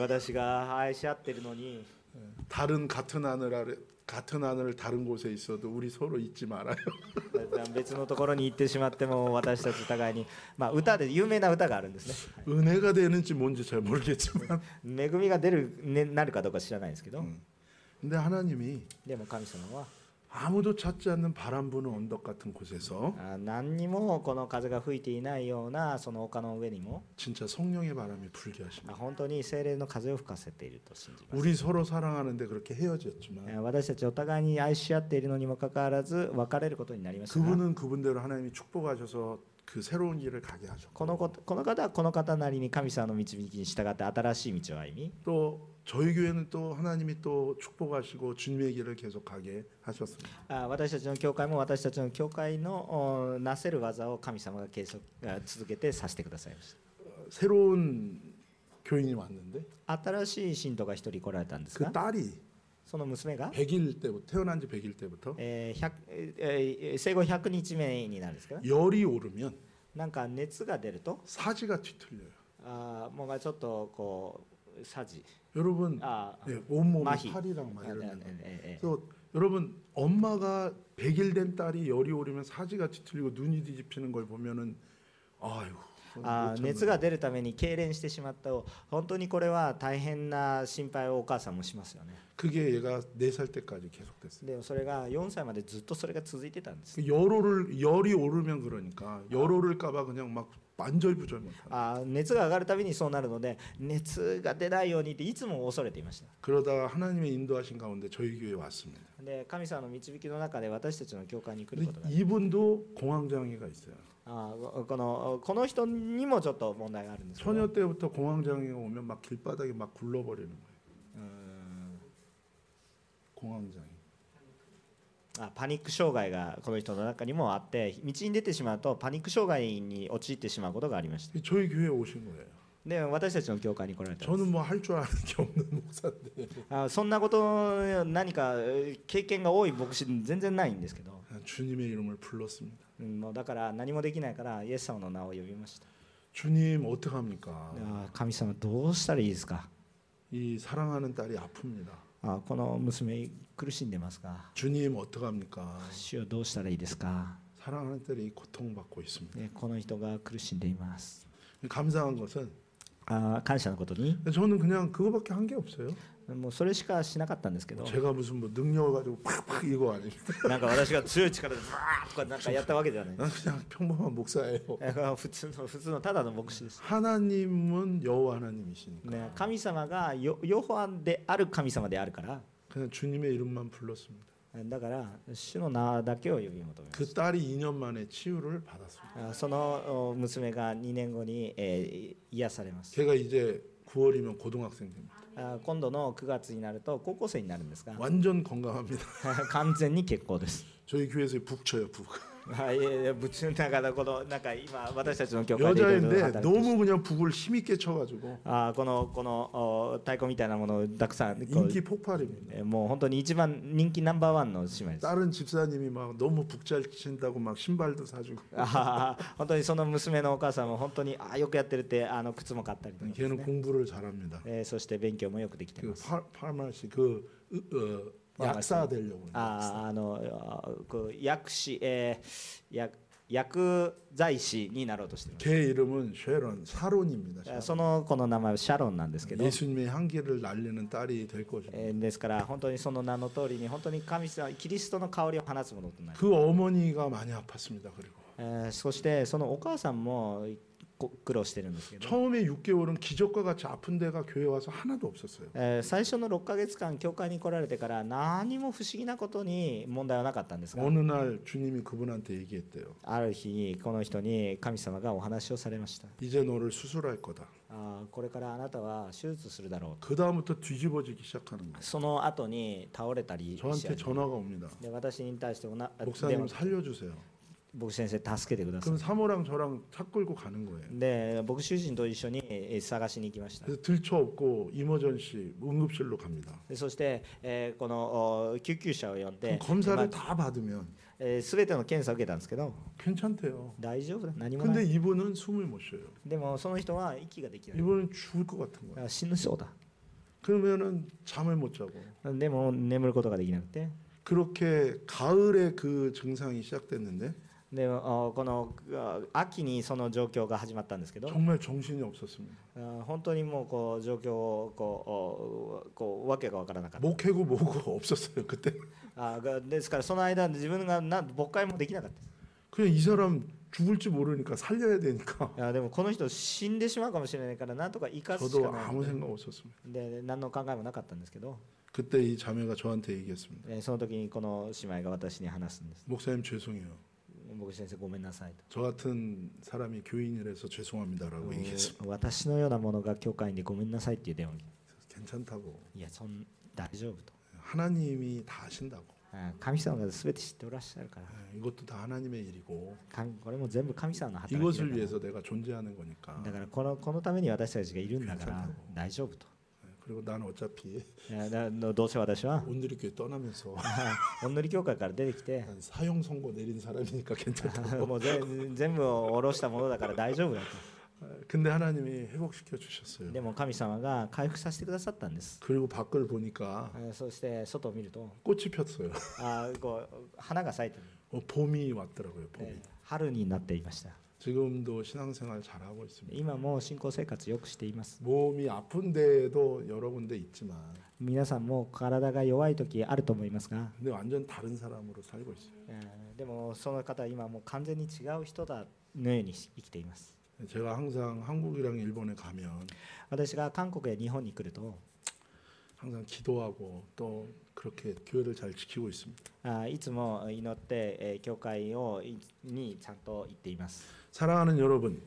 [SPEAKER 1] 私が愛し合ってるのに。
[SPEAKER 2] 다른 같은 하늘 아래 같은 하늘 다른 곳에 있어도 우리 서로 잊지 말아요.
[SPEAKER 1] 別のところに行ってしまっても私たち互いに、まあ、歌で有名な歌があるんですね
[SPEAKER 2] 은혜가 되는지 뭔지 잘 모르겠지만 [LAUGHS] 음.
[SPEAKER 1] 恵みが出る、ね、なるかどうか知らないですけど、
[SPEAKER 2] 근데 하나님이
[SPEAKER 1] でも神様は
[SPEAKER 2] 아무도 찾지 않는 바람 부는 언덕 같은 곳에서
[SPEAKER 1] あ何にもこの風が吹いていないようなその丘の上にも
[SPEAKER 2] 진짜 성령의 바람이 불게 하십니다.
[SPEAKER 1] あ本当に精霊の風を吹かせていると信じます
[SPEAKER 2] 우리 서로 사랑하는데 그렇게
[SPEAKER 1] え
[SPEAKER 2] 헤어졌지만
[SPEAKER 1] 私たちお互いに愛し合っているのにもかかわらず別れることになりましたが
[SPEAKER 2] 그분은 그분대로 하나님이 축복하셔서 그 새로운 길을 가게
[SPEAKER 1] この
[SPEAKER 2] 하셨고
[SPEAKER 1] ここの方はこの方なりに神様の導きに従って新しい道を歩み
[SPEAKER 2] 또 저희 교회는 또 하나님이 또 축복하시고 주님의 길을 계속 가게 하셨습니다.
[SPEAKER 1] あ私たちの教会も私たちの教会のおなせる技を神様が継続あ続けてさせてくださいました。
[SPEAKER 2] 어, 새로운 교인이 왔는데
[SPEAKER 1] 新しい信徒が一人来られたんですか
[SPEAKER 2] 그 딸이
[SPEAKER 1] その娘が、
[SPEAKER 2] 100일 때부터 태어난 지 100일 때부터
[SPEAKER 1] えー100えーえー生後100日目になるんですか
[SPEAKER 2] 열이 오르면
[SPEAKER 1] なんか熱が出ると
[SPEAKER 2] 사지가 뒤틀려요.
[SPEAKER 1] あー뭔가 ちょっとこうさじ
[SPEAKER 2] 여러분
[SPEAKER 1] あー
[SPEAKER 2] 네, 온몸에
[SPEAKER 1] 마희.
[SPEAKER 2] 팔이랑 아, 네, 막
[SPEAKER 1] あ
[SPEAKER 2] 이런
[SPEAKER 1] え
[SPEAKER 2] 거.
[SPEAKER 1] えええ
[SPEAKER 2] 그래서 여러분 엄마가 100일 된 딸이 열이 오르면 사지가 뒤틀리고 눈이 뒤집히는 걸 보면은 아유
[SPEAKER 1] あー熱が出るために痙攣してしまった本当にこれは大変な心配をお母さんもしますよね
[SPEAKER 2] 그게 얘가 4살 때까지 계속됐어요.
[SPEAKER 1] でもそれが4歳までずっとそれが続いてたんです
[SPEAKER 2] 그 열오를 열이 오르면 그러니까 열오를까봐 그냥 막 만절부절 못하는.
[SPEAKER 1] あー熱が上がるたびにそうなるので熱が出ないようにっていつも恐れていました
[SPEAKER 2] 그러다가 하나님의 인도하신 가운데 저희 교회에 왔습니다.
[SPEAKER 1] で神様の導きの中で私たちの教会に来る
[SPEAKER 2] 근데
[SPEAKER 1] ことが
[SPEAKER 2] 이분도 공황장애가 있어요.
[SPEAKER 1] あーこのこの人にもちょっと問題があるんですけど
[SPEAKER 2] 소녀 때부터 공황장애가 오면 막 길바닥에 막 굴러버리는 거예요.
[SPEAKER 1] うん
[SPEAKER 2] 공황장애.
[SPEAKER 1] あパニック障害がこの人の中にもあって道に出てしまうとパニック障害に陥ってしまうことがありました
[SPEAKER 2] 저희 교회에 오신 거예요.
[SPEAKER 1] で私たちの教会に来られたんです
[SPEAKER 2] 저는 뭐 할 줄 아는 게 없는 목사인데
[SPEAKER 1] あそんなこと何かえー経験が多い牧師全然ないんですけど、
[SPEAKER 2] 주님의 이름을 불렀습니다.
[SPEAKER 1] うん、もうだから何もできないからイエス様の名を呼びました
[SPEAKER 2] 주님 어떻게 합니까?
[SPEAKER 1] あ神様どうしたらいいですか
[SPEAKER 2] 이 사랑하는 딸이 아픕니다.
[SPEAKER 1] あこの娘苦しんでますが
[SPEAKER 2] 주님 어떻게 합니까?
[SPEAKER 1] 主よどうしたらいいですか、
[SPEAKER 2] 사랑하는 딸이 고통받고 있습니다.
[SPEAKER 1] ね、この人が苦しんでいます
[SPEAKER 2] 감사한 것은
[SPEAKER 1] あ感謝のことに
[SPEAKER 2] 저는 그냥 그거밖에 한 게 없어요.
[SPEAKER 1] もうそれしかしなかったんですけど
[SPEAKER 2] 제가 무슨 뭐 능력을 가지고 팍팍 이거 아닙니다.
[SPEAKER 1] なんか私が強い力でブワーとかなんかやったわけではない
[SPEAKER 2] 난 그냥 평범한 목사예요.
[SPEAKER 1] えー普通の普通のただの牧師です、
[SPEAKER 2] 하나님은 여호와 하나님이시니까
[SPEAKER 1] ね、神様がヨヨホアである神様であるから
[SPEAKER 2] 그냥 주님의 이름만 불렀습니다.
[SPEAKER 1] だから主の名だけを呼び求めます
[SPEAKER 2] 그 딸이 2년 만에 치유를 받았습니다.
[SPEAKER 1] あそのお娘が2年後に、えー癒されます
[SPEAKER 2] 걔가 이제 9월이면 고등학생 됩니다.
[SPEAKER 1] あ今度の9月になると高校生になるんですが [LAUGHS]
[SPEAKER 2] 완전 건강합니다. [LAUGHS]
[SPEAKER 1] 完全に結構です [LAUGHS]
[SPEAKER 2] 저희 교회에서 북쳐요 북.
[SPEAKER 1] はいえーぶちだからこのなんか今私たちの教会でいろいろ
[SPEAKER 2] 여자인데
[SPEAKER 1] 働いてる
[SPEAKER 2] 너무 그냥 북을 힘있게 쳐가지고
[SPEAKER 1] あこのこのお太鼓みたいなものをたくさんこう
[SPEAKER 2] 인기 폭발입니다.
[SPEAKER 1] えーもう本当に一番人気ナンバーワンの姉妹です
[SPEAKER 2] 다른 집사님이 막 너무 북 잘 친다고 막 신발도 사주고
[SPEAKER 1] あー本当にその娘のお母さんも本当にあーよくやってるってあの靴も買ったりとかです
[SPEAKER 2] 걔는
[SPEAKER 1] ね、
[SPEAKER 2] 공부를 잘합니다.
[SPEAKER 1] えーそして勉強もよくできて
[SPEAKER 2] 그
[SPEAKER 1] ます
[SPEAKER 2] 파, 파마시 그 으- 어, 약사 되려고 그래요.
[SPEAKER 1] あーあのあーこう薬師、えー薬薬剤師になろうとしています
[SPEAKER 2] 걔 이름은 쉐론 사론입니다.
[SPEAKER 1] えーその子の名前はシャロンなんですけど、
[SPEAKER 2] 예수님의 향기를 날리는 딸이 될 것입니다.
[SPEAKER 1] えーですから本当にその名の通りに本当に神様キリストの香りを放つものとなる、
[SPEAKER 2] 그 어머니가 많이 아팠습니다. 그리고
[SPEAKER 1] えーそしてそのお母さんもこ苦労してるんですけど、
[SPEAKER 2] 처음에 6개월은 기적과 같이 아픈 데가 교회 와서 하나도 없었어요.
[SPEAKER 1] えー最初の6ヶ月間教会に来られてから何も不思議なことに問題はなかったんですが
[SPEAKER 2] 어느 날 주님이 그분한테 얘기했대요.
[SPEAKER 1] ある日この人に神様がお話をされました
[SPEAKER 2] 이제 너를 수술할 거다.
[SPEAKER 1] あーこれからあなたは手術するだろう
[SPEAKER 2] 그 다음부터 뒤집어지기 시작하는 거예요.
[SPEAKER 1] その後に倒れたりし
[SPEAKER 2] 저한테
[SPEAKER 1] て
[SPEAKER 2] 전화가 옵니다.
[SPEAKER 1] で私に対しておなあ電
[SPEAKER 2] 목사님
[SPEAKER 1] 話
[SPEAKER 2] 살려주세요.
[SPEAKER 1] 牧師先生助けてください
[SPEAKER 2] 그럼 사모랑 저랑 차 끌고 가는 거예요.
[SPEAKER 1] で牧師陣と一緒にえー探しに行きました
[SPEAKER 2] 그래서 들쳐 없고 이머전시 응급실로 갑니다.
[SPEAKER 1] でそして、えーこのお救急車を呼ん
[SPEAKER 2] 그럼
[SPEAKER 1] で
[SPEAKER 2] 검사를
[SPEAKER 1] まあ
[SPEAKER 2] 다 받으면
[SPEAKER 1] えー全ての検査を受けたんですけど
[SPEAKER 2] 괜찮대요.
[SPEAKER 1] 大丈夫だ何もな
[SPEAKER 2] 근데
[SPEAKER 1] い
[SPEAKER 2] 이분은 숨을 못 쉬어요.
[SPEAKER 1] でもその人は息ができない
[SPEAKER 2] 이분은 죽을 것 같은 거예요.
[SPEAKER 1] あ死ぬそうだ
[SPEAKER 2] 그러면은 잠을 못 자고
[SPEAKER 1] でも眠ることができなくて
[SPEAKER 2] 그렇게 가을에 그 증상이 시작됐는데
[SPEAKER 1] でおこのあ秋にその状況が始まったんですけど
[SPEAKER 2] 정말 정신이 없었습니다.
[SPEAKER 1] あ本当にもうこう状況をこうおこうわけが分からなかった
[SPEAKER 2] 목 해고 뭐고 [LAUGHS] 없었어요 그때.
[SPEAKER 1] あがですからその間自分がな勃会もできなかったです
[SPEAKER 2] 그냥 이 사람 죽을지 모르니까 살려야 되니까
[SPEAKER 1] いやでもこの人死んでしまうかもしれないからなんとか生かすしか
[SPEAKER 2] 저도
[SPEAKER 1] ない
[SPEAKER 2] 아무 생각 없었습니다.
[SPEAKER 1] で何の考えもなかったんですけど、
[SPEAKER 2] 그때 이 자매가 저한테 얘기했습니다.
[SPEAKER 1] えーその時にこの姉妹が私に話すんです。
[SPEAKER 2] 목사님 죄송해요.
[SPEAKER 1] 僕先生ごめんなさいと。
[SPEAKER 2] 저 같은 사람이 교인이라서 죄송합니다라고
[SPEAKER 1] あの
[SPEAKER 2] 얘기했습니다.
[SPEAKER 1] 私のようなものが教会員でごめんなさいっていう電話に
[SPEAKER 2] 괜찮다고
[SPEAKER 1] いやそん大丈夫と
[SPEAKER 2] 하나님이 다 아신다고
[SPEAKER 1] うん神様が全て知っておらっしゃるから
[SPEAKER 2] 예, 이것도 다 하나님의 일이고
[SPEAKER 1] 神これも全部神様の働きだ
[SPEAKER 2] 아, 이것을
[SPEAKER 1] から
[SPEAKER 2] 위해서 내가 존재하는 거니까
[SPEAKER 1] だからこのこのために私たちがいるんだから
[SPEAKER 2] 괜찮다고
[SPEAKER 1] 大丈夫と
[SPEAKER 2] 예, 그리고 난 어차피
[SPEAKER 1] いやだどうせ私は
[SPEAKER 2] 온누리교회 떠나면서
[SPEAKER 1] [LAUGHS] り教会から出てきて [LAUGHS]
[SPEAKER 2] 난 사형 선고 내린 사람이니까 괜찮다.
[SPEAKER 1] もう全全部を下ろしたものだから大丈夫だと
[SPEAKER 2] 예, 근데 하나님이 회복시켜 주셨어요.
[SPEAKER 1] でも神様が回復させてくださったんです、
[SPEAKER 2] 그리고 밖을 보니까
[SPEAKER 1] えーそして外を見ると
[SPEAKER 2] 꽃이 폈어요.
[SPEAKER 1] あーこう花が咲いてる、
[SPEAKER 2] 어, 봄이 왔더라고요. 봄이.
[SPEAKER 1] えー春になっていました
[SPEAKER 2] 지금도 신앙생활 잘하고 있습니다.
[SPEAKER 1] 今も信仰生活よくしています
[SPEAKER 2] 몸이 아픈 데도 여러 군데 있지만
[SPEAKER 1] 皆さんも体が弱い時あると思いますが、
[SPEAKER 2] 근데 완전 다른 사람으로 살고 있어요.
[SPEAKER 1] えーでもその方は今もう完全に違う人だのように生きています
[SPEAKER 2] 제가 항상 한국이랑 일본에 가면
[SPEAKER 1] 私が韓国や日本に来ると
[SPEAKER 2] 항상 기도하고 또 그렇게 교회를 잘 지키고 있습니다.
[SPEAKER 1] あいつも祈って、えー教会をいにちゃんと行っています
[SPEAKER 2] 사랑하는 여러분,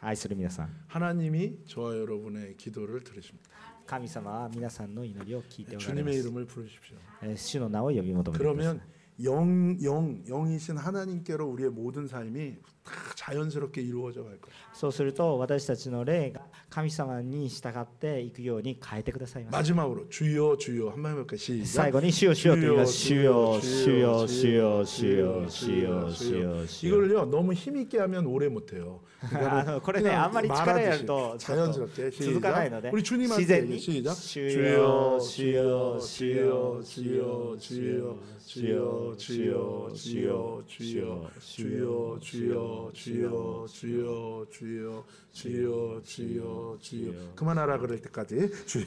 [SPEAKER 1] 愛する皆さん
[SPEAKER 2] 하나님이 저와 여러분의 기도를 들으십니다.
[SPEAKER 1] 神様は皆さんの祈りを聞いておられま
[SPEAKER 2] 주님의
[SPEAKER 1] す、
[SPEAKER 2] 이름을 부르십시오.
[SPEAKER 1] えー主の名を呼び求めてください
[SPEAKER 2] 그러면 영, 영, 영이신 하나님께로 우리의 모든 삶이 다 자연스럽게 이루어져 갈 거예요.
[SPEAKER 1] そうすると私たちの霊が神様に従っていくように変えてくださいます
[SPEAKER 2] 마지막으로 주여 주여 한번 해볼까요?
[SPEAKER 1] 最
[SPEAKER 2] 시작.
[SPEAKER 1] 後に主よ主よと言います主
[SPEAKER 2] 主
[SPEAKER 1] よ
[SPEAKER 2] よ
[SPEAKER 1] 主よ主
[SPEAKER 2] 主
[SPEAKER 1] よ
[SPEAKER 2] よ
[SPEAKER 1] 主よ主
[SPEAKER 2] 主
[SPEAKER 1] よ
[SPEAKER 2] よ
[SPEAKER 1] 主よ主よ
[SPEAKER 2] 이걸요 너무 힘 있게 하면 오래 못해요.
[SPEAKER 1] あのこれねあんまり力やるとちょっと
[SPEAKER 2] 자연스럽게
[SPEAKER 1] 続かないの
[SPEAKER 2] 시작.
[SPEAKER 1] で自
[SPEAKER 2] 우리 주님한테
[SPEAKER 1] 然に
[SPEAKER 2] 얘기해, 시작.
[SPEAKER 1] 主よ主よ主よ主よ主よ主よ主よ主よ主よ主よ
[SPEAKER 2] 주여 주여 주여 주여 주여 주여 주여 주여 그만하라 그럴 때까지 주여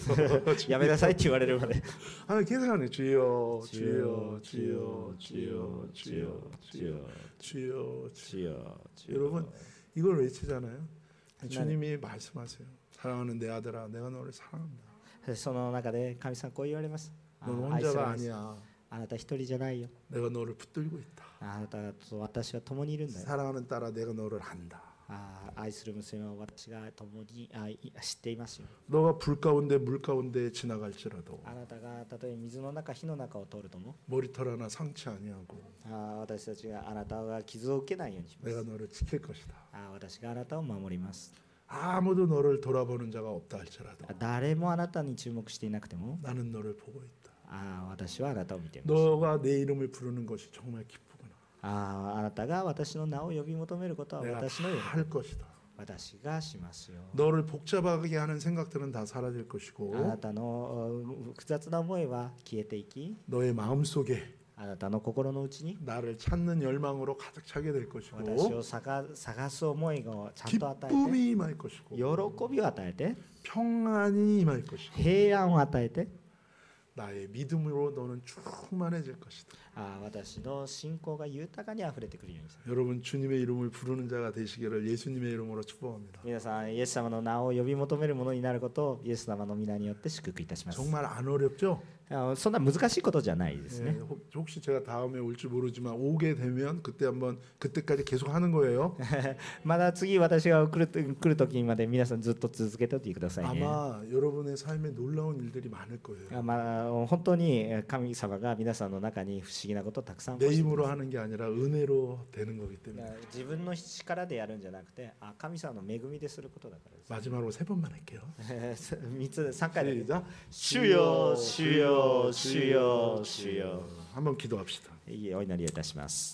[SPEAKER 1] やめなさいって言われるまで
[SPEAKER 2] 아니 계속 하네 주여 주여 주여 주여 주여 주여 주여 주여
[SPEAKER 1] 主よ
[SPEAKER 2] 여러분 이걸 외치잖아요
[SPEAKER 1] 네.
[SPEAKER 2] 주님이 말씀하세요 사랑하는 내 아들아 내가 너를 사랑한다
[SPEAKER 1] その中で神さんこう言われますあ
[SPEAKER 2] 넌
[SPEAKER 1] 愛する
[SPEAKER 2] 혼자가
[SPEAKER 1] 愛する
[SPEAKER 2] 아, 아니야
[SPEAKER 1] あなた一人じゃないよ
[SPEAKER 2] 내가 너를 붙들고 있다
[SPEAKER 1] あなたと私は共にいる
[SPEAKER 2] 네.
[SPEAKER 1] んだよ
[SPEAKER 2] 사랑하는 딸아 내가 너를 안다
[SPEAKER 1] あー愛する娘は私が共にあい知っていますよ
[SPEAKER 2] 너가 불 가운데 물 가운데 지나갈지라도
[SPEAKER 1] あなたがたとえ水の中火の中を通るとも
[SPEAKER 2] 머리털 하나 상치 아니하고
[SPEAKER 1] あー私たちがあなたが傷を受けないようにしま
[SPEAKER 2] 내가
[SPEAKER 1] す
[SPEAKER 2] 너를 지킬 것이다
[SPEAKER 1] あー私があなたを守ります
[SPEAKER 2] 아무도 너를 돌아보는 자가 없다 할지라도
[SPEAKER 1] 誰もあなたに注目していなくても
[SPEAKER 2] 나는 너를 보고 있다
[SPEAKER 1] あー私はあなたを見ています
[SPEAKER 2] 너가 내 이름을 부르는 것이 정말 기쁘구나
[SPEAKER 1] あーあなたが私の名を呼び求めることは
[SPEAKER 2] 내가
[SPEAKER 1] 私のよ
[SPEAKER 2] 다 할 것이다
[SPEAKER 1] 私がしますよ
[SPEAKER 2] 너를 복잡하게 하는 생각들은 다 사라질
[SPEAKER 1] あな
[SPEAKER 2] 것이고
[SPEAKER 1] たのう複雑な思いは消えていき
[SPEAKER 2] 너의 마음속에
[SPEAKER 1] あなたの心の内に
[SPEAKER 2] 나를 찾는 열망으로 가득 차게 될
[SPEAKER 1] 私
[SPEAKER 2] 것이고
[SPEAKER 1] を探探す思いをちゃんと与えて
[SPEAKER 2] 기쁨이 임할
[SPEAKER 1] 喜
[SPEAKER 2] 것이고
[SPEAKER 1] びを与えて
[SPEAKER 2] 평안이 임할 것이고
[SPEAKER 1] 平安を与えて
[SPEAKER 2] 나의 믿음으로 너는 충만해질 것이다
[SPEAKER 1] あー私の信仰が豊かに溢れてくるようにする
[SPEAKER 2] 여러분 주님의 이름을 부르는 자가 되시기를 예수님의 이름으로 축복합니다
[SPEAKER 1] 皆さんイエス様の名を呼び求めるものになることをイエス様の皆によって祝福いたします
[SPEAKER 2] 정말 안 어렵죠?
[SPEAKER 1] あそんな難しいことじゃないですね
[SPEAKER 2] 예, 혹- 혹시 제가 다음에 올지 모르지만 오게 되면 그때 한번 그때까지 계속 하는 거예요
[SPEAKER 1] [LAUGHS] 네. まだ次私が来る来る時まで皆さんずっと続けておいてくださいね
[SPEAKER 2] 아마 여러분의 삶에 놀라운 일들이 많을 거예요
[SPEAKER 1] あまあ本当にえー神様が皆さんの中に不思議なことをたくさん起
[SPEAKER 2] 내
[SPEAKER 1] こしてくれ
[SPEAKER 2] 힘으로
[SPEAKER 1] ます
[SPEAKER 2] 하는 게 아니라 은혜로 되는 거기 때문에
[SPEAKER 1] 自分の力でやるんじゃなくてあ神様の恵みですることだからです
[SPEAKER 2] 마지막으로 세 번만 할게요.
[SPEAKER 1] 네. [LAUGHS] 3つ3回だけ
[SPEAKER 2] 시작.
[SPEAKER 1] 主よ主よ主よ主よ
[SPEAKER 2] 한번 기도합시다.
[SPEAKER 1] いいお祈りをいたします